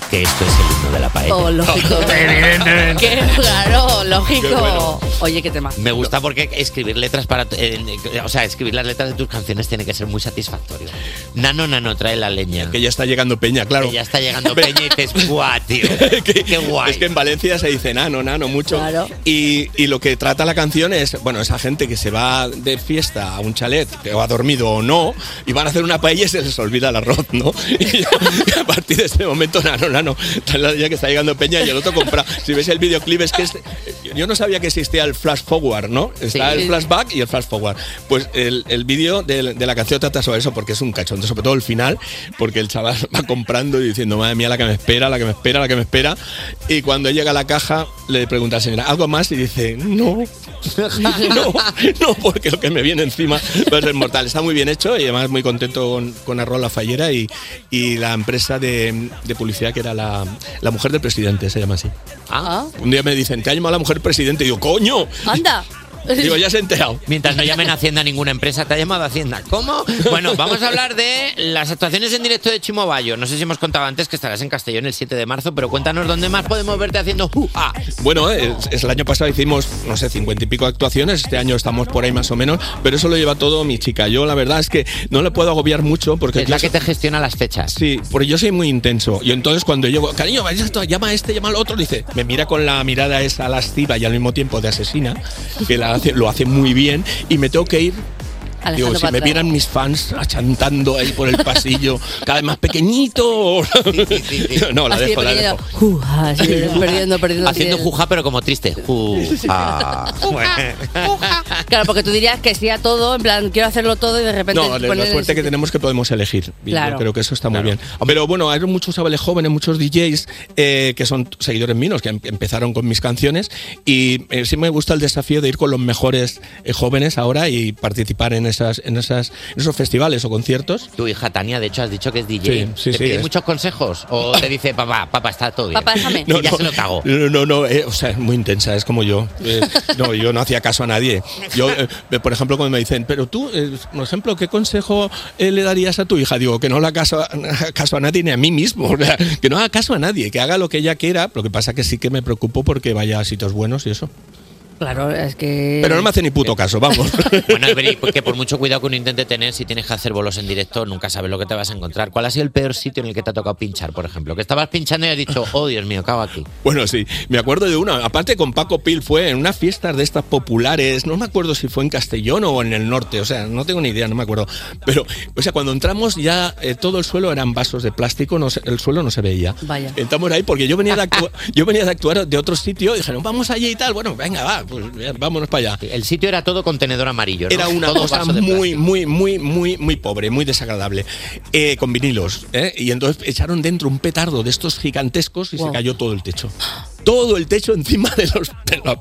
C: que esto es el himno de la paella.
D: Oh, lógico. Qué claro,
C: Qué
D: lógico.
C: bueno.
D: Oye, qué tema.
C: Me gusta porque escribir letras para. eh, o sea, escribir las letras de tus canciones tiene que ser muy satisfactorio. Nano, nano, trae la leña.
F: Que ya está llegando Peña, claro.
C: Que ya está llegando Peña y dices, guau, tío. Qué guay.
F: Es que en Valencia se dice nano, nano, mucho. Y, y lo que trata la canción es, bueno, esa gente que se va de fiesta a un chalet, que va dormido o no, y van a hacer una paella y se les olvida el arroz, ¿no? Y, ya- a partir de ese momento, nano, nano, ya que está llegando Peña y el otro compra. Si ves el videoclip, es que es- yo no sabía que existía el flash forward, ¿no? Está
C: Sí.
F: el flashback y el flash forward. Pues el, el vídeo del- de, la canción trata sobre eso porque es un cachondeo, sobre todo el final, porque el chaval va comprando y diciendo, madre mía, la que me espera, la que me espera, la que me espera. Y cuando llega a la caja, le pregunta a la señora, ¿algo más? Y dice, no, no, no, porque lo que me viene encima va a ser mortal. Está muy bien hecho y además muy contento con, con Arroz La Fallera y, y la empresa de, de publicidad que era la, la mujer del presidente, se llama así.
D: Ah.
F: Un día me dicen, ¿te ha llamado la mujer presidente? Y digo, coño.
D: Anda.
F: Digo, ya se ha enterado.
C: Mientras no llamen a Hacienda a ninguna empresa, te ha llamado Hacienda. ¿Cómo? Bueno, vamos a hablar de las actuaciones en directo de Chimo Bayo. No sé si hemos contado antes que estarás en Castellón el 7 de marzo, pero cuéntanos dónde más podemos verte haciendo. ¡Uh! ah.
F: Bueno, eh, es, es el año pasado hicimos, no sé, cincuenta y pico actuaciones, este año estamos por ahí más o menos, pero eso lo lleva todo mi chica. Yo la verdad es que no le puedo agobiar mucho porque...
C: Es la
F: yo
C: que
F: so-
C: te gestiona las fechas.
F: Sí, porque yo soy muy intenso. Y entonces cuando llego, cariño, vaya esto, llama a este, llama al otro, dice, me mira con la mirada esa lasciva y al mismo tiempo de asesina, que la hace- lo hace muy bien, y me tengo que ir Digo,
D: Alejandro
F: si me
D: Patra.
F: vieran mis fans achantando ahí por el pasillo, cada vez más pequeñito. No, la
D: Así de
F: dejo, la
D: pequeño.
F: dejo.
D: Juja, así de perdiendo, perdiendo. así
C: Haciendo
D: de-
C: juja, pero como triste. Juja.
D: Claro, porque tú dirías que sí a todo, en plan, quiero hacerlo todo y de repente.
F: No, la- la
D: poner-
F: suerte que tenemos que podemos elegir. Y
D: Claro.
F: Yo creo que eso está muy bien. Pero bueno, hay muchos chavales jóvenes, muchos DJs eh, que son seguidores míos, que em- empezaron con mis canciones. Y eh, sí me gusta el desafío de ir con los mejores eh, jóvenes ahora y participar en, esas, en, esas, en esos festivales o conciertos.
C: Tu hija Tania, de hecho, has dicho que es DJ.
F: Sí, sí,
C: ¿Te
F: sí,
C: pide
F: es.
C: muchos consejos? ¿O te dice, papá, papá, está todo bien?
D: Papá, déjame.
C: Y ya se lo cago.
F: No, no, no, eh, o sea, es muy intensa, es como yo. Eh, no, yo no hacía caso a nadie. Yo, eh, por ejemplo, cuando me dicen, pero tú, eh, por ejemplo, ¿qué consejo eh, le darías a tu hija? Digo, que no le haga caso, a- haga caso a nadie ni a mí mismo, o sea, que no haga caso a nadie, que haga lo que ella quiera. Lo que pasa que sí que me preocupo porque vaya a sitios buenos y eso.
D: Claro, es que.
C: Eh,
F: Pero no me hace ni puto caso, vamos.
C: Bueno, Alberi, porque por mucho cuidado que uno intente tener, si tienes que hacer bolos en directo, nunca sabes lo que te vas a encontrar. ¿Cuál ha sido el peor sitio en el que te ha tocado pinchar, por ejemplo? Que estabas pinchando y has dicho, oh, Dios mío, cago aquí.
F: Bueno, sí, me acuerdo de una. Aparte con Paco Pil fue en unas fiestas de estas populares. No me acuerdo si fue en Castellón o en el norte. O sea, no tengo ni idea, no me acuerdo. Pero, o sea, cuando entramos ya eh, todo el suelo eran vasos de plástico, no se- el suelo no se veía.
D: Vaya.
F: Entramos ahí porque yo venía de actuar, yo venía de actuar de otro sitio y dijeron, vamos allí y tal. Bueno, venga, va, pues eh, vámonos para allá.
C: El sitio era todo contenedor amarillo. ¿no?
F: Era una
C: Todo
F: cosa
C: vaso de
F: muy, muy, muy, muy, muy pobre, muy desagradable. Eh, con vinilos. ¿eh? Y entonces echaron dentro un petardo de estos gigantescos y
C: Wow.
F: se cayó todo el techo. Todo el techo encima de los. de la-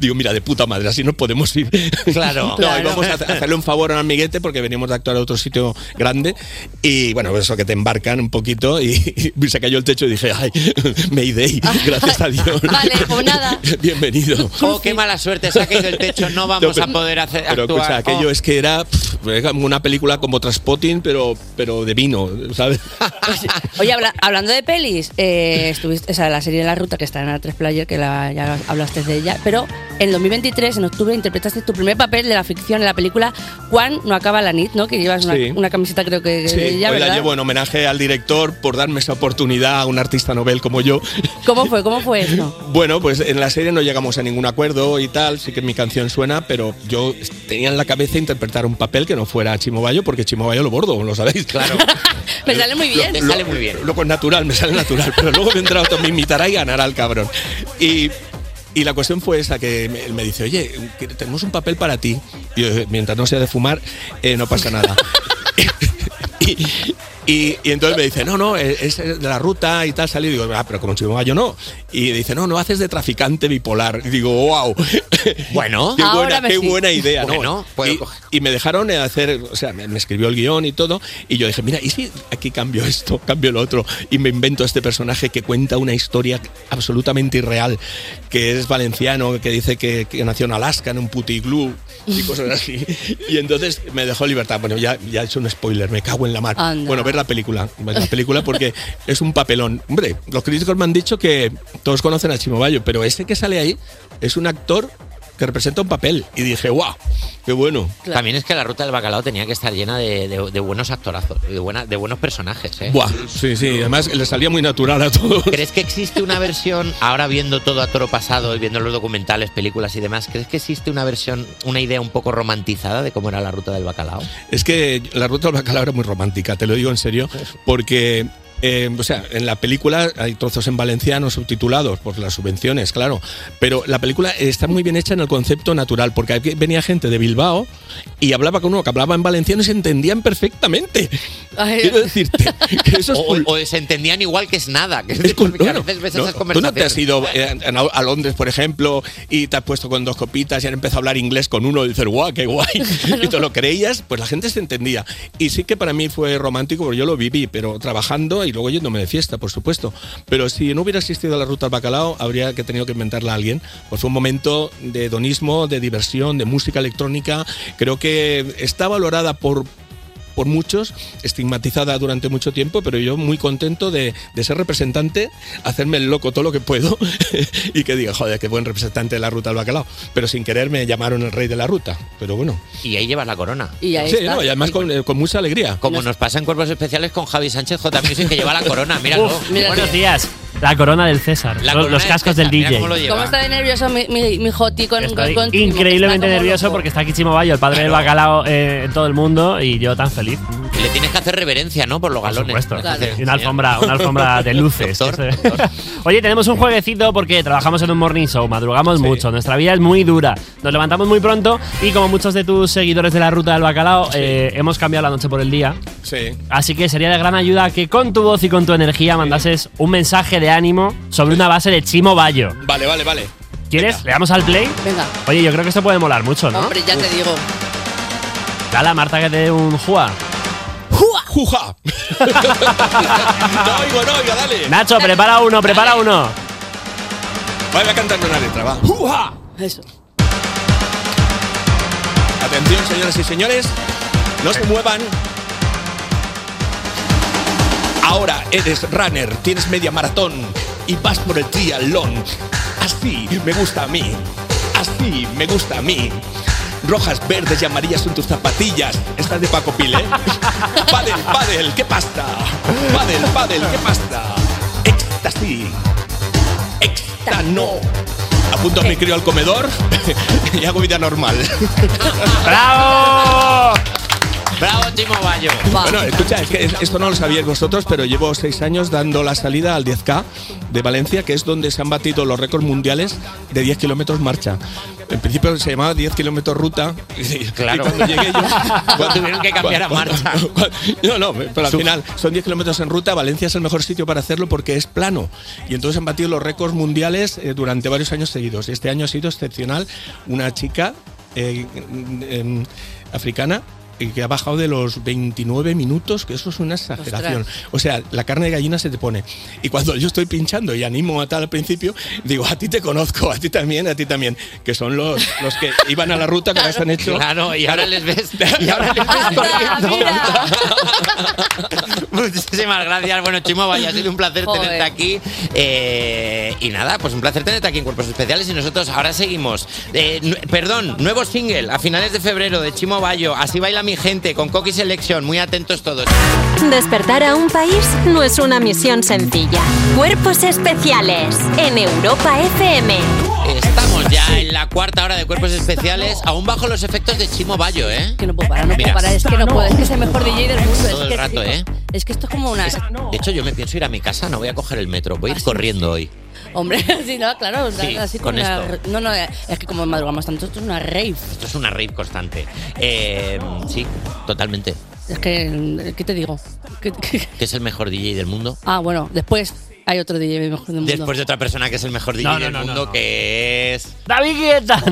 F: digo, mira, de puta madre, así nos podemos ir.
C: Claro.
F: No,
C: Claro.
F: y vamos a hacer- a hacerle un favor a un amiguete porque venimos de actuar a otro sitio grande. Y bueno, eso que te embarcan un poquito y, y se cayó el techo y dije, ay, Mayday, gracias a Dios.
D: Vale, pues nada.
F: Bienvenido.
C: Oh, qué mala suerte, se ha caído el techo, no vamos
F: No, pero-
C: a poder hacer
F: Pero
C: actuar. Oh.
F: escucha, aquello es que era pff, era como una película como Traspotting, pero, pero de vino, ¿sabes?
D: Oye, habla- hablando de pelis, eh, estuviste, o sea, la serie de la ruta que está en la 3 Player, que la- ya hablaste de ella, pero en 2023, en octubre, interpretaste tu primer papel de la ficción en la película Juan no acaba la nit, ¿no? Que llevas una,
F: Sí.
D: una camiseta, creo que
F: Sí,
D: de ella,
F: hoy
D: ¿verdad?
F: la llevo en homenaje al director por darme esa oportunidad a un artista novel como yo.
D: ¿Cómo fue? ¿Cómo fue esto?
F: Bueno, pues en la serie no llegamos a ningún acuerdo y tal, sí que mi canción suena, pero yo tenía en la cabeza interpretar un papel que no fuera Chimo Bayo, porque Chimo Bayo lo bordo, lo sabéis. Claro.
D: Me sale muy bien.
F: Lo- lo- Lo con natural, me sale natural. Pero luego vendrá otro, me imitará y ganará el cabrón. Y, y la cuestión fue esa, que me, me dice, oye, que tenemos un papel para ti. Y yo, eh, mientras no sea de fumar, eh, no pasa nada. y, y- y entonces me dice, no, no, eh, es de la ruta y tal, salí. Y digo, ah, pero como si yo no. Y dice, no, no, haces de traficante bipolar. Y digo, wow.
C: Bueno,
F: qué
C: Ahora
F: buena,
C: me
F: qué
C: sí.
F: buena idea, ¿no?
C: Bueno,
F: y, y me dejaron hacer, o sea, me, me escribió el guión y todo, y yo dije, mira, ¿y si aquí cambio esto, cambio lo otro, y me invento este personaje que cuenta una historia absolutamente irreal, que es valenciano, que dice que, que nació en Alaska, en un putiglú, y cosas así. y entonces me dejó libertad. Bueno, ya, ya he hecho un spoiler, me cago en la mar.
D: Anda.
F: Bueno, ver la película, ver la película porque es un papelón. Hombre, los críticos me han dicho que todos conocen a Chimo Bayo, pero este que sale ahí es un actor que representa un papel. Y dije, guau, qué bueno.
C: También es que la ruta del bacalao tenía que estar llena de, de- de buenos actorazos, de, buena- de buenos personajes. ¿eh?
F: Buah, sí, sí, además le salía muy natural a todos.
C: ¿Crees que existe una versión, ahora viendo todo a toro pasado y viendo los documentales, películas y demás, ¿crees que existe una versión, una idea un poco romantizada de cómo era la ruta del bacalao?
F: Es que la ruta del bacalao era muy romántica, te lo digo en serio, porque. eh, o sea, en la película hay trozos en valenciano subtitulados por las subvenciones, claro. Pero la película está muy bien hecha en el concepto natural, porque aquí venía gente de Bilbao y hablaba con uno que hablaba en valenciano y se entendían perfectamente. Quiero decirte que eso es
C: o, o se entendían igual que es nada. Que que a veces ves esas
F: ¿Tú no te
C: conversaciones.
F: has ido eh, a, a Londres, por ejemplo, y te has puesto con dos copitas y han empezado a hablar inglés con uno y dices, guau, qué guay? Y te lo creías, pues la gente se entendía. Y sí que para mí fue romántico porque yo lo viví, pero trabajando y luego yéndome de fiesta, por supuesto. Pero si no hubiera existido la ruta al bacalao, habría que tenido que inventarla a alguien. Pues fue un momento de hedonismo, de diversión, de música electrónica. Creo que está valorada por por muchos, estigmatizada durante mucho tiempo, pero yo muy contento de, de ser representante, hacerme el loco todo lo que puedo y que diga, joder, qué buen representante de la ruta al bacalao. Pero sin querer me llamaron el rey de la ruta, pero bueno.
C: Y ahí llevas la corona.
D: Y ahí
F: sí,
D: está.
F: no, y además con, eh, con mucha alegría.
C: Como nos pasa en cuerpos especiales con Javi Sánchez J. Music, que lleva la corona, míralo.
E: Uf, buenos días. La corona del César.
C: La
E: los-
C: corona
E: los
C: del
E: cascos
C: César,
E: del
C: mira
E: DJ.
C: cómo lo lleva.
D: ¿Cómo
F: ¿eh?
D: está de nervioso mi, mi, mi Joti con,
E: Estoy
D: con Chimo, que está
E: increíblemente
D: como
E: nervioso
D: loco?
E: porque está aquí Chimo Bayo, el padre del bacalao eh, en todo el mundo y yo tan feliz.
C: Le tienes que hacer reverencia, ¿no? Por los galones.
E: supuesto. Y una alfombra, una alfombra de luces. Eso- Oye, tenemos un jueguecito porque trabajamos en un morning show, madrugamos mucho, nuestra vida es muy dura, nos levantamos muy pronto y como muchos de tus seguidores de la ruta del bacalao, eh, hemos cambiado la noche por el día.
F: Sí.
E: Así que sería de gran ayuda que con tu voz y con tu energía mandases un mensaje de ánimo sobre una base de Chimo Bayo.
F: Vale, vale, vale.
E: ¿Quieres? ¿Le damos al play?
D: Venga.
E: Oye, yo creo que esto puede molar mucho, ¿no?
D: Hombre, ya te digo.
E: Dale a Marta que te dé un jua.
D: ¡Jua!
F: ¡Juja! no oigo, no oigo, dale.
E: Nacho, prepara uno, prepara uno.
F: Vale, voy a cantar una letra, va. ¡Juja!
D: Eso.
F: Atención, señoras y señores, no se muevan. Ahora eres runner, tienes media maratón y vas por el triatlón. Así me gusta a mí, así me gusta a mí. Rojas, verdes y amarillas son tus zapatillas. Estás de Paco Pil, ¿eh? Padel, padel, qué pasta. Padel, padel, qué pasta. Éxtasis. Éxta no. Apunto a mi crío al comedor y hago vida normal.
E: ¡Bravo!
C: ¡Bravo, Chimo Bayo!
F: Bueno, escucha, es que es- esto no lo sabíais vosotros, pero llevo seis años dando la salida al 10K de Valencia, que es donde se han batido los récords mundiales de 10 kilómetros marcha. En principio se llamaba 10 kilómetros ruta. y- y
C: Claro.
F: cuando llegué yo. cuando-
C: tuvieron que cambiar a
F: cuando-
C: marcha.
F: cuando- No, no, pero al final son 10 kilómetros en ruta. Valencia es el mejor sitio para hacerlo porque es plano. Y entonces han batido los récords mundiales eh, durante varios años seguidos. Y este año ha sido excepcional. Una chica eh, em, africana eh, que ha bajado de los 29 minutos, que eso es una exageración.
Q: Ostras.
F: O sea, la carne de gallina se te pone. Y cuando yo estoy pinchando y animo a tal al principio, digo, a ti te conozco, a ti también, a ti también, que son los, los que iban a la ruta que ahora se han hecho.
C: Claro, y ahora les ves. Y ahora les ves corriendo. Muchísimas gracias. Bueno, Chimo, vaya, ha sido un placer
O: Joder.
C: tenerte aquí. Eh, y nada, pues un placer tenerte aquí en Cuerpos Especiales. Y nosotros ahora seguimos. Eh, nu- perdón, nuevo single a finales de febrero de Chimo Bayo. Así baila mi gente, con Coqui Selection. Muy atentos todos.
B: Despertar a un país no es una misión sencilla. Cuerpos especiales en Europa FM.
C: Estamos ya en la cuarta hora de Cuerpos Especiales, aún bajo los efectos de Chimo Bayo, ¿eh?
D: Que no puedo parar, no
C: Mira.
D: puedo parar. Es que no puedo, es que es el mejor DJ del mundo.
C: Todo
D: es
C: el
D: que
C: rato,
D: flipo.
C: ¿eh?
D: Es que esto es como una.
C: De hecho, yo me pienso ir a mi casa, no voy a coger el metro,
D: Ah,
C: voy a ir corriendo hoy.
D: Hombre, sí, no, claro.
C: Sí,
D: así
C: con
D: como una-
C: esto.
D: No, no, es que como madrugamos tanto, esto es una rave.
C: Esto es una rave constante. Eh, sí, totalmente.
D: Es que, ¿qué te digo? ¿Qué- qué-
C: Que es el mejor DJ del mundo.
D: Ah, bueno, después hay otro DJ mejor del mundo.
C: Después de otra persona que es el mejor DJ
E: No, no,
C: del
E: no, no,
C: mundo, que es.
E: David Guetta.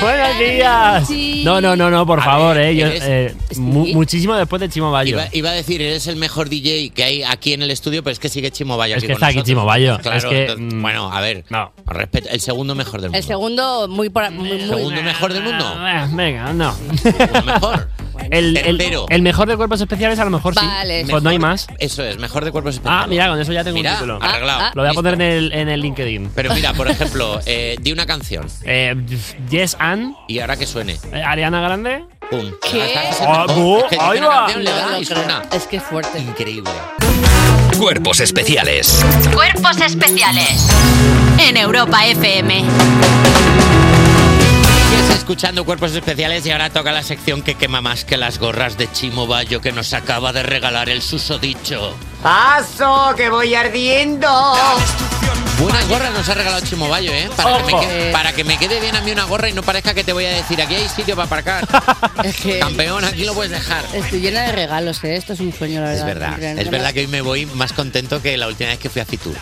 E: Buenos días.
C: Sí.
E: No, no, no, no, por favor, eh. yo,
C: ¿eres-
E: eh,
D: este
E: mu- muchísimo después de Chimo Bayo.
C: Iba, iba a decir, eres el mejor DJ que hay aquí en el estudio, pero es que sigue Chimo Bayo.
E: Es que
C: con
E: está aquí
C: nosotros.
E: Chimo Bayo,
C: Claro,
E: es que, mm,
C: entonces, bueno, a ver. con respeto, el segundo mejor del
D: El
C: mundo.
D: segundo, muy por. Muy, muy-
C: segundo mejor del mundo.
E: Ah, Venga, no.
C: mejor.
E: El, el-
C: Tercero.
E: el mejor de cuerpos especiales, a lo mejor
D: Vale.
E: sí. Pues no hay más.
C: Eso es, mejor de cuerpos especiales.
E: Ah, mira, con eso ya tengo
C: Mira,
E: un título.
C: arreglado.
D: Ah,
E: Lo voy a poner en el, en el LinkedIn.
C: Pero mira, por ejemplo, eh, di una canción.
E: Eh, yes and.
C: Y ahora que suene.
E: Eh, Ariana Grande.
C: Pum.
E: Ah, bu-
C: Es que
E: ahí
C: tiene una
E: va.
C: canción, le da y suena.
D: Es que es fuerte.
C: Increíble.
A: Cuerpos especiales.
B: Cuerpos especiales en Europa FM.
C: Sigues escuchando Cuerpos Especiales y ahora toca la sección que quema más que las gorras de Chimo Bayo que nos acaba de regalar el susodicho.
Q: ¡Paso, que voy ardiendo!
C: Buenas gorras nos ha regalado Chimo Bayo, ¿eh? Para que, me
Q: Ojo.
C: quede, para que me quede bien a mí una gorra y no parezca que te voy a decir, aquí hay sitio para aparcar. Campeón, aquí lo puedes dejar.
D: Estoy llena de regalos, ¿eh? Esto es un sueño, la
C: Es
D: verdad.
C: verdad,
D: Mira,
C: es
D: no
C: verdad
D: me-
C: que hoy me voy más contento que la última vez que fui a Fitur.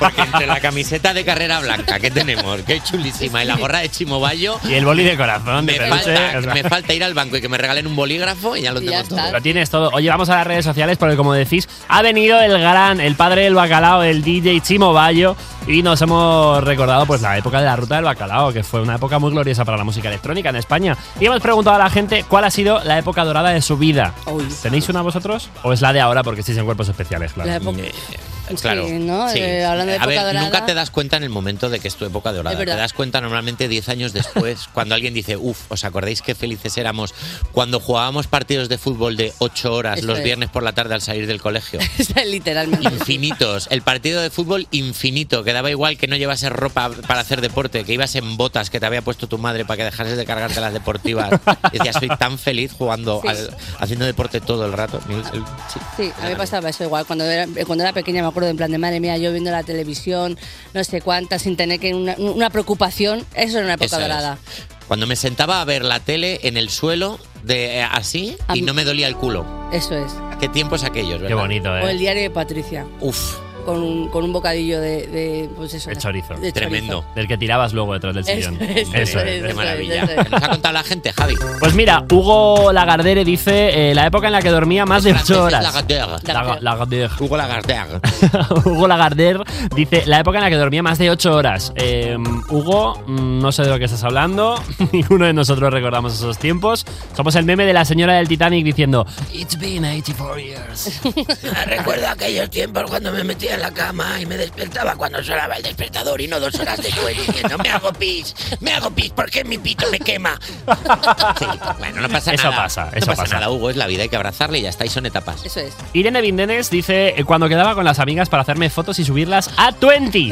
C: Porque entre la camiseta de carrera blanca que tenemos, que es chulísima, y la gorra de Chimo Bayo,
E: Y el boli de corazón, de
C: me
E: peluche,
C: falta,
E: o sea.
C: me falta ir al banco y que me regalen un bolígrafo y ya lo tengo todo.
E: Lo tienes todo. Oye, vamos a las redes sociales porque como decís, ha venido el gran, el padre del bacalao, el DJ Chimo Bayo y nos hemos recordado pues la época de la ruta del bacalao, que fue una época muy gloriosa para la música electrónica en España. Y hemos preguntado a la gente cuál ha sido la época dorada de su vida. ¿Tenéis una vosotros? ¿O es la de ahora porque estáis en cuerpos especiales, claro?
D: La época-
C: Eh, Claro,
D: ¿no? Eh, hablando de
C: a ver,
D: época dorada.
C: nunca te das cuenta en el momento de que es tu época dorada.
D: Es
C: Te
D: verdad.
C: das cuenta normalmente 10 años después, cuando alguien dice, uff, ¿os acordáis qué felices éramos cuando jugábamos partidos de fútbol de 8 horas
D: Eso
C: los
D: es.
C: viernes por la tarde al salir del colegio?
D: Literalmente.
C: infinitos. El partido de fútbol infinito, que daba igual que no llevases ropa para hacer deporte, que ibas en botas que te había puesto tu madre para que dejases de cargarte las deportivas. Y decías, soy tan feliz jugando,
D: Sí.
C: al- haciendo deporte todo el rato. El- el- sí.
D: Sí, a mí me pasaba eso igual. Cuando era, cuando era pequeña me acuerdo en plan de madre mía, yo viendo la televisión, no sé cuántas, sin tener que una, una preocupación. Eso era una época
C: Eso es.
D: dorada.
C: Cuando me sentaba a ver la tele en el suelo, de, eh, así,
D: A
C: y
D: mí-
C: no me dolía el culo.
D: Eso es.
C: ¿Qué tiempos aquellos, verdad?
E: Qué bonito, ¿eh?
D: O el diario de Patricia,
C: Uf,
D: con un, con un bocadillo de, de, pues eso,
E: El chorizo.
D: de chorizo.
E: Del que tirabas luego detrás del
D: Eso
E: sillón.
D: es,
E: Eso es,
D: eso
E: eso
C: qué
E: es.
C: maravilla. ¿Qué nos ha contado la gente, Javi?
E: Pues mira, Hugo Lagardere dice eh, la época en la que dormía más de 8 horas.
C: Lagardère.
E: Laga- Lagardère.
C: Hugo Lagardère.
E: Hugo Lagardère dice la época en la que dormía más de 8 horas. Eh, Hugo, mm, no sé de lo que estás hablando. Ninguno de nosotros recordamos esos tiempos. Somos el meme de la señora del Titanic diciendo It's been 84 years.
T: Recuerdo aquellos tiempos cuando me metía en la cama y me despertaba cuando sonaba el despertador y no dos horas después diciendo me hago pis, me hago pis porque mi pito me quema.
C: Bueno, no pasa
E: Eso
C: nada.
E: pasa,
C: No
E: eso pasa.
C: nada, Hugo, es la vida, hay que abrazarle y ya está, y son etapas.
D: Eso es.
E: Irene Vindenes dice eh, cuando quedaba con las amigas para hacerme fotos y subirlas a 20.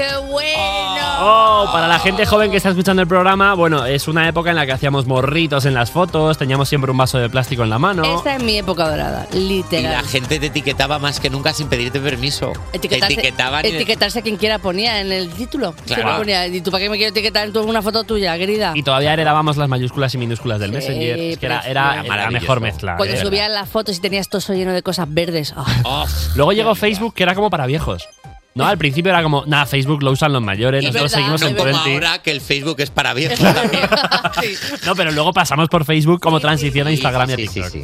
E: Oh, para la gente joven que está escuchando el programa, bueno, es una época en la que hacíamos morritos en las fotos, teníamos siempre un vaso de plástico en la mano.
D: Esa es mi época dorada,
C: Y la
D: literal.
C: gente te etiquetaba más que nunca sin pedirte permiso.
D: Etiquetarse,
C: te etiquetaban y-
D: etiquetarse a quien quiera ponía en el título.
C: Claro.
D: Siempre ponía, ¿y tú para qué me quiero etiquetar en tu- una foto tuya, querida?
E: Y todavía heredábamos las mayúsculas y minúsculas del Messenger. Es que era,
D: precioso.
E: era
D: Era
E: la
D: maravilloso.
E: mejor mezcla.
D: Cuando
E: de
D: subían las fotos y tenías todo eso lleno de cosas verdes. Ah.
C: Oh,
E: verdad. Luego llegó Facebook, que era como para viejos. No, al principio era como, nada, Facebook lo usan los mayores,
C: Es
E: nosotros
C: verdad,
E: seguimos
C: no
E: en
C: como
E: 20.
C: ahora que el Facebook es para viejos también.
E: No, pero luego pasamos por Facebook como transición a Instagram y a TikTok.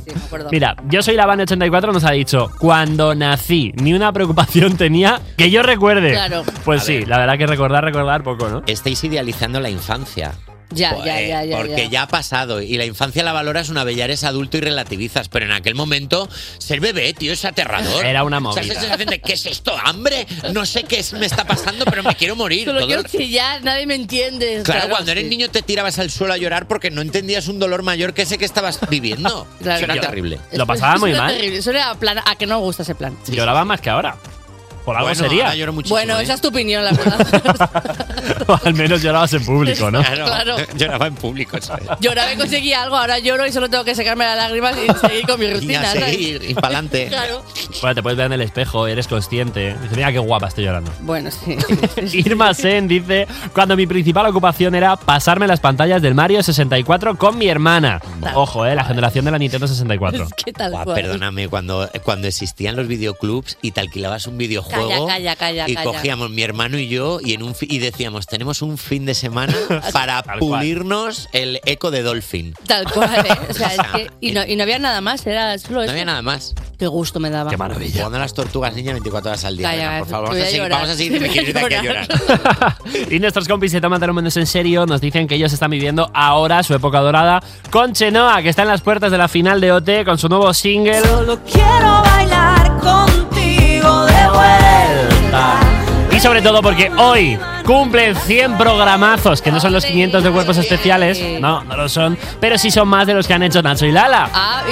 E: Mira, yo soy Lavane84, nos ha dicho, cuando nací, ni una preocupación tenía que yo recuerde.
C: Claro.
E: Pues
C: A
E: sí,
C: ver.
E: la verdad que recordar, recordar poco, ¿no?
C: Estáis idealizando la infancia.
D: Ya, ya,
C: Eh,
D: ya, ya.
C: porque ya. ha pasado y la infancia la valoras una vez ya eres adulto y relativizas, pero en aquel momento ser bebé, tío, es aterrador.
E: Era una
C: O sea,
E: movida.
C: esa sensación de, ¿qué es esto? ¿Hambre? No sé qué es- me está pasando, pero me quiero morir.
D: Solo
C: Todo
D: quiero
C: el-
D: chillar, nadie me entiende.
C: Claro, cuando eres niño te tirabas al suelo a llorar porque no entendías un dolor mayor que ese que estabas viviendo.
D: Claro.
C: Eso era
D: Yo-
C: terrible.
E: Lo pasaba muy
D: Eso era
E: mal.
D: terrible, Eso era plan, a que no me gusta ese plan.
E: Lloraba más que ahora. Por algo
C: Bueno,
E: sería.
C: ahora lloro ¿eh?
D: Bueno, esa es tu opinión, la verdad.
E: O al menos llorabas en público, ¿no?
D: Claro. Claro.
C: Lloraba en público, ¿sabes?
D: Lloraba y conseguía algo, ahora lloro y solo tengo que secarme las lágrimas y seguir con mi
C: Y
D: rutina.
C: a
D: ¿sabes?
C: seguir, y pa'lante.
D: Claro.
E: Bueno, te puedes ver en el espejo, eres consciente. Dice, mira qué guapa estoy llorando.
D: Bueno, sí.
E: Irma Sen dice, cuando mi principal ocupación era pasarme las pantallas del Mario 64 con mi hermana. Ojo, eh, la generación de la Nintendo 64.
D: ¿Qué tal?
C: Buah,
D: cual?
C: perdóname, cuando, cuando existían los videoclubs y te alquilabas un videojuego
D: calla, calla,
C: y
D: calla.
C: cogíamos mi hermano y yo y, en un fi- y decíamos, tenemos un fin de semana para
E: Tal cual.
C: pulirnos el eco de Dolphin.
D: Tal cual, ¿eh? O sea, es que, y, no, y no había nada más, era solo
C: No había nada más.
D: Pues Qué gusto me daba.
C: Qué maravilla. Jugando a las tortugas, niña, 24 horas al día.
D: Calla,
C: Venga, por favor,
D: voy
C: vamos a
D: a
C: seguir,
D: llorar.
C: vamos a seguir,
D: Voy
C: me
D: a
C: quiero ir de aquí a
D: llorar.
C: llorar.
E: Y nuestros compis se toman los mundos en serio, nos dicen que ellos están viviendo ahora su época dorada con Chenoa, que está en las puertas de la final de OT con su nuevo single.
N: Quiero bailar contigo de
E: vuelta. Y sobre todo porque hoy cumplen 100 programazos, que no son los 500 de cuerpos especiales, no, no lo son, pero sí son más de los que han hecho Nacho y Lala.
D: Ah,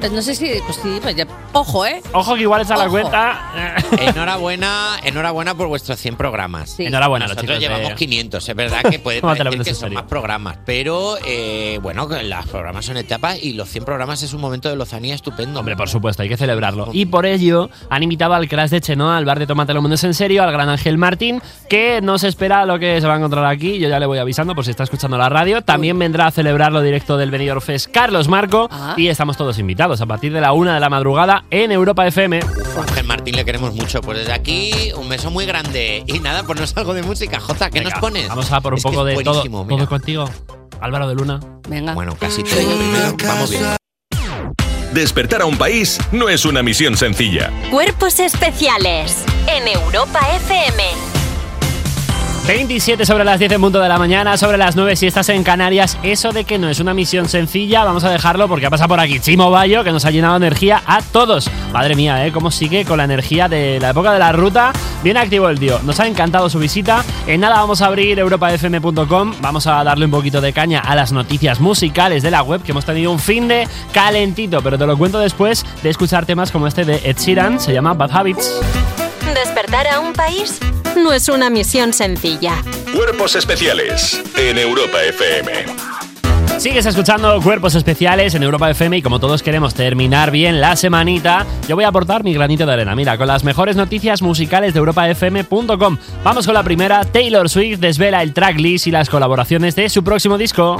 D: y no, no sé si. Pues sí, pues ya. Ojo, ¿eh?
E: ¿Eh? Ojo que igual está la
D: Ojo.
E: cuenta.
C: Eh, Enhorabuena, enhorabuena por vuestros 100 programas.
E: Enhorabuena, los
C: Nosotros
E: chicos de-
C: llevamos 500, es verdad que puede
E: No te
C: parecer
E: lo metes
C: que
E: en
C: son
E: serio.
C: más programas, pero eh, bueno, que las programas son etapas y los 100 programas es un momento de lozanía estupendo.
E: Hombre, por supuesto, hay que celebrarlo. Y por ello han invitado al Crash de Chenoa, al bar de Tomátelo Mundo es en serio, al gran Ángel Martín, que no se espera lo que se va a encontrar aquí. Yo ya le voy avisando por si está escuchando la radio. También vendrá a celebrarlo directo del Benidorm Fest Carlos Marco.
C: Ah.
E: Y estamos todos invitados a partir de la una de la madrugada en Europa FM.
C: Ángel Martín le queremos mucho. Pues desde aquí, un beso muy grande. Y nada, pues nos algo de música. Jota, ¿qué nos pones?
E: Vamos a por un
C: Es que
E: poco
C: es
E: de todo,
C: buenísimo, mira.
E: todo contigo. Álvaro de Luna.
D: Venga.
C: Bueno, casi todo. Primero, vamos bien.
I: Despertar a un país no es una misión sencilla.
B: Cuerpos especiales en Europa FM.
E: 27 sobre las 10 en punto de la mañana, sobre las 9 si estás en Canarias. Eso de que no es una misión sencilla, vamos a dejarlo porque ha pasado por aquí Chimo Bayo, que nos ha llenado de energía a todos. Madre mía, ¿eh? ¿Cómo sigue con la energía de la época de la ruta? Bien activo el tío. Nos ha encantado su visita. En nada vamos a abrir europafm.com. Vamos a darle un poquito de caña a las noticias musicales de la web, que hemos tenido un fin de calentito, pero te lo cuento después de escuchar temas como este de Ed Sheeran, se llama Bad Habits.
B: Despertar a un país no es una misión sencilla.
I: Cuerpos especiales en Europa FM.
E: Sigues escuchando Cuerpos Especiales en Europa FM y como todos queremos terminar bien la semanita, yo voy a aportar mi granito de arena. Mira, con las mejores noticias musicales de europafm.com. Vamos con la primera. Taylor Swift desvela el tracklist y las colaboraciones de su próximo disco.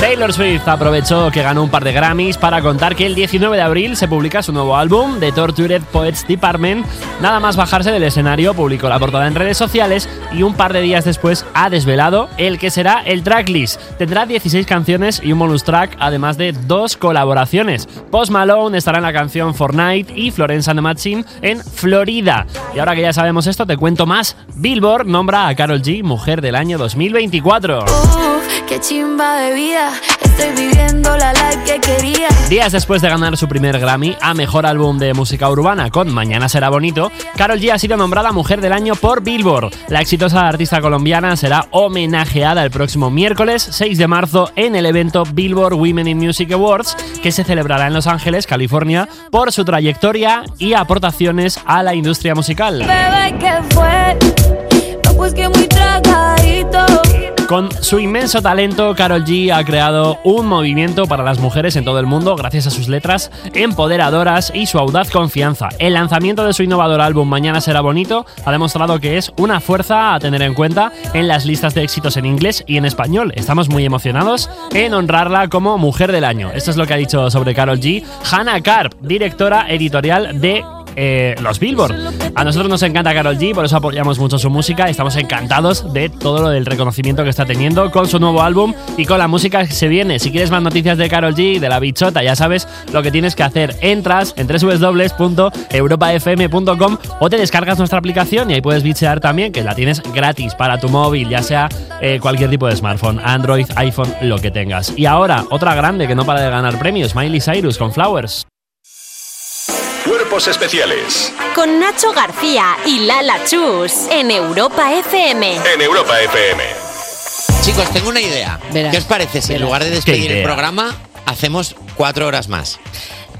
E: Taylor Swift aprovechó que ganó un par de Grammys para contar que el 19 de abril se publica su nuevo álbum, The Tortured Poets Department. Nada más bajarse del escenario, publicó la portada en redes sociales y un par de días después ha desvelado el que será el tracklist. Tendrá 16 canciones y un bonus track, además de dos colaboraciones. Post Malone estará en la canción Fortnite y Florence and the Machine en Florida. Y ahora que ya sabemos esto, te cuento más. Billboard nombra a Carol G Mujer del Año 2024.
N: Uf, qué chimba de vida. Estoy viviendo la life que quería.
E: Días después de ganar su primer Grammy a Mejor Álbum de Música Urbana con Mañana Será Bonito, Carol G ha sido nombrada Mujer del Año por Billboard. La exitosa artista colombiana será homenajeada el próximo miércoles 6 de marzo en el evento Billboard Women in Music Awards que se celebrará en Los Ángeles, California, por su trayectoria y aportaciones a la industria musical.
N: Bebé, ¿qué fue? No, pues que muy tragadito.
E: Con su inmenso talento, Carol G ha creado un movimiento para las mujeres en todo el mundo gracias a sus letras empoderadoras y su audaz confianza. El lanzamiento de su innovador álbum Mañana será bonito ha demostrado que es una fuerza a tener en cuenta en las listas de éxitos en inglés y en español. Estamos muy emocionados en honrarla como Mujer del Año. Esto es lo que ha dicho sobre Carol G Hannah Karp, directora editorial de eh, los Billboard. A nosotros nos encanta Carol G, por eso apoyamos mucho su música. Estamos encantados de todo lo del reconocimiento que está teniendo con su nuevo álbum y con la música que se viene. Si quieres más noticias de Carol G, de la bichota, ya sabes lo que tienes que hacer. Entras en www.europafm.com o te descargas nuestra aplicación y ahí puedes bichear también, que la tienes gratis para tu móvil, ya sea eh, cualquier tipo de smartphone, Android, iPhone, lo que tengas. Y ahora, otra grande que no para de ganar premios, Miley Cyrus con Flowers.
I: Cuerpos especiales
B: Con Nacho García y Lala Chus en Europa FM.
I: en Europa FM.
C: Chicos, tengo una idea. ¿Qué os parece si en lugar de despedir el
O: idea?
C: programa hacemos cuatro horas más?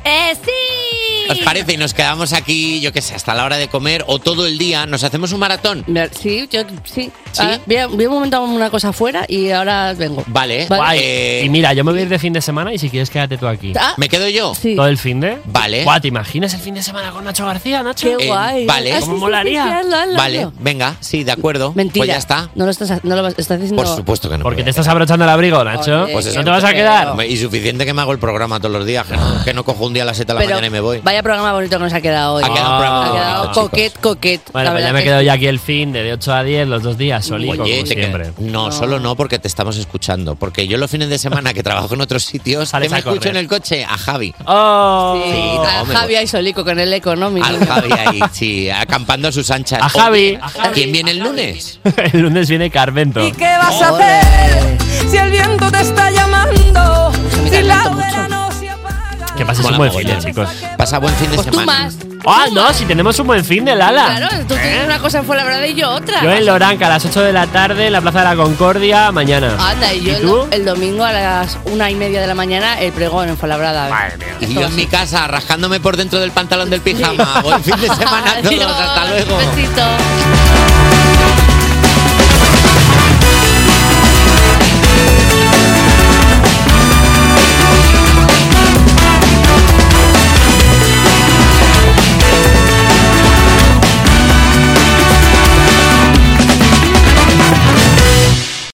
B: ¡Eh, sí!
C: ¿Os parece? Y nos quedamos aquí, yo qué sé, hasta la hora de comer o todo el día. Nos hacemos un maratón.
D: Sí, yo sí. Ah, voy, a- voy a momentar una cosa afuera y ahora vengo.
C: Vale.
E: Guay.
C: Eh,
E: y mira, yo me voy a ir de fin de semana y si quieres quédate tú aquí.
D: Ah.
C: ¿Me quedo yo?
D: Sí.
E: ¿Todo el fin de?
C: Vale.
E: Guau, ¿te imaginas el fin de semana con Nacho García, Nacho?
D: Qué guay.
C: Eh, vale.
D: Ah, sí,
C: ¿Cómo
D: sí, sí,
E: molaría?
D: sí, hazlo, hazlo,
C: Vale,
D: hazlo.
C: venga, sí, de acuerdo.
D: Mentira.
C: Pues ya está. Pues
D: No lo estás, no lo estás diciendo.
C: Por supuesto que no.
E: Porque te estás abrochando el abrigo, Nacho.
D: Oye, Pues eso.
E: no te vas a
D: pero-
E: quedar.
C: Y suficiente que me hago el programa todos los días, que no, que no cojo un día a las 7 de la
D: Pero
C: mañana y me voy.
D: Vaya programa bonito que nos ha quedado hoy.
C: Ha quedado un programa
D: Ha
C: bonito,
D: quedado
C: chicos.
D: coquet, coquet.
E: Bueno,
D: la
E: pues ya
D: verdad
E: me
D: que
E: quedo yo aquí el fin de, de 8 a 10 los dos días, solico,
C: Oye,
E: como
C: te que-
E: siempre.
C: No, solo no, porque te estamos escuchando. Porque yo los fines de semana que trabajo en otros sitios, ¿qué
E: Sales
C: me
E: a correr.
C: escucho en el coche? A Javi.
E: ¡Oh!
C: Sí, no,
D: a
C: me
D: Javi y Solico con el económico.
C: Al Javi ahí, sí, acampando a sus anchas.
E: A Javi,
C: Oye,
E: a Javi,
C: ¿Quién viene el lunes?
E: el lunes viene Carvento.
N: ¿Y qué vas a hacer si el viento te está llamando? Si la hoguera no se
E: Que pases un
C: Mola
E: buen fin de,
C: mogollón.
E: chicos. Pues
C: Pasa buen fin de
D: Tú
C: semana.
D: más.
E: ¡Ah, no! Si tenemos un buen fin de Lala. ¿Eh?
D: Claro,
C: Eh.
D: tú tienes una cosa fuera la verdad y yo otra.
E: Yo en Loranca a las 8 de la tarde en la Plaza de la Concordia mañana.
D: Anda, y yo el,
E: tú?
D: el domingo a las una y media de la mañana el pregón en Fuenlabrada.
C: Y yo en mi casa, Ah,
E: Pues
C: rascándome por dentro del pantalón del pijama. Buen fin de semana a todos. Hasta luego.
D: Un besito.